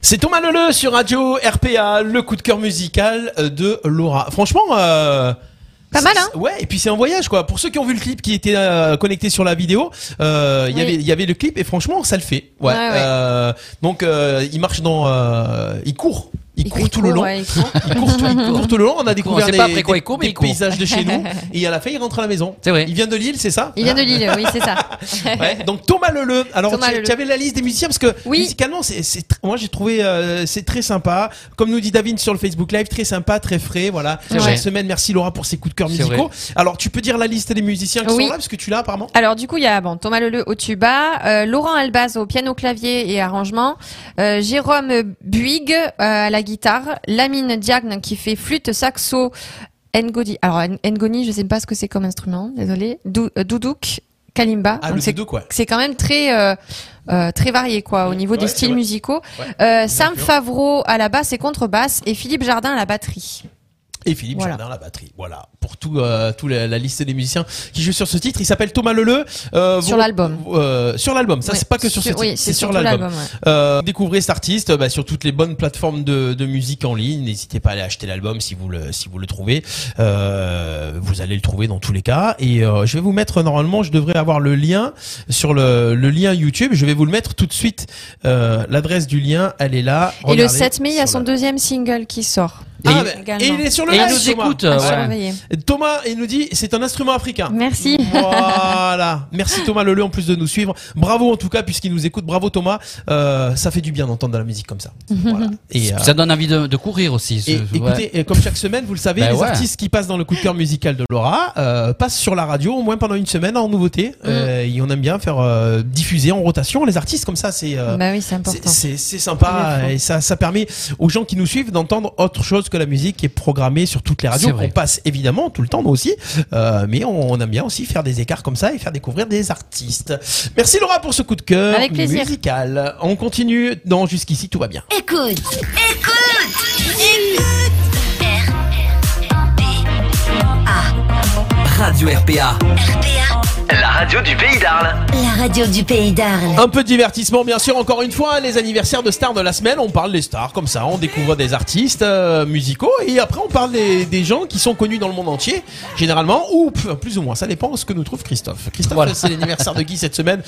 C'est Thomas Leleu sur Radio RPA, le coup de cœur musical euh, de Laura. Franchement, euh,
Pas mal, hein
c'est- Ouais, et puis c'est un voyage quoi. Pour ceux qui ont vu le clip qui était euh, connecté sur la vidéo, euh, il y
Oui.
avait il y avait le clip et franchement ça le fait. Ouais.
Ouais, ouais.
Euh, donc euh, il marche dans, euh, il court, il, court tout le long.
Ouais, il court.
Il court, tout, il court tout le long. On a
court, on
découvert
sait
des,
pas après quoi
des-
il court, mais
des
il court.
paysages de chez nous. Et à la fin, il rentre à la maison.
C'est vrai.
Il vient de Lille, c'est ça
Il vient de Lille, oui, c'est ça.
Ouais, donc Thomas Leleu. Alors
Thomas
tu,
Leleu.
tu avais la liste des musiciens parce que musicalement c'est c'est tr- moi j'ai trouvé euh, c'est très sympa. Comme nous dit David sur le Facebook Live, très sympa, très frais, voilà.
C'est
Chaque
vrai.
semaine, merci Laura pour ses coups de cœur
C'est
musicaux.
vrai.
Alors tu peux dire la liste des musiciens qui
Oui.
sont là parce que tu l'as apparemment.
Alors du coup, il y a bon, Thomas Leleu au tuba, euh, Laurent Albaz au piano, clavier et arrangement, euh, Jérôme Buig euh, à la guitare, Lamine Diagne qui fait flûte, saxo, Ngoni. Alors N- Ngoni, je sais pas ce que c'est comme instrument, désolé. Dou- euh, Doudouk, Kalimba.
Ah,
Donc,
le
c'est
doudou, quoi.
c'est quand même très euh, euh, très varié quoi au niveau
ouais,
des
c'est
styles
vrai.
musicaux. Euh, Sam Favreau à la basse et contrebasse et Philippe Jardin à la batterie.
Et Philippe Jardin à la batterie. Voilà pour tout, euh, tout la, la liste des musiciens qui jouent sur ce titre. Il s'appelle Thomas Leleu. Euh,
Sur l'album.
euh, sur l'album. Ça
Ouais.
c'est pas que sur ce
Sur-
titre.
oui,
c'est
c'est
sur
surtout
l'album.
l'album, ouais.
Euh, découvrez cet artiste bah, sur toutes les bonnes plateformes de, de musique en ligne. N'hésitez pas à aller acheter l'album si vous le si vous le trouvez. Euh, vous allez le trouver dans tous les cas. Et euh, je vais vous mettre normalement, je devrais avoir le lien sur le, le lien YouTube. Je vais vous le mettre tout de suite. Euh, L'adresse du lien, elle est là.
Et le
Regardez.
7 mai, il y a son deuxième single qui sort.
Ah, bah, et il est sur le
Et il
live,
nous
Thomas.
écoute, À ouais. surveiller.
Thomas, il nous dit, c'est un instrument africain.
Merci.
Voilà. Merci Thomas Leleu en plus de nous suivre. Bravo en tout cas puisqu'il nous écoute. Bravo Thomas. Euh, ça fait du bien d'entendre de la musique comme ça. Et, euh,
Ça donne envie de, de courir aussi. ce-
Et
ouais.
écoutez, et comme chaque semaine, vous le savez,
Ben
les
ouais.
artistes qui passent dans le coup de cœur musical de Laura euh, passent sur la radio au moins pendant une semaine en nouveauté.
Mm.
Euh, et on aime bien faire euh, diffuser en rotation les artistes comme ça. C'est euh,
Bah oui, c'est important.
c'est c'est sympa
Il le faut.
et ça, ça permet aux gens qui nous suivent d'entendre autre chose que la musique qui est programmée sur toutes les
C'est
radios.
vrai.
On passe évidemment tout le temps, nous aussi, Euh, mais on, on aime bien aussi faire des écarts comme ça et faire découvrir des artistes. Merci Laura pour ce coup de cœur
Avec plaisir.
musical. On continue dans Jusqu'ici, tout va bien.
Écoute, écoute, écoute.
Radio RPA. La radio du pays d'Arles.
La radio du pays d'Arles.
Un peu de divertissement, bien sûr. Encore une fois, les anniversaires de stars de la semaine, on parle des stars comme ça, on découvre des artistes euh, musicaux et après on parle des, des gens qui sont connus dans le monde entier, généralement, ou p- plus ou moins. Ça dépend de ce que nous trouve Christophe. Christophe,
Voilà.
c'est l'anniversaire de qui cette semaine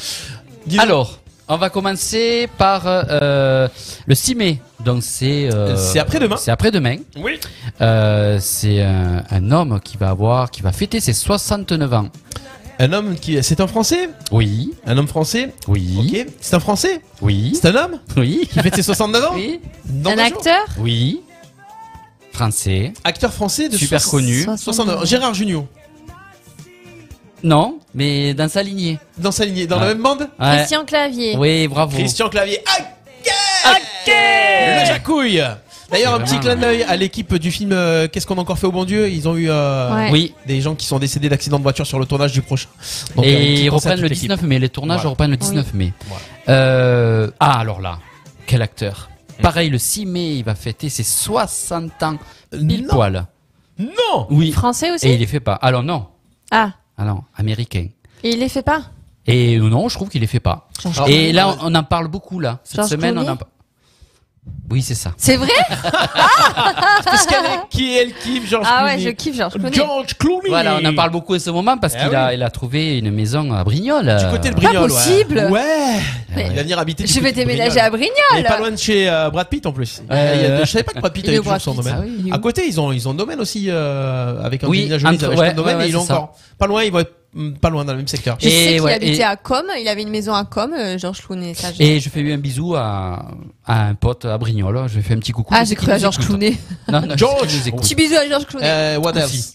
Alors, on va commencer par euh, le 6 mai. Donc c'est euh,
C'est après-demain.
C'est après-demain.
Oui.
Euh, c'est un, un homme qui va avoir, qui va fêter ses 69 ans.
Un homme qui, c'est un Français
Oui.
Un homme français
Oui.
Ok. C'est un Français
Oui.
C'est un homme
Oui.
Qui fête ses 69 ans
Oui.
Dans
Un
deux jours
acteur
Oui. Français.
Acteur français de
Super
soix-
connu.
69 Gérard Junior.
Non, mais dans sa lignée.
Dans sa lignée, dans la même bande
Christian Clavier.
Oui, bravo.
Christian Clavier. Le Jacouille D'ailleurs, un
C'est
petit
vraiment-
clin d'œil à l'équipe du film euh, Qu'est-ce qu'on a encore fait au bon Dieu Ils ont eu euh,
Ouais. Oui.
des gens qui sont décédés d'accident de voiture sur le tournage du prochain. Donc, euh, une
Et
petite
ils
pensée à
reprennent le
toute l'équipe.
19 mai. Les tournages
Voilà.
reprennent le 19 mai. Euh, ah, alors là, quel acteur.
Mm.
Pareil, le 6 mai, il va fêter ses 60 ans pile poil.
Non
Oui.
Français aussi
Et il les fait pas. Alors non.
Ah,
Ah non, américain.
et il les fait pas
Et non, je trouve qu'il les fait pas.
Georges
Et
Clooney.
là, on on en parle beaucoup là. Cette
Georges
semaine, on
Clooney
en parle. Oui, c'est ça.
C'est vrai
Parce qu'elle est- qui elle kiffe Georges
Ah ouais,
Clooney
je kiffe Georges Clooney.
Georges Clooney
Voilà, on en parle beaucoup en ce moment parce
Ah
qu'il
oui.
a, il a trouvé une maison à Brignoles.
Du
euh,
côté de Brignoles. ouais.
possible.
Ouais
Mais-
Il va venir habiter du
Je
côté
vais
de
déménager à Brignoles.
Il est pas loin de chez euh, Brad Pitt en plus. Il y a- il y a- je savais pas que Brad Pitt
Ah Il est
avait
où,
toujours
Brad
son
Pitt
domaine.
Ah oui, il est où
à côté, ils ont ils ont le domaine aussi euh, avec un
Oui,
Jolie, ils
entre-
avaient acheté
ouais,
un domaine
ouais,
et ils
ouais,
l'ont
c'est ça.
encore pas loin, ils vont être hum, pas loin dans le même secteur.
Je sais qu'il
ouais,
habitait
et-
à Com, il avait une maison à Com, euh, Georges Clooney. Ça, je-
Et je fais un bisou à, à un pote à Brignoles. Je fais un petit coucou.
Ah,
parce
j'ai
qu'il
cru à
nous
Georges
écoute.
Clooney.
Non, non,
George.
il nous écoute.
Petit bisou à Georges Clooney.
Euh, what else
Aussi.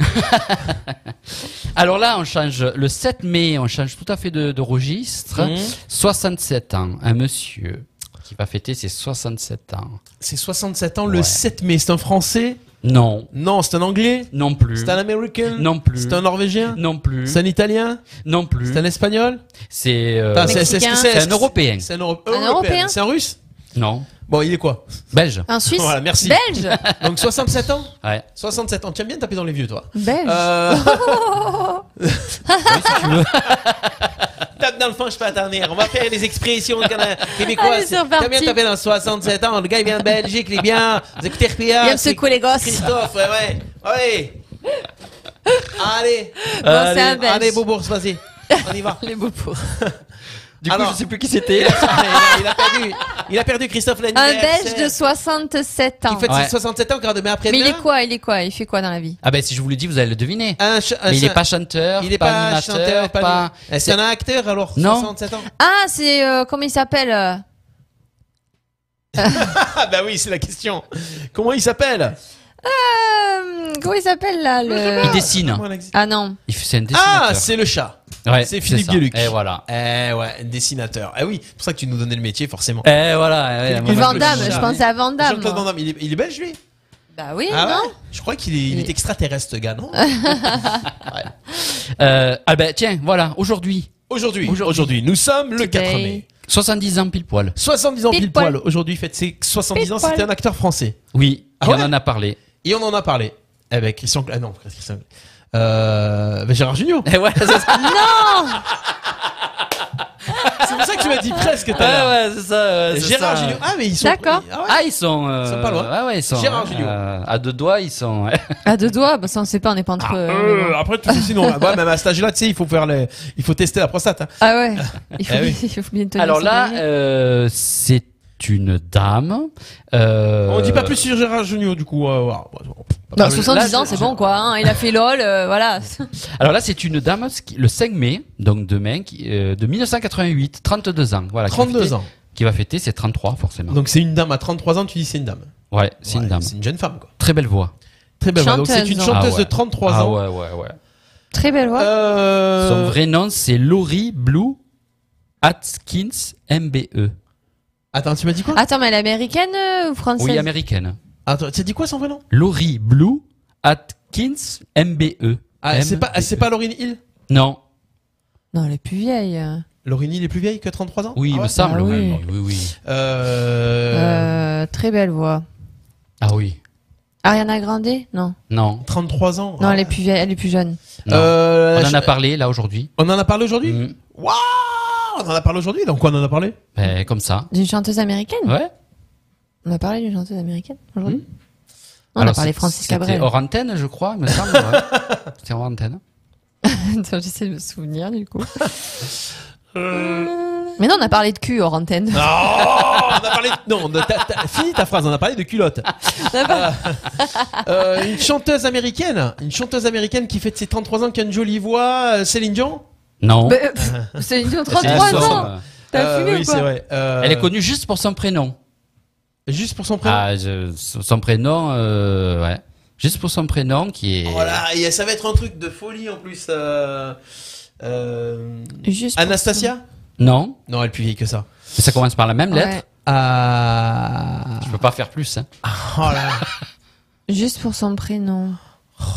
Alors là, on change. Le 7 mai, on change tout à fait de, de registre.
Mhm.
67 ans, un monsieur qui va fêter ses 67 ans.
C'est 67 ans le 7 mai, c'est un français
Non,
Non, c'est un anglais
non plus.
C'est un américain
Non plus.
C'est un norvégien
Non plus.
C'est un italien
Non plus.
C'est un espagnol
C'est euh,
Attends, c'est- c'est- c'est-
c'est un européen.
C'est un, Euro-
Un
européen.
Européen
C'est un russe
Non,
Bon, il est quoi
belge.
Un Suisse
Voilà, merci. Euh,
Belge
Donc 67 ans
Ouais.
67 ans, tu aimes bien taper dans les vieux toi
Belge
Euh,
Oh
Tape dans le fond, je peux attendre. On va faire les expressions cana-
Allez,
québécoises.
c'est reparti.
T'as bien tapé dans 67 ans. Le gars, il vient de Belgique, il est bien. Vous écoutez RPA.
Il aime
c'est
secouer les gosses.
Christophe, ouais, ouais. Ouais. Allez.
Bon, c'est un Belge.
Allez, Beaubourg, vas-y. On y va.
Les beaux pauvres.
Du coup,
Alors-
je sais plus qui c'était.
Il a, Ah, il a perdu. Il a perdu Christophe Lanier.
Un Belge de 67 ans.
Il fait
Ouais.
67 ans, quand même après
Ah. Mais il
demain,
est quoi Il est quoi Il fait quoi dans la vie
ah ben, si je vous le dis, vous allez le deviner.
un ch- un
Mais il
ch-
n'est pas chanteur,
Ah, il est
pas,
pas
animateur,
chanteur, pas.
pas-
Est-ce qu'il y en a un acteur alors
Non.
67 ans.
Ah, c'est euh, comment il s'appelle euh,
Ah bah oui, c'est la question. Comment il s'appelle
euh, Comment il s'appelle là le...
Il dessine.
Ah non.
Il fait c'est un dessinateur.
Ah, c'est le chat.
Ouais,
c'est Philippe
ça.
Gueluc.
Et voilà.
Eh ouais, dessinateur. Eh oui, c'est pour ça que tu nous donnais le métier forcément.
Et voilà. ouais,
Philippe
moi,
Gueluc.
Van
je-
Damme,
Jean-
je pensais à Van Damme.
Jean-Claude Van
moi.
Damme, il est, il est belge lui
Bah oui,
Ah
non
ouais Je crois qu'il est, il est extraterrestre ce gars, non
Euh, ah ben tiens, voilà, aujourd'hui,
Aujourd'hui, aujourd'hui, nous sommes le 4 mai.
70 ans pile poil.
70 ans
Pile
pile poil.
poil.
Aujourd'hui, faites ses 70 ans,
Pile poil.
c'était un acteur français.
Oui,
Ah
et
ouais
on en a parlé.
Et on en a parlé. Eh ben, Christian. Ah non, Christian. Euh, ben, Gérard Junior. Eh ouais,
Non
C'est pour ça que tu m'as dit presque tout à
Ouais,
l'heure.
Ah ouais, c'est ça. ouais, c'est
Gérard
ça.
Jugnot. Ah, mais ils sont.
D'accord.
Ah, ouais.
Ah, ils sont. euh,
Ils sont pas loin.
Ouais, ouais, ils sont.
Gérard
euh,
Jugnot.
à deux doigts, ils sont. ouais.
À deux doigts, bah, ça on sait pas, on n'est pas entre. euh, mais bon.
après, tout sinon, ouais, même à cet âge-là, tu sais, il faut faire les, il faut tester la prostate. hein.
Ah ouais. Il faut,
Eh oui.
bien, il faut bien tenir
Alors
ça
là,
derrière.
euh, c'est une dame. euh,
On dit pas plus sur Gérard Junior, du coup. euh, voilà.
Bah,
là,
70
je-
ans, c'est bon quoi. hein, il a fait lol, euh, voilà.
Alors là, c'est une dame ce qui- le 5 mai, donc demain, qui, euh, de 1988, 32 ans. Voilà. qui va
32
fêter-
ans.
Qui va fêter ses 33 forcément.
Donc, c'est une dame à 33 ans, tu dis c'est une dame.
ouais, c'est une dame.
C'est une jeune femme, quoi.
Très belle voix.
Très belle voix. Donc, c'est une
Chanteuse.
hein.
chanteuse
Ah
de
ouais.
33
Ah
ans.
ouais, ouais, ouais.
Très belle
Euh.
voix.
Son vrai nom, c'est Laurie Blue Atkins E. MBE.
Attends, tu m'as dit quoi
Ah.
Attends, mais elle est américaine euh, ou française
Oui, américaine.
Attends, tu as dit quoi son vrai nom
Laurie Blue Atkins MBE.
Ah, c'est pas,
MBE.
c'est pas Lauryn Hill
E. Non.
Non, elle est plus vieille. euh.
Lauryn Hill est plus vieille que 33 ans
Oui, il
Ah
me
ouais
semble.
Ah
oui,
oui.
oui, oui, oui.
Euh...
Euh, très belle voix.
Ah oui.
Ariana Grande Non.
Non.
33 ans.
Non, elle est plus vieille, elle est plus jeune.
non.
Euh,
On en
je-
a Mm. parlé là aujourd'hui.
On en a parlé aujourd'hui Waouh On en a parlé aujourd'hui Dans quoi on en a parlé
Ben, comme ça.
D'une chanteuse américaine
Ouais.
On a parlé d'une chanteuse américaine aujourd'hui On a
Alors,
parlé
c'est-
Francis Cabrel.
C'était hors antenne, je crois, il me semble. ouais. C'était hors antenne.
Attends, J'essaie de me souvenir du coup. Mais non, on a parlé de cul hors antenne.
Non On a parlé de... Non, t'as, t'as- fini ta phrase, on a parlé de culotte.
Ah
Euh, une chanteuse américaine Une chanteuse américaine qui fête ses 33 ans, qui a une jolie voix, euh, Céline Dion
Non.
Bah, pff, C'est une 33
C'est une
ans
somme.
T'as
Euh,
fumé
oui,
ou quoi
c'est vrai. Euh,
Elle est connue juste pour son prénom.
Juste pour son prénom
Ah, je- son prénom, euh, ouais. Juste pour son prénom qui est.
Voilà, et ça va être un truc de folie en plus. euh, euh,
Juste pour
Anastasia
Non.
Non, elle est plus vieille que ça.
Mais ça commence par la même
Ouais.
lettre.
Ah.
Je peux pas faire plus. Hein.
Oh là là.
Juste pour son prénom.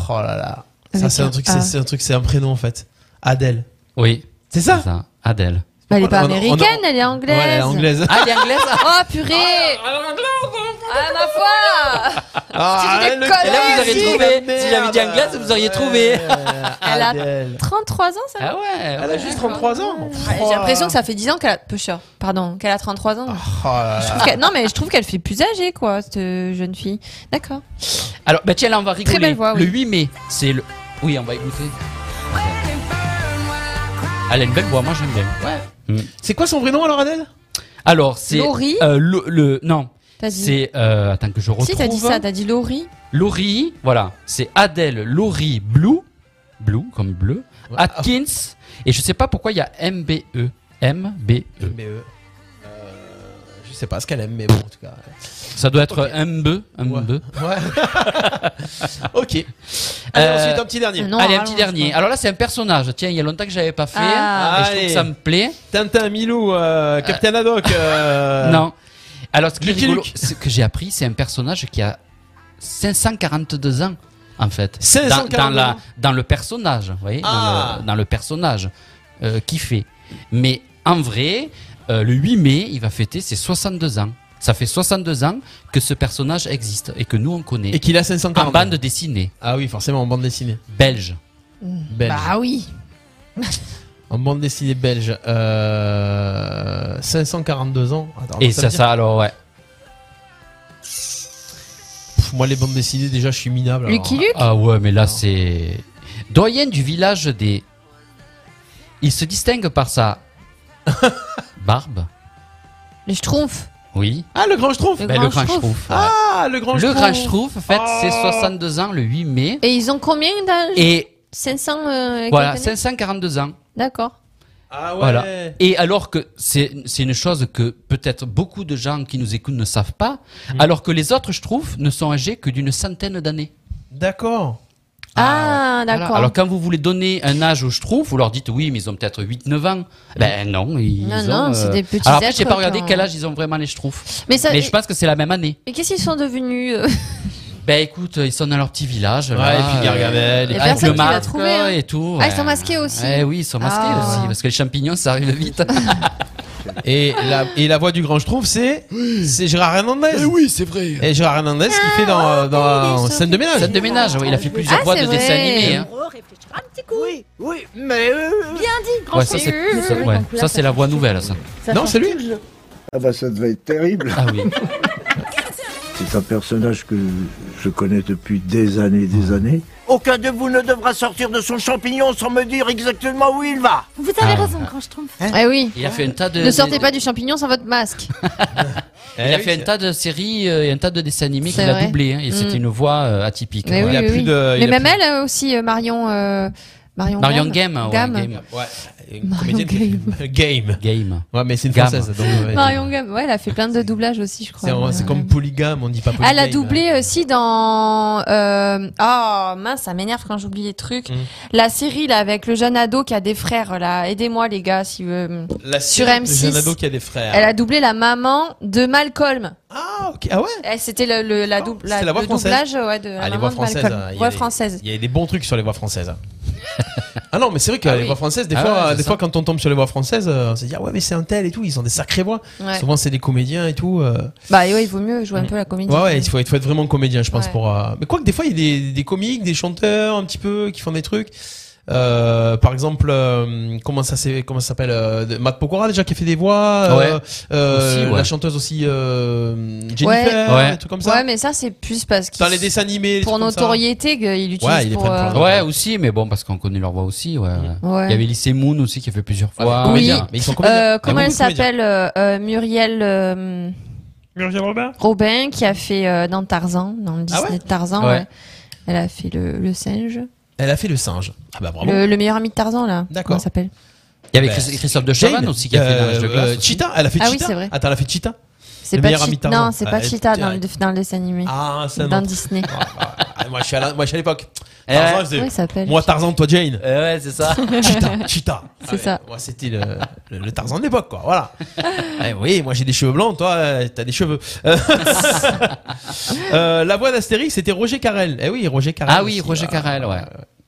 Oh là là. Ça,
Avec
c'est un
un
truc,
A.
c'est- c'est un truc, c'est un prénom en fait. Adèle.
Oui.
C'est ça
Adèle.
Bah, elle est pas
On- on- on-
américaine, elle est anglaise.
Ouais, elle est anglaise.
Ah, elle est anglaise Oh purée Ah, ma foi
Ah,
Tu dis des
le-
conneries,
Et là, vous auriez
si.
trouvé. Si j'avais dit anglaise, vous auriez trouvé.
Elle a
Adèle.
33 ans, ça
Ah ouais.
Elle a juste 33 ans.
J'ai l'impression que ça fait 10 ans qu'elle a. Peu cher, pardon, qu'elle a 33 ans.
Oh là
Je
là.
trouve qu'elle- non, mais je trouve qu'elle fait plus âgée, quoi, cette euh, jeune fille. D'accord.
Alors, bah tiens, là, on va rigoler.
belle voix, oui.
Le 8 mai, c'est le. Oui, on va écouter. Elle a une belle voix, moi j'aime bien.
C'est quoi son vrai nom alors, Adèle
Alors, c'est.
Laurie
euh, le, le- Non.
T'as dit-
C'est. euh, attends que je retrouve.
Si, t'as dit ça, t'as dit Laurie.
Laurie, voilà. C'est Adèle Laurie Blue. Blue, comme bleu. Atkins. Et je sais pas pourquoi il y a E. MBE. MBE.
Mais euh, euh, je sais pas ce qu'elle aime, mais bon, en tout cas.
Ça doit être E, MBE. MBE.
Ouais. ok. Allez,
Euh,
ensuite, un petit dernier.
non,
Allez, un
rallonge,
petit dernier.
quoi.
Alors là, c'est un personnage. Tiens, il y a longtemps que j'avais pas fait.
Ah.
Et je trouve que ça
Allez.
me plaît.
Tintin, Milou, euh, Captain Haddock. euh,
Non. Alors, ce, qui est
Lucky
rigolo,
Luke.
ce que j'ai appris, c'est un personnage qui a 542 ans, en fait.
542
dans, dans, la,
ans.
dans le personnage, vous voyez, dans
Ah.
le- dans, le, personnage euh, qui fait. Mais en vrai, euh, le 8 mai, il va fêter ses 62 ans. Ça fait 62 ans que ce personnage existe et que nous, on connaît.
Et qu'il a 540.
En bande dessinée,
Ah oui, forcément, en bande dessinée.
belge.
Belge.
Bah oui.
En bande dessinée belge. Euh, 542 ans. Attends,
et
Ah, bah, ça veut
ça,
dire-
ça, alors, ouais.
Pff, moi, les bandes dessinées, déjà, je suis minable. alors.
Lucky Luke
Ah ouais, mais là c'est doyenne du village des. Il se distingue par sa barbe.
Les Schtroumpfs.
Oui.
Ah, le grand Schtroumpf
Le
Ben,
Grand
le Grand
Schtroumpf.
Schtroumpf. ouais.
Ah, le grand
le
Schtroumpf
Grand Schtroumpf fête ses
Oh.
62 ans le 8 mai
Et ils ont combien d'âge
et
500. euh,
voilà
quelques années
542 ans.
D'accord.
Ah ouais
Voilà. Et alors que c'est c'est une chose que peut-être beaucoup de gens qui nous écoutent ne savent pas, alors que les autres Schtroumpfs ne sont âgés que d'une centaine d'années.
D'accord.
Ah,
Voilà.
d'accord.
Alors quand vous voulez donner un âge aux Schtroumpfs, vous leur dites oui, mais ils ont peut-être 8-9 ans. Ben non, ils ont...
Non,
euh,
non, c'est des petits
Alors après,
êtres
j'ai pas regardé
quand-
quel âge ils ont vraiment les Schtroumpfs.
Mais ça-
je pense que c'est la même année.
Et qu'est-ce qu'ils sont devenus euh,
Ben écoute, ils sont dans leur petit village. là,
et puis Gargamel,
et
euh,
puis-
avec
Personne
le
qui l'a
masque
trouvé, hein.
et tout.
Ah, ils
ouais.
sont masqués aussi.
Eh oui, ils sont masqués
Ah.
aussi, parce que les champignons, ça arrive vite.
Et la, et la voix du grand trouve c'est c'est Gérard Hernandez. Eh oui, c'est vrai. Et Gérard Hernandez qui fait dans,
Ah,
euh, dans scène de ménage.
Scène de ménage, oui, il a fait plusieurs
Ah,
voix
c'est
de
vrai.
dessins animés. hein.
Oui, oui, mais. euh, Bien dit,
Ouais, ça, c'est ça- ouais, ça, c'est la voix nouvelle, ça.
Ça Non, c'est
lui
Ah bah ça devait être terrible.
Ah oui.
C'est un personnage que je connais depuis des années et des années.
Aucun de vous ne devra sortir de son champignon sans me dire exactement où il va.
Vous avez
Ah.
raison, quand je trompe.
Hein
Eh oui.
Il a fait un tas de.
ne sortez
de-
pas Eh du champignon sans votre masque.
Il a fait un tas de séries euh, et un tas de dessins animés
C'est
qu'il a
vrai.
doublé. hein, et
Mm.
c'était une voix euh, atypique.
Mais
Ouais.
Eh oui, oui, oui. Mais même elle euh, aussi, euh, Marion. euh, Marion,
Marion Game, ouais,
Gamme.
Game.
Ouais, une comédienne qui- Game.
Game.
Ouais, mais c'est une
Gamme.
française. donc, ouais.
Marion Gamme, ouais, elle a fait plein de doublages aussi, je crois.
C'est en- C'est comme polygame, on dit pas polygame.
Elle a doublé euh, aussi dans. euh, Oh mince, ça m'énerve quand j'oublie les trucs.
Mm.
La série là avec le jeune ado qui a des frères là. Aidez-moi les gars si. euh,
La
sur
sirène de
M6.
Jeanne Ado qui a des frères.
Elle a doublé la maman de Malcolm. Eh,
Ah ok, ah ouais.
C'était le, le- la, double,
c'est Oh, la voix
le
française.
doublage ouais, de la
Ah, les
maman
voix
de
françaises.
Malcolm.
hein, il y a
Voix
des-
française.
Il y a des bons trucs sur les voix françaises. hein. ah non, mais c'est vrai que
Ah
les
oui.
voix françaises, des,
Ah ouais,
fois,
c'est
des
ça.
fois, quand on tombe sur les voix françaises, euh, on se dit ah ouais, mais c'est un tel et tout, ils ont des sacrées voix.
Ouais.
Souvent, c'est des comédiens et tout. euh.
Bah ouais, il vaut mieux jouer un peu la comédie.
Ouais, ouais, il faut, il faut être vraiment comédien, je pense.
Ouais.
pour. euh, Mais quoi que des fois, il y a des, des comiques, des chanteurs, un petit peu, qui font des trucs. Euh, par exemple, euh, comment ça s'est- comment ça s'appelle euh, de- Matt Pokora déjà qui a fait des voix, euh,
Ouais.
euh,
Aussi, ouais.
la chanteuse aussi euh, Jennifer,
Ouais.
un truc comme ça.
Ouais, mais ça c'est plus parce qu'il
Dans les dessins animés, les
pour
trucs comme ça. hein.
notoriété qu'il utilise
Ouais,
pour. euh,
Ah
ouais, aussi, mais bon, parce qu'on connaît leur voix aussi. Ouais.
Mm.
Ouais.
Il y avait Lissé Moon aussi qui a fait plusieurs
Ah,
fois.
Oui.
Mais ils sont
Euh, comment elle s'appelle euh, euh, Muriel. euh,
Muriel Robin
Robin qui a fait euh, dans Tarzan, dans le Disney de Tarzan.
Ah Ouais.
ouais. Elle a fait le, le singe.
Elle a fait le singe. Ah bah bravo.
Le, le meilleur ami de Tarzan, là.
D'accord.
Comment ça s'appelle
Il y avait
Ben,
Christ- Christophe de Chavannes
Jane,
aussi qui a fait
euh,
dans l'âge de glace.
euh,
aussi.
Cheetah, elle a fait
Ah oui,
Cheetah.
c'est vrai.
Attends, elle a fait Cheetah.
C'est
Le
pas
meilleur ami de
Cheetah.
Tarzan.
Non, c'est
Ah,
pas
elle-
Cheetah dans le, dans le dessin animé.
Ah, c'est un
Dans
autre.
Disney.
Ah, moi, je suis à la- moi, je suis à l'époque.
Eh
Tarzan,
ouais.
je disais,
Comment il s'appelle,
Moi Tarzan, toi Jane.
ouais, c'est ça.
Cheetah, Cheetah. Ah
C'est ça.
Moi, c'était le, le- le Tarzan de l'époque, quoi. Voilà. Eh oui, moi j'ai des cheveux blancs, toi euh, t'as des cheveux. Euh, euh, la voix d'Astérix, c'était Roger Carrel. Eh oui, Roger Carrel. euh,
Ah oui, Roger Carrel, ouais.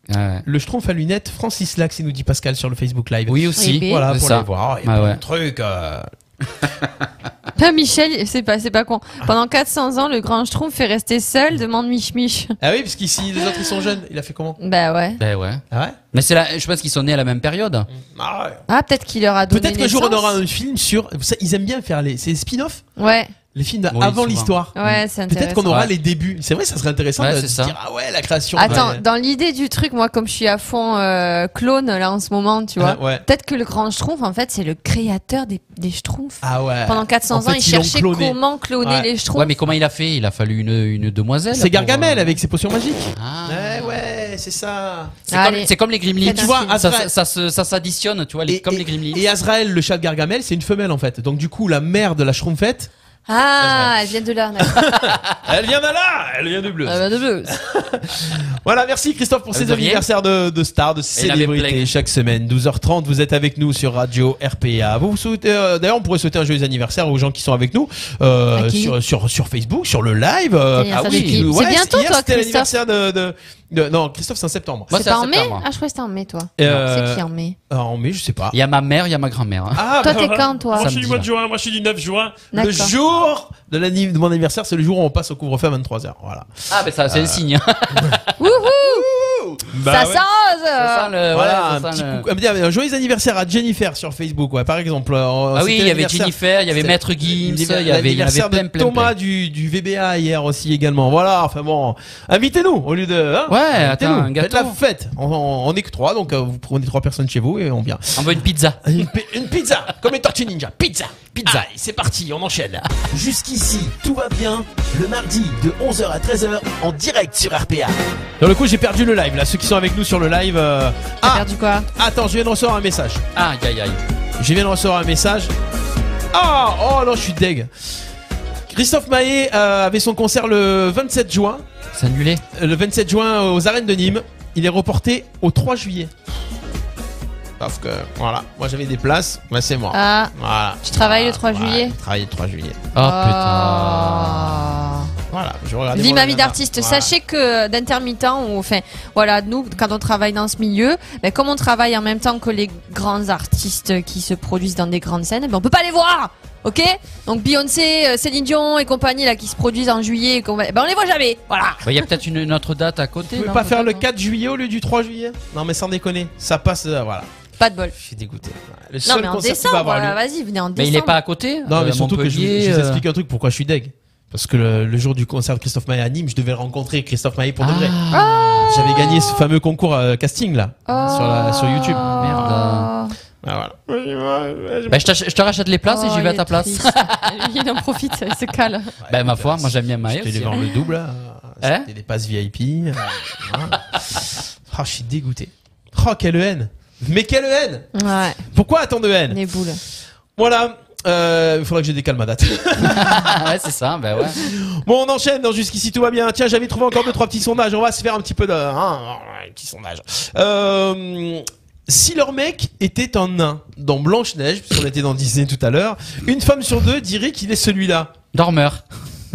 Ouais.
Le schtroumpf à lunettes, Francis Lax, il nous dit Pascal sur le Facebook Live.
Oui, aussi. Oui,
Voilà,
c'est
pour
ça.
les voir. Il y a
Ah
plein
ouais.
de trucs. euh.
Pas Michel, c'est pas, c'est pas con.
Ah.
Pendant 400 ans, le grand Schtroumpf fait rester seul, demande Mich Mich.
Ah oui, parce qu'ici, les autres, ils sont jeunes. Il a fait comment
Bah ouais.
Ben ouais.
Ah ouais
Mais c'est là, je pense qu'ils sont nés à la même période.
Ah ouais.
Ah, peut-être qu'il leur a donné.
Peut-être qu'un jour on
naissance.
aura un film sur. vous savez, Ils aiment bien faire les, c'est les spin-offs,
Ouais.
les films d'avant
Oui,
avant
souvent.
l'histoire.
Ouais, c'est
Hmm. Peut-être
intéressant.
qu'on aura
Ouais.
les débuts. C'est vrai, ça serait intéressant
Ouais,
de
c'est
se
ça.
dire ah ouais la création.
Attends,
ouais.
dans l'idée du truc, moi, comme je suis à fond euh, clone là en ce moment, tu vois,
Ah, ouais.
peut-être que le grand Schtroumpf, en fait, c'est le créateur des, des Schtroumpfs.
Ah ouais.
Pendant 400
En fait,
ans, il
ils l'ont
cherchait
cloné.
comment cloner
Ouais.
les Schtroumpfs.
Ouais, mais comment il a fait Il a fallu une, une demoiselle.
C'est
pour, euh,
Gargamel avec ses potions magiques.
Ah.
Ouais, ouais, c'est ça.
C'est comme, c'est comme les Gremlins.
Tu vois,
ça,
Azrael-
ça, ça se- ça s'additionne, tu vois, les, comme les Gremlins.
et Azrael, le chat de Gargamel, c'est une femelle en fait. Donc du coup, la mère de la schtroumpfette,
Ah, elle vient de là. d'accord.
elle vient de là, elle vient du bleu.
Ah, bah, de bleu.
Voilà, merci Christophe pour
Ah,
ces
de rien.
anniversaires de, de stars, de
Il y en avait
célébrités chaque semaine. 12h30, vous êtes avec nous sur Radio RPA. Vous vous souhaitez, euh, d'ailleurs, on pourrait souhaiter un joyeux anniversaire aux gens qui sont avec nous euh,
À qui
sur, sur sur Facebook, sur le live. euh,
L'anniversaire de qui
ouais,
C'est bientôt,
hier,
toi,
c'était
Christophe
l'anniversaire de, de, de- non Christophe, c'est en septembre.
Moi,
C'est
c'est
pas
en
en mai
septembre.
Ah, je crois que c'était en mai, toi.
Euh,
C'est qui en mai
Ah, en mai, je sais pas.
Il y a ma mère, il y a ma grand-mère.
Ah,
Toi,
bah,
t'es quand, toi
Moi, je suis
Samedi,
du mois
là.
de juin, moi, je suis du 9 juin.
le
D'accord.
jour de, l'anniv- de mon anniversaire, c'est le jour où on passe au couvre-feu à 23h. Voilà.
Ah, ben ça, c'est un signe.
hein.
Wouhou
Bah
Ça
ouais.
sent
Ça sent
euh,
le-
Voilà,
ouais, ça
un
sent
petit
le-
coucou- Ah, un joyeux anniversaire à Jennifer sur Facebook, ouais, par exemple. euh,
Ah oui, il y avait Jennifer, il y avait Maître Gims, il y avait- il y avait
l'anniversaire de
plein, plein,
Thomas
plein.
Du, du VBA hier aussi également. Voilà, enfin bon, invitez-nous au lieu de. hein,
Ouais,
invitez-nous.
attends, un
Faites
gâteau.
la fête. On, on- on est que trois, donc euh, vous prenez trois personnes chez vous et on vient.
On veut une pizza.
Une, pi- une pizza, comme les Tortues Ninja. Pizza, pizza. Allez, c'est parti, on enchaîne.
Jusqu'ici, tout va bien. Le mardi de 11h à 13h en direct sur RPA.
Dans le coup, j'ai perdu le live là. Ceux qui sont avec nous sur le live. euh,
T'as
Ah,
perdu quoi
attends, je viens de recevoir un message.
Ah, Aïe, aïe, aïe.
Je viens de recevoir un message. Ah, oh non, je suis deg. Christophe Maé euh, avait son concert le 27 juin,
C'est annulé.
euh, le 27 juin aux arènes de Nîmes. Il est reporté au 3 juillet. Parce que voilà, moi j'avais des places, bah c'est moi.
Ah.
Voilà.
Tu travailles le 3
Voilà,
juillet
Ah, je travaille le 3 juillet.
Oh, putain.
Ah.
Voilà, je regardais
Vie
mon
ma vie
nana.
d'artiste.
Voilà.
Sachez que euh, d'intermittent, on fait, voilà, nous, quand on travaille dans ce milieu, ben, comme on travaille en même temps que les grands artistes qui se produisent dans des grandes scènes, ben, on peut pas les voir! Ok? Donc Beyoncé, euh, Céline Dion et compagnie, là, qui se produisent en juillet, et qu'on va- ben, on les voit jamais! Voilà!
Il y a peut-être une, une autre date à côté.
Vous pouvez
non
pas faire le 4 juillet au lieu du 3 juillet Non, mais sans déconner, ça passe. euh, voilà.
Pas de bol.
Je suis dégoûté. Le
non,
seul
mais en
concert qui va
décembre, euh,
avoir
voilà,
lieu-
vas-y, venez en décembre.
Non, mais
euh,
surtout que je, vous-
Montpellier,
je vous
euh.
explique un truc pourquoi je suis deg. Parce que le, le jour du concert de Christophe Maé à Nîmes, je devais rencontrer Christophe Maé pour de vrai.
Ah.
J'avais gagné ce fameux concours euh, casting là
Oh.
sur, la- sur YouTube. Merde. Ah, voilà. Ah.
Bah, je, t'ach- je te rachète les places et
Oh,
j'y vais à ta place.
Il en profite, il se cale.
Bah, ma foi, moi j'aime bien Hein Maé.
euh, J'étais les vendre le double. là. C'était des passes VIP. euh, voilà. Ah, je suis dégoûté. Oh, quelle haine. Mais quelle haine.
Ouais.
Pourquoi tant de haine
Les boules.
Voilà. Euh, Il faudra que je décale ma date.
ouais, c'est ça, bah ouais.
Bon, on enchaîne dans Jusqu'ici tout va bien. Tiens, j'avais trouvé encore deux, trois petits sondages. On va se faire un petit peu de. hein, un petit sondage. Euh, si leur mec était un nain dans Blanche-Neige, puisqu'on était dans Disney tout à l'heure, une femme sur deux dirait qu'il est celui-là.
Dormeur.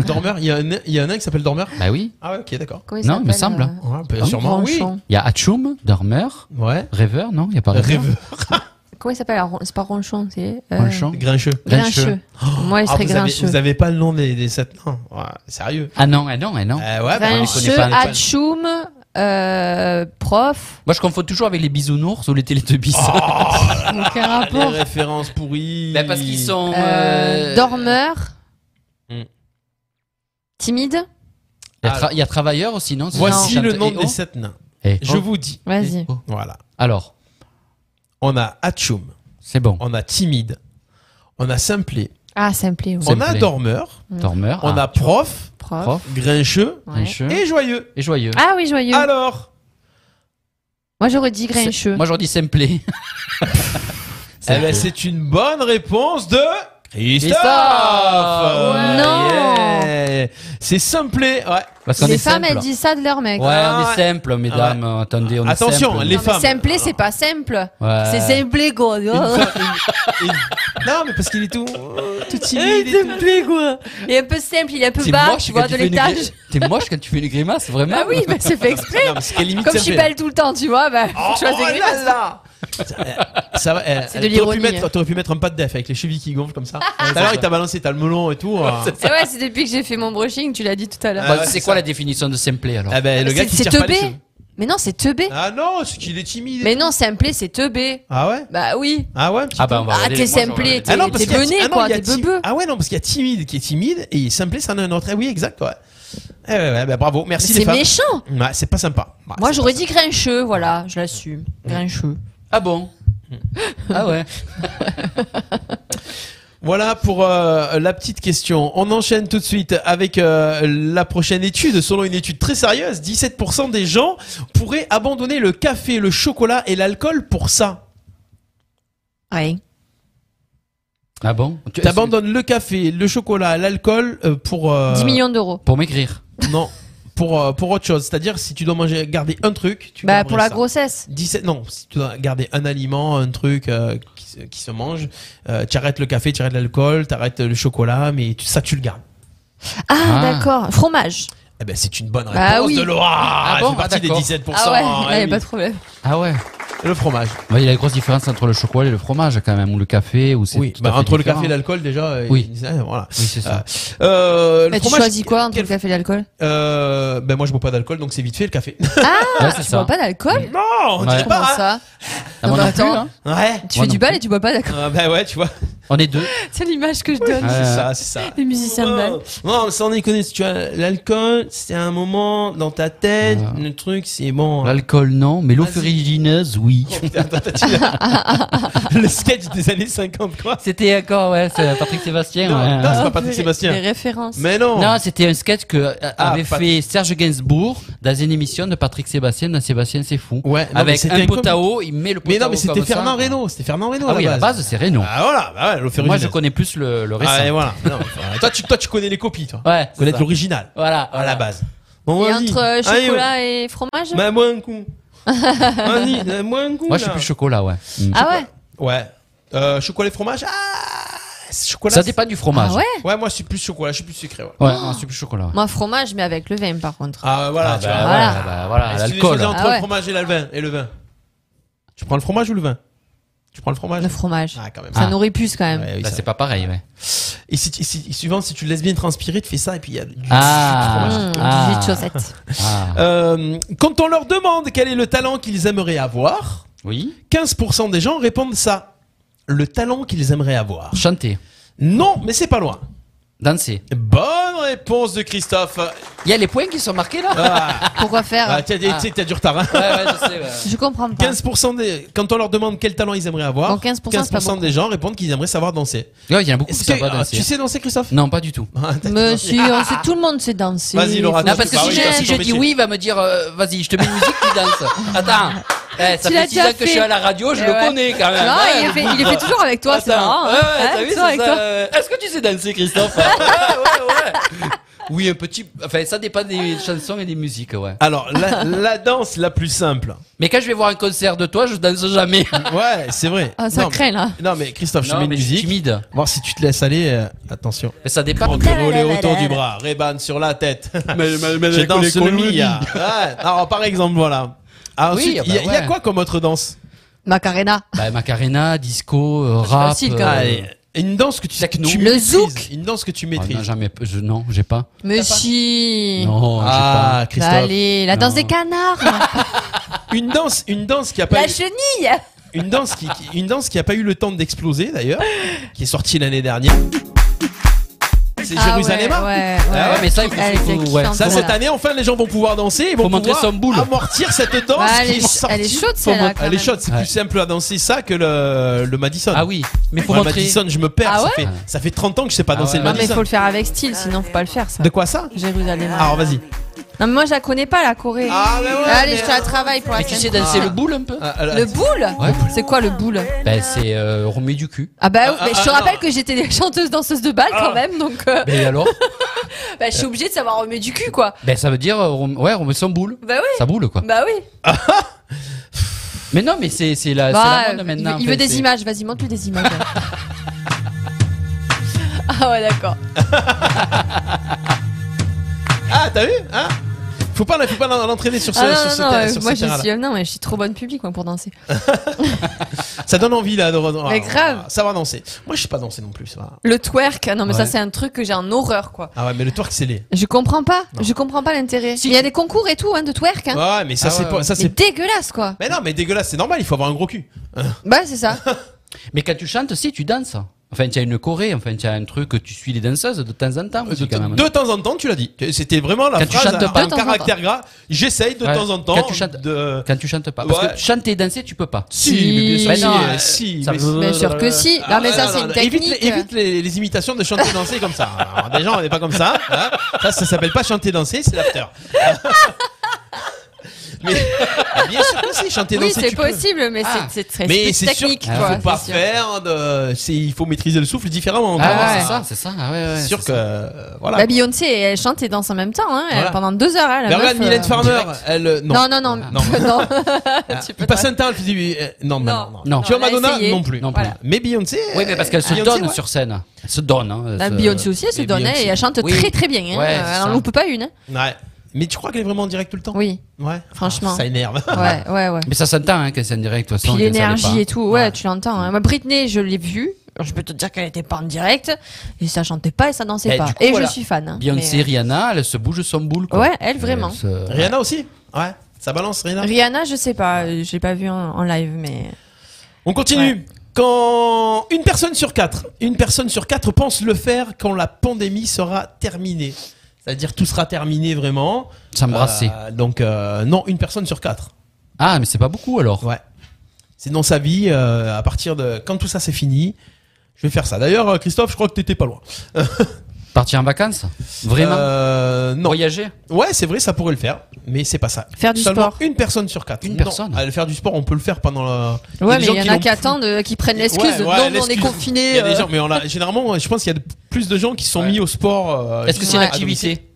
Dormeur Il y, a un- il y a un nain qui s'appelle Dormeur
Bah oui.
Ah ouais, ok, d'accord.
Comment il
Non, il me
s'appelle,
semble.
euh, Ouais, bah, sûrement, oui. Ronchon.
Il y a Hachoum, Dormeur.
Ouais.
Rêveur, non Il y a pas Rêveur.
Comment il s'appelle alors C'est pas Ronchon, c'est. euh,
Ronchon.
Grincheux.
Grincheux. Moi, il
Ah,
serait
vous, avez,
grincheux.
vous avez pas le nom des, des sept nains. Ouais, sérieux.
Ah non, ah non, ah non.
ouais, bah, on les connaît
Grincheux,
pas, on les connaît.
Hachoum, euh, prof.
Moi, je confonds toujours avec les bisounours ou les télétubbies.
Oh.
Aucun
Les
rapport.
références pourries.
Bah, parce qu'ils sont.
Euh,
euh,
dormeur.
Hmm.
Timide.
Il y a tra- il y a travailleur aussi, non
Ah, Voici le nom des sept nains. Je vous dis.
oh. Vas-y.
Voilà.
oh, Alors.
On a Hachoum.
C'est bon.
On a Timide. On a Simplé.
Ah, ça me plaît. oui.
On a Dormeur.
Mm.
Dormeur,
On
ah.
a Prof.
Prof.
Grincheux.
Ouais. Grincheux.
Et Joyeux.
Et Joyeux.
Ah oui, joyeux.
Alors
Moi, j'aurais dit grincheux.
Moi, j'aurais dit Simplé.
Eh ben, c'est une bonne réponse de. Christophe!
Christophe
Non.
Yeah. C'est Simplé, ouais.
Les femmes, elles disent ça de leur mec.
Ouais, on est simple, mesdames. Attendez, on est
Ah, Attention,
simple.
les femmes. Euh,
Simple, c'est pas simple.
Ouais.
C'est simple, quoi. Oh,
Non, mais parce qu'il est tout. Tout timide. et tout.
Simple, quoi. Il est un peu simple, il est un peu
T'es
bas,
moche
tu
quand
vois,
tu
de
fais une gri-
l'étage.
T'es moche quand tu fais une grimace, vraiment.
Bah oui, mais c'est fait exprès.
Non, parce qu'elle imite
Comme je suis
Simplé.
belle tout le temps, tu vois, bah, faut que je fasse
oh
des
là
grimaces.
là Ça va, eh,
C'est de
t'aurais,
l'ironie,
pu mettre,
hein.
t'aurais pu mettre un pas de def avec les chevilles qui gonflent comme ça. Tout à l'heure, il t'a balancé, t'as le melon et tout. euh.
C'est vrai, c'est depuis que j'ai fait mon brushing, tu l'as dit tout à l'heure.
Bah, c'est quoi la définition de simplé alors
Ah ben, le gars qui
C'est
tire pas les
teubé.
cheveux.
Mais non, c'est teubé.
Ah non, c'est qu'il est timide.
Mais non, simple, c'est teubé.
Ah ouais
Bah oui.
Ah ouais un petit
Ah bah,
peu.
on va
Ah, t'es simple, t'es
Ah non, parce
t'es
qu'il y a-
bené,
ah non,
quoi,
il y a
t'es
ti-
bebeux.
Ah ouais, non, parce qu'il y a timide qui est timide et simplé, ça en a un autre. Eh oui, exact, ouais. Eh ouais, ouais, bah, bravo, merci
Mais
les
c'est
femmes.
méchant.
Ouais, c'est pas sympa. Ouais,
Moi,
c'est
j'aurais dit grincheux, voilà, je l'assume. Grincheux.
Ah bon Ah ouais.
Voilà pour euh, la petite question. On enchaîne tout de suite avec euh, la prochaine étude. Selon une étude très sérieuse, 17% des gens pourraient abandonner le café, le chocolat et l'alcool pour ça.
Ouais.
Ah bon Tu-
T'abandonnes le café, le chocolat, l'alcool euh, pour... euh,
10 millions d'euros.
Pour maigrir.
Non, pour, euh, pour autre chose. C'est-à-dire si tu dois manger, garder un truc... Tu
Bah,
garderais
pour la
ça.
grossesse.
17, non, si tu dois garder un aliment, un truc euh, qui, se- qui se mange, euh, tu arrêtes le café, tu arrêtes l'alcool, tu arrêtes le chocolat, mais tu- ça tu le gardes.
Ah,
Ah.
d'accord. Fromage.
Eh ben, c'est une bonne réponse
Bah oui.
de Laura.
Ah
Elle
bon,
fait partie
ah,
des
d'accord.
17%.
Ah ouais,
hein,
là, y a
oui.
pas de problème.
Ah ouais.
Le fromage.
Bah, il y a une grosse différence entre le chocolat et le fromage quand même, ou le café, ou c'est
Oui,
tout à
bah,
fait
entre le
différent.
café et l'alcool déjà. euh,
Oui.
ils- euh, voilà.
Oui, c'est ça.
Euh, euh, le
Bah, tu
fromage,
choisis quoi entre le café et l'alcool
euh, ben moi je bois pas d'alcool donc c'est vite fait le café.
Ah,
Ouais, c'est
tu
ça.
bois pas d'alcool
Non, on
Ouais.
dirait pas.
Comment
hein.
ça
Ah, moi
Non, mais
non plus,
attends.
hein.
Ouais.
Tu fais du bal et tu bois pas d'alcool.
Euh, ben ouais, tu vois.
On est deux.
C'est l'image que je donne.
C'est
Ah.
ça, c'est ça. Oh.
Les musiciens de bal.
Non, mais sans déconner, si tu as l'alcool, c'est un moment dans ta tête,
Ah.
le truc, c'est bon.
L'alcool non, mais l'eau
Vas-y.
ferrugineuse oui.
Oh, le sketch des années 50, quoi.
C'était encore ouais, c'est Patrick Sébastien.
Non,
ouais.
non, c'est pas Patrick Sébastien.
Oh, Les références.
Mais non.
Non, c'était un sketch que euh,
Ah,
avait
Pat-
fait Serge Gainsbourg dans une émission de Patrick Sébastien, dans Sébastien c'est fou.
Ouais, non, mais
Avec
c'était
un pot à
com-
eau, il met le pot
Mais
à
non,
eau
mais c'était
comme ça.
Fernand Reynaud. C'était Fernand Reynaud
Ah oui, à la base, c'est Reynaud.
Ah voilà, bah ouais, l'eau
Moi,
ferrugineuse.
je connais plus le, le récent.
Ah, et voilà. Non, enfin, toi, tu, toi, tu connais les copies, toi.
Ouais, c'est
Connaître
ça.
l'original.
Voilà,
À la
voilà.
base. Bon,
Et
vas-y.
entre euh,
Ah
Allez,
chocolat et fromage
ouais. Bah, moi, un coup. Vas-y, euh, moi, un coup.
Moi, je suis
là.
plus chocolat, ouais. Mm.
Ah ouais
Ouais. Euh, chocolat et fromage. Ah chocolat.
Ça dépend du fromage.
Ah ouais
Ouais, moi, je suis plus chocolat, je suis plus sucré. Ouais,
Ouais, non, c'est plus chocolat.
Moi, fromage, mais avec le vin, par contre.
Ah, voilà,
Oh. Ah
tu
bah,
vois.
voilà. Ah bah, voilà,
Et si tu
l'alcool.
décidais entre
Ah ouais.
le fromage et le vin, et le vin. Tu prends le fromage ou le vin Tu prends le fromage
Le fromage.
Ah, quand même.
Ça
Ah.
nourrit plus, quand même.
Ouais, oui,
Là,
ça-
Bah, c'est pas pareil, ouais.
Et si, tu- si- suivant, si tu le laisses bien transpirer, tu fais ça et puis il y a du du
Mmh,
Ah.
fromage.
Ah. Du jus de
chaussette.
Ah.
Euh, quand on leur demande quel est le talent qu'ils aimeraient avoir,
Oui.
15% des gens répondent ça. Le talent qu'ils aimeraient avoir.
Chanter.
Non, mais c'est pas loin.
Danser.
Bonne réponse de Christophe.
Il y a les points qui sont marqués là.
Pourquoi faire
Ah, tiens,
Ah.
tu sais, t'as du retard. hein.
Je comprends pas.
15% des, quand on leur demande quel talent ils aimeraient avoir,
Bon, 15%, c'est pas
15% des gens répondent qu'ils aimeraient savoir danser.
Ouais, il y en a beaucoup qui
Est-ce
savent
que-
pas
ah,
danser.
Tu sais danser, Christophe
Non, pas du tout.
Mais si, on sait- tout le monde sait danser.
Vas-y, Laura,
Faut-
Non, parce que
Bah
si
oui,
je,
c'est
si
ton
je dis
métier.
oui, il va me dire euh, vas-y, je te mets une musique, tu danses. Attends. Eh, ça
Tu l'as
fait 10 ans
déjà
que je suis
fait.
à la radio, je
Eh
le
ouais.
connais quand même.
Tu vois, il
Ouais.
le fait- il le fait toujours avec toi, c'est
Attends.
marrant, hein.
Ah, Ouais, ouais,
Hein,
t'as vu,
toujours
c'est
avec
ça,
toi.
euh, Est-ce que tu sais danser, Christophe Ouais, ouais, ouais. Oui, un petit. Enfin, ça dépend des chansons et des musiques, ouais.
Alors, la, la danse la plus simple.
Mais quand je vais voir un concert de toi, je danse jamais.
Ouais, c'est vrai.
Ah, ça
Non, mais-
craint, là.
Non, mais Christophe, je te
Non,
mets une
mais je suis
musique.
timide.
Voir si tu te laisses aller. euh, attention.
Mais ça dépend.
Envolé autour du bras, Reban sur la tête.
Mais- mais- mais
je
les
danse le
colonis.
Mia. Ouais. Alors, par exemple, voilà. Ah,
Oui,
ensuite,
bah
il y a- il y, a
ouais.
quoi comme autre danse
Macarena.
Bah, Macarena, disco, euh, rap.
facile, quand
Allez, Une danse que tu,
Techno.
tu
Le
maîtrises. Une danse que tu maîtrises.
non, jamais. Je, non, j'ai pas.
Mais si.
Non, j'ai
Ah,
pas.
Christophe.
Bah, Allez, la danse
Non. Ah,
des canards.
Une danse, une danse qui a pas
la
eu,
chenille.
une danse qui, qui- une danse qui a pas eu le temps d'exploser d'ailleurs, qui est sortie l'année dernière. C'est
Ah
Jérusalem.
ouais, ouais,
Ah ouais, mais ça, il faut-
Elle
faut-
était
ouais.
kiffante,
Ça cette
celle-là.
année enfin les gens vont pouvoir danser et vont
Faut montrer
pouvoir
son boule.
amortir cette danse
Ouais, Bah, elle
qui
est
est
ch-
sortie.
elle est chaude,
Faut
celle-là,
mon-
quand
Elle est
même.
chaude, c'est
Ouais.
plus simple à danser ça que le, le Madison.
Ah oui, mais faut
Moi,
montrer. Ah
Madison, je me perds.
Ah
ça,
ouais
fait, ça fait 30 ans que je sais pas danser
ouais.
le
Non, mais
Madison.
faut le faire avec style, sinon faut pas le Ah. faire, ça.
De quoi ça
Jérusalem.
Ah,
Alors vas-y.
Non, mais moi, je la connais pas, la Corée.
Ah, mais ouais,
Allez,
mais-
je te la travaille pour la
Mais tu
semaine
sais danser
prochaine.
le boule un peu
Ah, alors-
Le boule
Ouais.
C'est quoi le boule
Ben, c'est euh, remuer du cul.
Ah bah, oui,
ah,
mais je te
ah,
rappelle
non.
que j'étais chanteuse danseuse de bal quand même, donc euh,
Ben, et alors
bah, je suis obligée de savoir remuer du cul, quoi.
Ben, ça veut dire, euh, rem- ouais, remuer son boule.
Bah oui.
Ça boule, quoi.
Bah oui.
Mais non, mais c'est c'est la,
Bah,
c'est la
euh,
mode
il
maintenant.
veut,
en
il veut
fait,
des
c'est-
images, vas-y, montre-lui des images. ah ouais, d'accord.
Ah t'as vu hein Faut pas, faut pas l'en- l'entraîner sur ce,
Ah
sur
non,
ce
non, non,
terrain-
euh,
sur ce
moi je
terrain-là.
suis, euh, non, mais je suis trop bonne public moi, pour danser.
Ça donne envie là de re- Ah,
Mais grave.
Ça va danser. Moi je sais pas danser non plus. ça va.
Le twerk, ah non, mais ça
Ouais.
c'est un truc que j'ai en horreur, quoi.
Ah ouais mais le twerk c'est les.
Je comprends pas, je comprends pas l'intérêt. Il y a des concours et tout, hein, de twerk, hein.
Ouais mais ça
Ah
c'est
ouais,
pas-
ouais.
ça
c'est
c'est.
dégueulasse, quoi.
Mais non mais dégueulasse c'est normal il faut avoir un gros cul.
Bah, c'est ça.
Mais quand tu chantes, si, tu danses. Enfin, tu as une choré, enfin, tu as un truc que tu suis les danseuses de temps en temps aussi, quand même.
De temps en temps, tu l'as dit. C'était vraiment la
Quand tu
phrase
chantes
en
pas.
De temps en
caractère gras. J'essaye de
Ouais.
temps en temps.
Quand tu chantes-
de...
Quand tu chantes pas. Parce
Ouais.
que chanter et danser, tu peux pas.
Si, mais bien sûr
Ben
que
non,
si,
euh,
si,
ça
mais
veut-
Bien sûr que si. Non, mais ça,
Ah, non,
c'est
non, non.
une
Évite,
technique.
les, évite les- les imitations de chanter danser comme ça. Alors, Déjà, on n'est pas comme ça. hein. Ça, ça s'appelle pas chanter danser, c'est l'after. mais bien sûr que si, chanter
Oui,
danser.
c'est
tu peux.
possible, mais
Ah.
c'est- c'est très
Mais
c'est
c'est sûr
technique,
qu'il
quoi.
faut pas
c'est sûr.
faire. De... c'est- Il faut maîtriser le souffle différemment.
Ah,
quoi.
ouais,
C'est
c'est ça, c'est ça. Ah, ouais, ouais,
C'est sûr
c'est
que
ça.
euh, voilà.
Bah, Beyoncé, elle chante et danse en même temps, hein, elle-
Voilà.
pendant deux heures, hein,
Mais
la meuf,
regarde, Mylène
euh,
Farmer, elle euh,
Non, non, non. Non, Tu peux
Il passe
pas.
un temps, elle faisait oui, euh, non, non,
Non.
non, non,
Non.
Tu vois
Elle a
Madonna
essayé.
non plus.
Non plus.
Voilà.
Mais Beyoncé.
Oui, mais parce qu'elle se
Beyoncé,
donne
ouais.
sur scène. Elle se donne. Hein,
La
se-
Bah, Beyoncé aussi, elle se
et
donne, hein,
Beyoncé.
et elle chante
Oui.
très très bien. Hein.
Ouais,
Euh,
c'est
elle en
ça.
loupe pas une. hein.
Ouais. Mais tu crois qu'elle est vraiment en direct tout le temps
Oui,
Ouais. Ah,
Franchement.
Ça énerve.
ouais, ouais, ouais.
Mais ça s'entend hein, quand c'est en direct. de toute
Puis
façon, quand ça l'est
l'énergie
pas.
et tout, ouais, tu l'entends. hein. Moi, Britney, je l'ai vue. Alors, Je peux te dire qu'elle était pas en direct. Et ça chantait pas et ça dansait
Eh,
pas.
du coup,
et
voilà.
je suis fan. hein.
Beyoncé,
Mais, euh,
Rihanna, elle se bouge son boule. Quoi.
Ouais, elle, vraiment.
Elle se-
Rihanna aussi Ouais. Ça balance Rihanna.
euh, Rihanna, je sais pas. euh, Je l'ai pas vue en, en live, mais.
On continue. Quand une personne sur quatre, une personne sur quatre pense le faire quand la pandémie sera terminée. C'est-à-dire tout sera terminé vraiment.
S'embrasser.
Euh, donc euh, non, une personne sur quatre.
Ah, mais c'est pas beaucoup alors.
Ouais. C'est dans sa vie, euh, à partir de quand tout ça c'est fini, je vais faire ça. D'ailleurs, euh, Christophe, je crois que t'étais pas loin.
Partir en vacances Vraiment
Euh, Non.
Voyager
Ouais, c'est vrai, ça pourrait le faire, mais c'est pas ça.
Faire du
Seulement
sport.
une personne sur quatre.
Une
Non,
personne.
à le faire du sport, on peut le faire pendant la. y a
Ouais,
des
mais
gens
il y
qui
en a
l'ont
qui
plus.
attendent, euh, qui prennent l'excuse.
Ouais, ouais,
non, mais on est
l'excuse.
confinés.
Il y a des
euh.
gens, mais on a, généralement, je pense qu'il y a de- plus de gens qui se sont mis au sport. euh,
Est-ce que
qui
c'est une
sont à domicile.
activité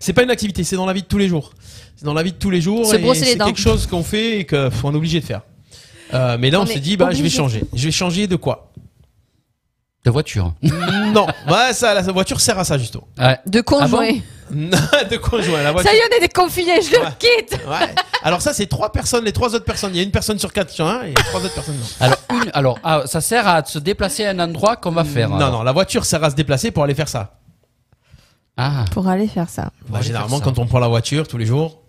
C'est pas une activité, c'est dans la vie de tous les jours. C'est dans la vie de tous les jours.
Se
et
brosser les
C'est
dents.
quelque chose qu'on fait et qu'on est obligé de faire. Euh, mais là, on,
On
se
est
dit, bah, je vais
obligé.
changer. Je vais changer de quoi
De voiture.
Non, ouais, ça, la voiture sert à ça justement.
De
Ah
conjoint.
Non, de conjoint, la voiture.
Ça y est, on est déconfinés, je le quitte
Ouais. Alors ça, c'est trois personnes, les trois autres personnes. Il y a une personne sur quatre sur un et trois autres personnes non.
Alors, une, alors ah, ça sert à se déplacer à un endroit qu'on va faire.
Mmh, Non, non, la voiture sert à se déplacer pour aller faire ça.
Ah.
Pour aller faire ça.
Bah, généralement, quand on prend la voiture tous les jours,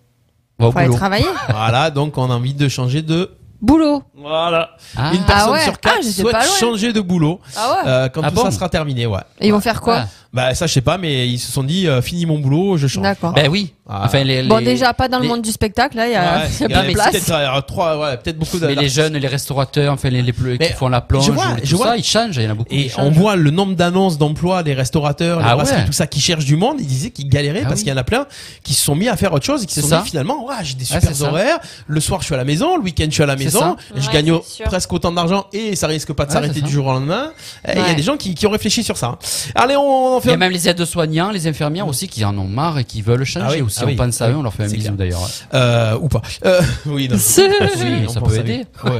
on va
Pour aller boulot. travailler.
Voilà, donc on a envie de changer de.
Boulot.
Voilà.
Ah.
Une personne
Ah ouais.
sur quatre
Ah, j'étais
souhaite
pas loin.
changer de boulot
Ah ouais.
euh, quand
Ah
tout
bon
ça sera terminé, ouais.
Et ils vont faire quoi
Bah ça, je sais pas, mais ils se sont dit, euh, fini mon boulot, je change. Bah,
D'accord.
Ben oui.
Ah.
Enfin, les,
Bon,
les-
déjà, pas dans le
les-
monde du spectacle, là, il y a,
Ouais,
il y a
il y
pas
a
de place.
peut-être, euh, trois, ouais, peut-être beaucoup de.
Mais les jeunes, les restaurateurs, enfin les, les plus- qui font la plonge,
je vois,
ou tout
je vois.
ça, ils changent. Il y en a beaucoup.
Et
qui
on
changent.
voit le nombre d'annonces d'emploi des restaurateurs, des
Ah
brasseries,
ouais.
tout ça qui cherchent du monde. Ils disaient qu'ils galéraient
Ah
parce
oui.
qu'il y en a plein qui se sont mis à faire autre chose et qui se
C'est
sont
ça.
dit finalement, ouais, j'ai des
Ouais,
super
c'est ça.
horaires. Le soir, je suis à la maison. Le week-end, je suis à la
C'est
maison.
ça.
Je
Ouais,
gagne
c'est sûr.
presque autant d'argent et ça risque pas de
Ouais,
s'arrêter
c'est ça.
du jour au lendemain. Et Il y a
Ouais.
des gens qui, qui ont réfléchi sur ça. Allez, on en
Il
fait.
y a même les aides-soignants, les infirmières aussi qui en ont marre et qui veulent changer
Ah oui,
aussi.
ah
on
oui,
pense à
oui,
eux, on leur fait un
c'est
bisou
clair.
d'ailleurs.
Euh, ou pas. Euh, oui, non.
Si,
Oui,
ça
on
peut
pense à lui.
aider.
Ouais.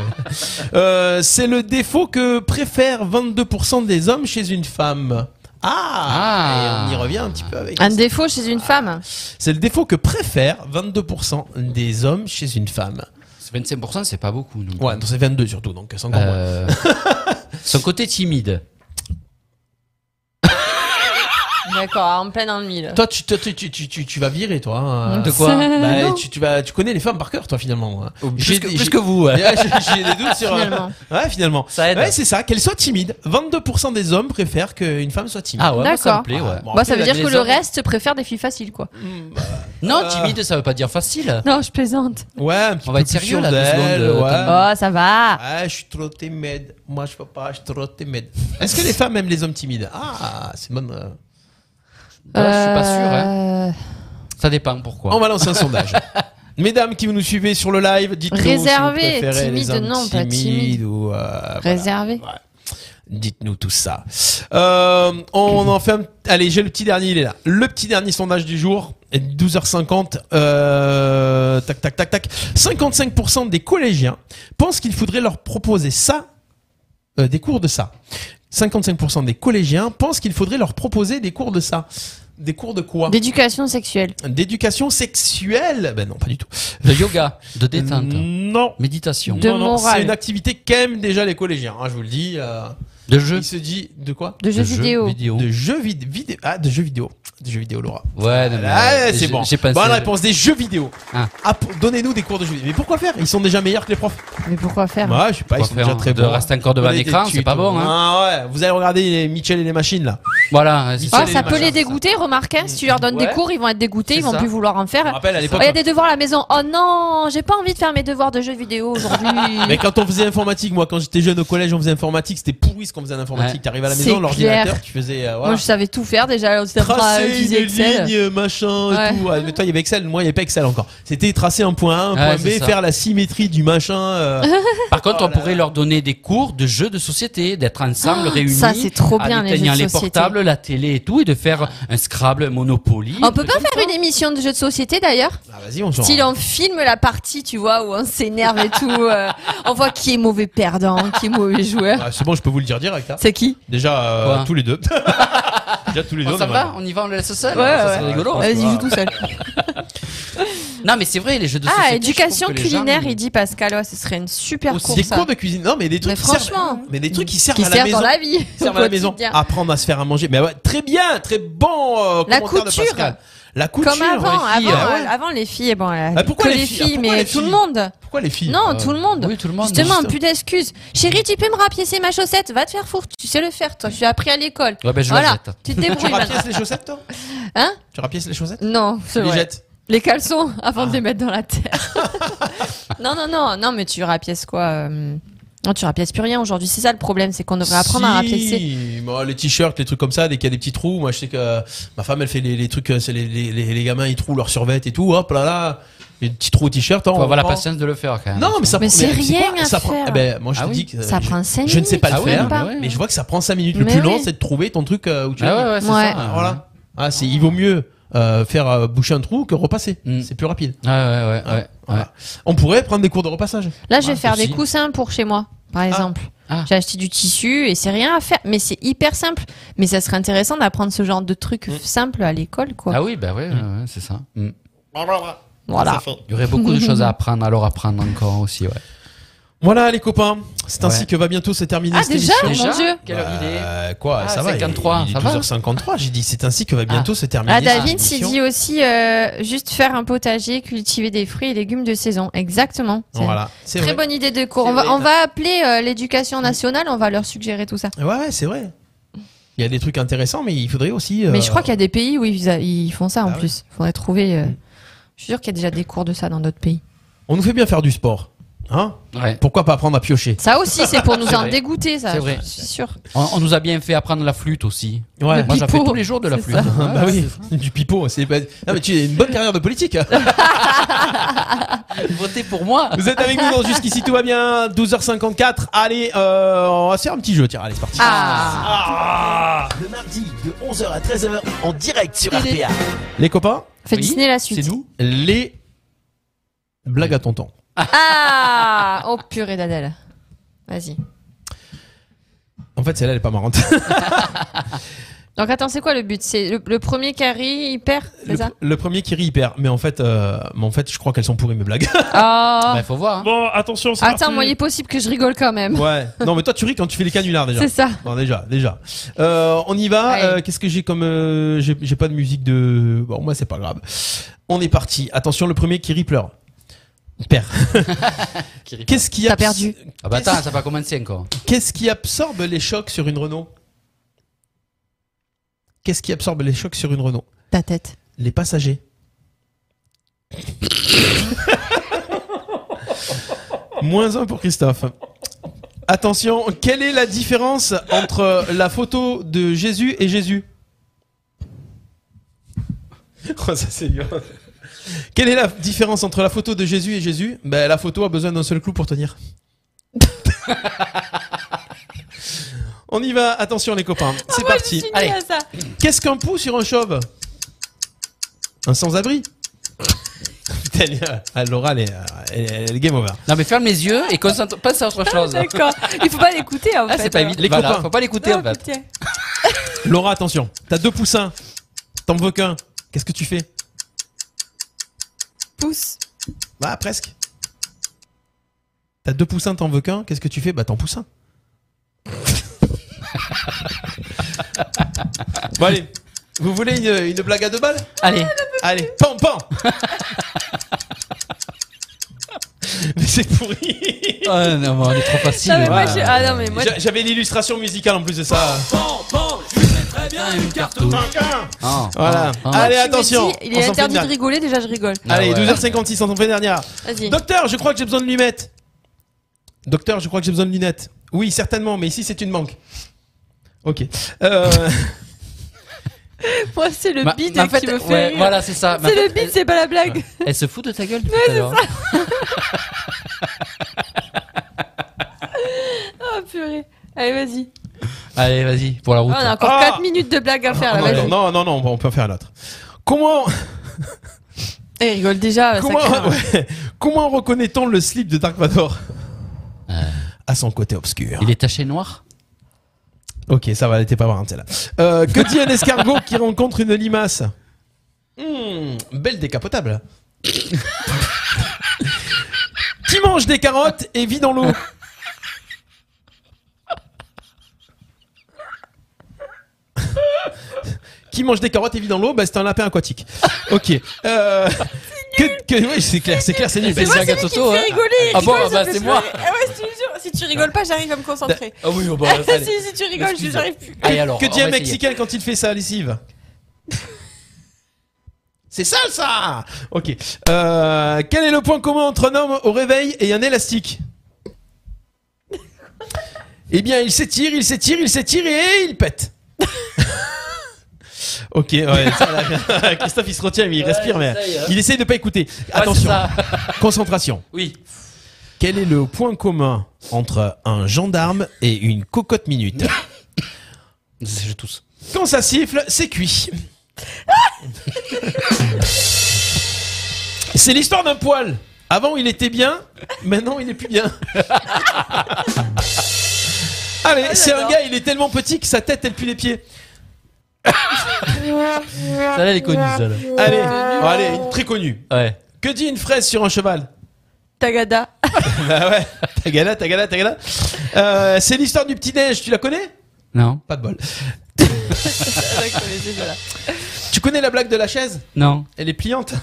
Euh, c'est le défaut que préfèrent 22% des hommes chez une femme. Ah, Et on y revient un petit peu avec.
Un défaut chez une femme.
C'est le défaut que préfèrent 22% des hommes chez une femme.
25%, c'est pas beaucoup. non.
Ouais, non, c'est 22 surtout, donc c'est encore moins.
Euh, son côté timide.
D'accord, en plein dans le mille.
Toi, tu, toi, tu, tu, tu, tu- tu vas virer, toi. hein.
De quoi
Bah,
Non.
tu, tu vas, tu connais les femmes par cœur, toi, finalement. hein.
Oh, plus
J'ai-
que-
j'ai-
plus que Eh vous, ouais.
J'ai j'ai des doutes sur. euh,
Finalement.
Ouais, finalement.
aide.
Ouais, c'est ça. Qu'elle soit timide. 22% des hommes préfèrent qu'une femme soit timide.
Ah ouais, moi, ça me
D'accord.
plaît, ouais.
Bon, ça veut dire que le reste préfère des filles faciles, quoi.
Ah.
Non, timide, ça veut pas dire facile.
Non, je plaisante.
Ouais, un petit
On va
peu
être
plus
sérieux,
sûr
là, deux
d'elle,
secondes, euh,
ouais.
Oh, ça va.
Ah, je suis trop timide. Moi, je peux pas, je suis trop timide. Est-ce que les femmes aiment les hommes timides Ah, c'est bon. euh.
Bah, je suis pas sûr, hein.
Euh,
Ah,
Ça dépend pourquoi.
On va lancer un sondage. Mesdames qui nous suivez sur le live, dites-nous
Réservé,
si vous préférez
timide,
les hommes
non, pas
timides
timide.
ou euh,
Réservé.
Dites-nous tout ça. Euh, on en fait un... Allez, j'ai le petit dernier, il est là. Le petit dernier sondage du jour, 12h50. Euh... Tac, tac, tac, tac. 55% des collégiens pensent qu'il faudrait leur proposer ça, euh, des cours de ça. 55% des collégiens pensent qu'il faudrait leur proposer des cours de ça. Des cours de quoi
D'éducation sexuelle.
D'éducation sexuelle Ben non, pas du tout.
De yoga, de détente,
Mm. Non.
méditation,
De
Non, non,
morale.
C'est une activité qu'aiment déjà les collégiens, hein, je vous le dis. euh,
de jeu.
Il se dit de quoi
De jeux vidéo.
De jeux vid- vidéo. Ah, de jeux vidéo. De jeux vidéo, Laura.
Ouais, non, mais,
Ah,
euh,
c'est
j'ai-
bon.
J'ai pensé.
Bonne réponse des jeux vidéo.
Ah.
Ah, pour- Donnez-nous des cours de jeux vidéo. Mais pourquoi faire Ils sont déjà meilleurs que les profs.
Mais pourquoi faire
Ouais, je sais pas, Bah, ils
Pourquoi
sont
faire,
déjà
hein,
très
de
bons.
rester encore devant
Donnez
un écran,
des
c'est
tutos.
pas bon, hein.
Ah ouais, vous allez regarder les Mitchell et les machines là.
Voilà, c'est
Ah,
Michel et
ça
les
peut les
machins.
dégoûter, remarque. hein, si tu leur donnes
Ouais.
des cours, ils vont être dégoûtés, ils vont
ça.
plus vouloir en
Je me
faire.
rappelle à
Oh,
l'époque.
il y a des devoirs à la maison. Oh non, j'ai pas envie de faire mes devoirs de jeux vidéo aujourd'hui.
Mais quand on faisait informatique, moi quand j'étais jeune au collège, on faisait informatique, c'était pourri ce qu'on faisait en informatique.
Ouais.
T'arrivais à la
C'est
maison, l'ordinateur,
clair.
tu faisais. euh,
Moi,
voilà.
je savais tout faire déjà. On s'était pas euh,
Tracer
utilisé
une
Excel.
ligne, machin et
Ouais.
tout. Ouais, mais toi, il y avait Excel. Moi, il n'y avait pas Excel encore. C'était tracer un point A, un
Ouais,
point
c'est
B,
ça.
faire la symétrie du machin. euh,
Par contre,
Oh
on
là
pourrait leur donner des cours de jeux de société, d'être ensemble réunis.
Ah, ça, c'est trop
en
bien, les
éteignant
jeux de
les
société.
portables, la télé et tout, et de faire un Scrabble, un Monopoly.
On peut pas faire une émission de jeux de société d'ailleurs
Ah, vas-y, on s'en
Style on filme la partie, tu vois, où on s'énerve et tout. euh, on voit qui est mauvais perdant, qui est mauvais joueur.
Ah, c'est bon, je peux vous le dire direct. hein.
C'est qui
Déjà, euh,
Quoi
tous les deux. Déjà, tous les deux.
On s'en
on est
Oh, va,
mal.
on y va, on le laisse seul.
Ouais,
ça
ouais.
serait rigolo.
Ouais.
Vas-y, joue tout seul.
Non, mais c'est vrai, les jeux de société.
Ah,
je
éducation
trouve que les gens,
culinaire,
ils-
il dit Pascal. Ouais, ce serait une super
Aussi,
course.
des
ça.
cours de cuisine. Non, mais des trucs
Mais
qui servent-
franchement.
mais des trucs qui servent
Qui
à la
sert
maison.
dans la vie.
Qui servent à
au
la maison.
quotidien.
Apprendre à se faire à manger. Mais ouais, très bien, très bon euh,
La
commentaire
couture.
de Pascal. La couture.
Comme
les filles.
avant, avant,
Ah ouais.
euh, avant les filles, bon, euh,
Ah, pourquoi
que
les
les
filles
filles,
Pourquoi
mais
les
tout le
filles bah,
monde.
Pourquoi les filles
Non,
Euh,
tout le monde.
Oui, tout le monde.
Justement,
Juste-
plus d'excuses. Chérie, tu peux me rapiécer ma chaussette Va te faire foutre. Tu sais le faire, toi. Tu as appris à l'école.
Ouais, ben, je la
voilà.
jette.
Tu te débrouilles
Tu
maintenant.
rapièces les chaussettes, toi
Hein
Tu rapièces les chaussettes
Non,
Tu
c'est
les
vrai.
jettes
Les caleçons avant
Ah.
de les mettre dans la terre. non, non, non, non, mais tu rapièces quoi euh, Non, tu rapièces plus rien aujourd'hui. C'est ça le problème, c'est qu'on devrait apprendre à rapiécer.
Si, moi, les t-shirts, les trucs comme ça, dès qu'il y a des petits trous, moi je sais que euh, ma femme elle fait les, les trucs, euh, c'est les, les, les, les gamins ils trouent leur survêt et tout, hop là là, les petits trous au t-shirt. hein,
Faut
on
avoir la
prend.
patience de le faire quand même.
Non, mais ça
Mais
prend-
c'est
tu sais
rien
quoi,
à
ça prend-
faire.
eh ben, moi je
Ah
te
oui.
dis que
Ça
je,
prend cinq
je ne sais
minutes,
pas
ah
le
oui,
faire,
mais
mais,
ouais.
je vois que ça prend 5 minutes. Le
Mais
plus long,
oui.
c'est de trouver ton truc euh, où tu l'as
Ah
mis.
ouais, ouais, c'est
Ouais.
ça.
Voilà. Ah, c'est, il vaut mieux euh, faire euh, boucher un trou que repasser.
Mm.
C'est plus rapide.
Ouais, ouais, ouais, ouais.
Voilà. On pourrait prendre des cours de repassage.
Là, je vais faire des
aussi.
coussins pour chez moi. par exemple. J'ai acheté du tissu et c'est rien à faire, mais c'est hyper simple. Mais ça serait intéressant d'apprendre ce genre de truc simple à l'école, quoi.
Ah oui, bah ouais, ouais, ouais, c'est ça. Mm.
Voilà.
Il y aurait beaucoup de choses à apprendre, alors apprendre encore aussi, ouais.
Voilà les copains, c'est ainsi que va bientôt se terminer
Ah,
cette
déjà
émission.
Déjà Mon Dieu. Quelle heure il
Euh, quoi,
Ah,
ça va
53,
il est
ça va
12h53, j'ai dit c'est ainsi que va bientôt se terminer.
Ah,
cette
David, s'il
émission.
dit aussi euh, juste faire un potager, cultiver des fruits et légumes de saison. Exactement. C'est-
Voilà, c'est
Très
vrai.
bonne idée de cours. On va, on va appeler euh, l'éducation nationale, on va leur suggérer tout ça.
Ouais, ouais, c'est vrai. Il y a des trucs intéressants, mais il faudrait aussi.
Mais
euh,
je crois qu'il y a des pays où ils, a- ils font ça en plus. Faudrait trouver. euh, Je suis sûr qu'il y a déjà des cours de ça dans d'autres pays.
On nous fait bien faire du sport. Hein Pourquoi pas apprendre à piocher
Ça aussi, c'est pour nous
C'est
en
vrai.
dégoûter, ça.
C'est vrai.
Je suis sûr.
On, on nous a bien fait apprendre la flûte aussi.
Ouais.
Moi, j'en fais
pipeau.
tous les jours de la
C'est
flûte.
ça. Bah oui, du pipeau. C'est pas... Non, mais tu as une bonne carrière de politique. hein.
Votez pour moi.
Vous êtes avec nous dans Jusqu'ici tout va bien, 12h54. Allez, euh, on va se faire un petit jeu. Tiens, allez, c'est parti.
Ah.
Ah. Le mardi de 11h à 13h en direct sur RPA.
Les copains
Faites Disney la suite.
C'est nous, les blagues à tonton.
Ah Oh purée d'Adèle. Vas-y.
En fait, celle-là, elle est pas marrante.
Donc attends, c'est quoi le but C'est le, le premier carry, il perd, c'est
le,
ça
le premier qui rit, il perd. Mais en fait, euh, mais en fait je crois qu'elles sont pourries, mes blagues.
Ah.
Bah,
faut voir.
hein.
Bon, attention, c'est
Attends,
parti.
moi, il est possible que je rigole quand même.
Ouais. Non, mais toi, tu ris quand tu fais les canulars déjà.
C'est ça.
Bon, déjà, déjà. Euh, on y va. Euh, Qu'est-ce que j'ai comme. euh, j'ai j'ai pas de musique de. Bon, moi, c'est pas grave. On est parti. Attention, le premier qui rit pleure. Père. Qu'est-ce qui
T'as
abs-
perdu. Ah bah attends,
Qu'est-ce-
ça va commencer encore.
Qu'est-ce qui absorbe les chocs sur une Renault Qu'est-ce qui absorbe les chocs sur une Renault
Ta tête.
Les passagers. Moins un pour Christophe. Attention, quelle est la différence entre la photo de Jésus et Jésus Oh, ça c'est dur. Quelle est la différence entre la photo de Jésus et Jésus ben, La photo a besoin d'un seul clou pour tenir. On y va, attention les copains, c'est parti.
Allez. Ça.
Qu'est-ce qu'un pou sur un chauve Un sans-abri Putain, elle est- ah, Laura, elle est, elle est- elle est game over.
Non mais ferme les yeux et concentre, passe à autre chose.
Ah, D'accord. Il faut pas l'écouter en
Ah,
fait.
c'est pas
alors.
évident.
Les
Voilà,
copains.
faut pas l'écouter en fait.
Écoutez.
Laura, attention, t'as deux poussins, t'en veux qu'un, qu'est-ce que tu fais
Pousse.
Bah, presque. T'as deux poussins, t'en veux qu'un, qu'est-ce que tu fais Bah, t'en poussin. bon, allez, vous voulez une, une blague à deux balles
Allez.
Allez, pan, pan Mais c'est pourri
Ah non, mais on est trop facile.
Non, mais moi, je- ah, non, mais moi-
J'a- J'avais l'illustration musicale en plus de ça.
Très
Ah,
bien, une carte
Voilà.
Ah.
Allez,
Ah, tu me
attention.
dis, il est
on s'en fait
interdit
une
de rigoler, déjà je rigole.
dernière. Allez, 12h56, on s'en fait une dernière.
Vas-y.
Docteur, je crois que j'ai besoin de lunettes. Docteur, je crois que j'ai besoin de lunettes. Oui, certainement, mais ici c'est une manque. Ok. Euh,
Moi, c'est le
Ma-
bide
mais en fait,
qui me fait.
ouais,
rire.
voilà, c'est ça. Mais en
C'est
fait,
le bide, c'est pas la blague.
Elle se fout de ta gueule depuis
Ouais,
tout à
c'est
l'heure.
ça. Oh purée. Allez, vas-y.
Allez, vas-y, pour la
Ah, on
route.
a encore 4 minutes de blague à
Ah,
faire là,
Ah, non,
vas-y.
non, non, non, on peut en faire l'autre. Comment,
Eh, il rigole déjà.
comment,
sacré.
ouais. comment reconnaît-on le slip de Dark Vador À son côté obscur.
Il est taché noir
Ok, ça va, elle était pas marrante celle-là. Euh, que dit un escargot qui rencontre une limace Hmm, Belle décapotable. qui mange des carottes et vit dans l'eau Qui mange des carottes et vit dans l'eau Bah, c'est un lapin aquatique. Ok. Euh, que- que- oui, c'est clair, c'est clair, c'est nul.
C'est moi,
Bah,
celui qui me fait rigoler.
Ah
Tu
bon,
vois,
bah,
je me
c'est
suis-
moi.
Ah ouais, je te jure, si tu rigoles pas, j'arrive à me
Bah,
concentrer.
Ah oui, bon,
Ah,
allez.
si, si tu rigoles, je
Excuse.
j'arrive plus.
Allez, alors.
Que
on
dit
va
un
essayer.
Mexicain quand il fait ça, lessive C'est sale ça Ok. Euh, quel est le point commun entre un homme au réveil et un élastique Eh bien, il s'étire, il s'étire, il s'étire et il pète. ok, ouais, ça, là, Christophe il se retient, mais il respire, mais
j'essaye, hein.
il essaye de pas écouter.
Ouais, c'est
Attention,
ça.
concentration.
Oui.
Quel est le point commun entre un gendarme et une cocotte minute
Je tousse.
Quand ça siffle, c'est cuit. c'est l'histoire d'un poil. Avant, il était bien. Maintenant, il est plus bien. Allez, c'est un gars, il est tellement petit que sa tête, elle pue les pieds.
Celle-là, elle est connue, celle-là.
Allez, bon, allez, une très connue. Que dit une fraise sur un cheval
Tagada.
Bah ouais, tagala, tagala, tagala. Euh, c'est l'histoire du petit-déj, tu la connais
Non.
Pas de bol. Tu connais la blague de la chaise
Non.
Elle est pliante.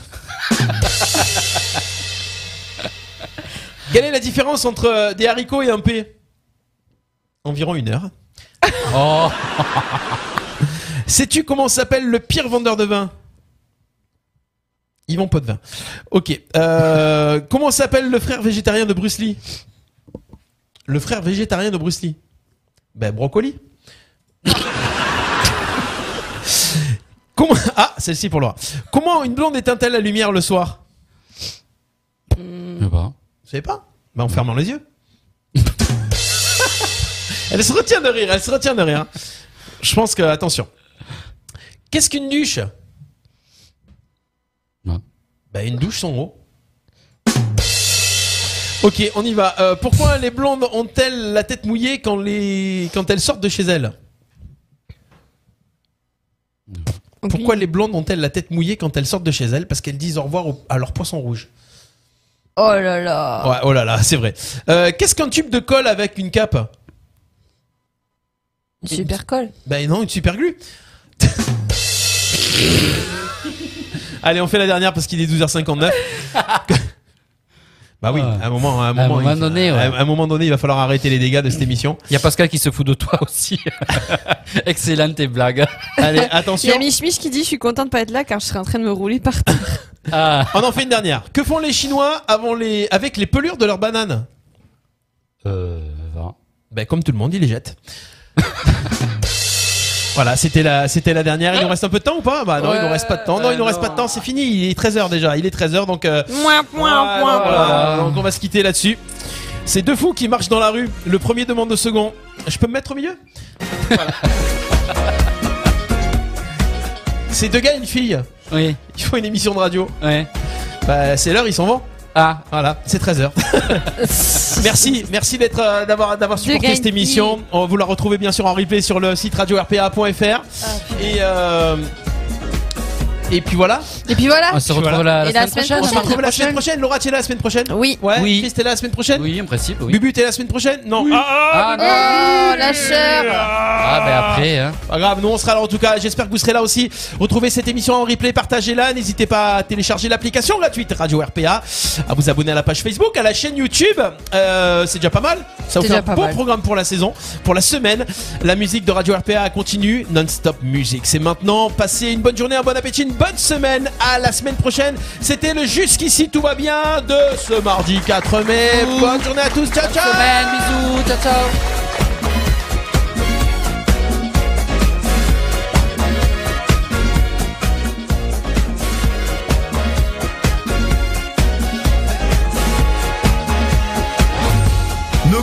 Quelle est la différence entre euh, des haricots et un P Environ une heure.
Oh.
Sais-tu comment s'appelle le pire vendeur de vin Yvon Potvin. Ok. Euh, comment s'appelle le frère végétarien de Bruce Lee Le frère végétarien de Bruce Lee Ben, Brocoli. Comment... Ah, celle-ci pour Laura. Comment une blonde éteint-elle la lumière le soir
Je sais pas.
Vous savez pas Ben, en fermant les yeux. elle se retient de rire, elle se retient de rire. Je pense que, attention. Qu'est-ce qu'une douche Ben, une douche sans eau. Ok, on y va. Euh, pourquoi les blondes ont-elles la tête mouillée quand, les... quand elles sortent de chez elles Pourquoi les blondes ont-elles la tête mouillée quand elles sortent de chez elles Parce qu'elles disent au revoir au- à leur poisson rouge.
Oh là là.
Ouais, oh là là, c'est vrai. Euh, Qu'est-ce qu'un tube de colle avec une cape
Oh,
Une super colle.
Ben non, une super glue. Allez, on fait la dernière parce qu'il est 12h59. bah oui, à un moment, à un
À un
moment,
moment
il-
donné, ouais.
à un moment donné, il va falloir arrêter les dégâts de cette émission.
Il y a Pascal qui se fout de toi aussi. Excellente tes blagues.
Allez,
Il y
attention.
a Mich Mich qui dit Je suis content de pas être là car je serais en train de me rouler par terre.
Ah.
On en fait une dernière. Que font les Chinois avant les... avec les pelures de leurs bananes
Euh,
Ben, comme tout le monde, ils les jettent. Voilà, c'était la, c'était la dernière. Il nous reste un peu de temps ou pas Bah non, il nous reste pas de temps. Non, il nous reste pas de temps. C'est fini. Il est 13h déjà. Il est 13h donc. euh,
Mouin, mouin, mouin,
Voilà,
mouin.
donc on va se quitter là-dessus. C'est deux fous qui marchent dans la rue. Le premier demande au second. Je peux me mettre au milieu Voilà. C'est deux gars et une fille.
Oui.
Ils font une émission de radio.
Ouais.
Bah, c'est l'heure, ils s'en vont.
Ah.
Voilà, c'est 13h. merci, merci d'être euh, d'avoir d'avoir supporté
gars,
cette
une fille.
émission. On- Vous la retrouvez bien sûr en replay sur le site radio-rpa.fr. et euh, et puis voilà.
Et puis
Ah,
voilà.
On se retrouve la- la Et la semaine semaine prochaine.
On se
prochaine.
retrouve la semaine prochaine. Laura, tu es là la semaine prochaine
Ah, Oui.
Ouais. Chris, t'es là la semaine prochaine
Oui, en principe, oui.
Bubu, t'es là la semaine prochaine Non.
Ah,
non.
Oh, lâcheur.
Ah, ben après, hein.
Pas grave, nous on sera là en tout cas. J'espère que vous serez là aussi. Retrouvez cette émission en replay, partagez-la. N'hésitez pas à télécharger l'application gratuite Radio RPA, à vous abonner à la page Facebook, à la chaîne YouTube. Euh, c'est déjà pas mal. Ça vous
C'est
fait
déjà
un
pas
beau
mal.
programme pour la saison, pour la semaine. La musique de Radio RPA continue. Non-stop musique. C'est maintenant. Passez une bonne journée, un bon appétit, une bonne semaine. À la semaine prochaine. C'était le Jusqu'ici tout va bien de ce mardi 4 mai. Bonne journée à tous. Ciao, ciao.
bisous. Ciao, ciao.
Nos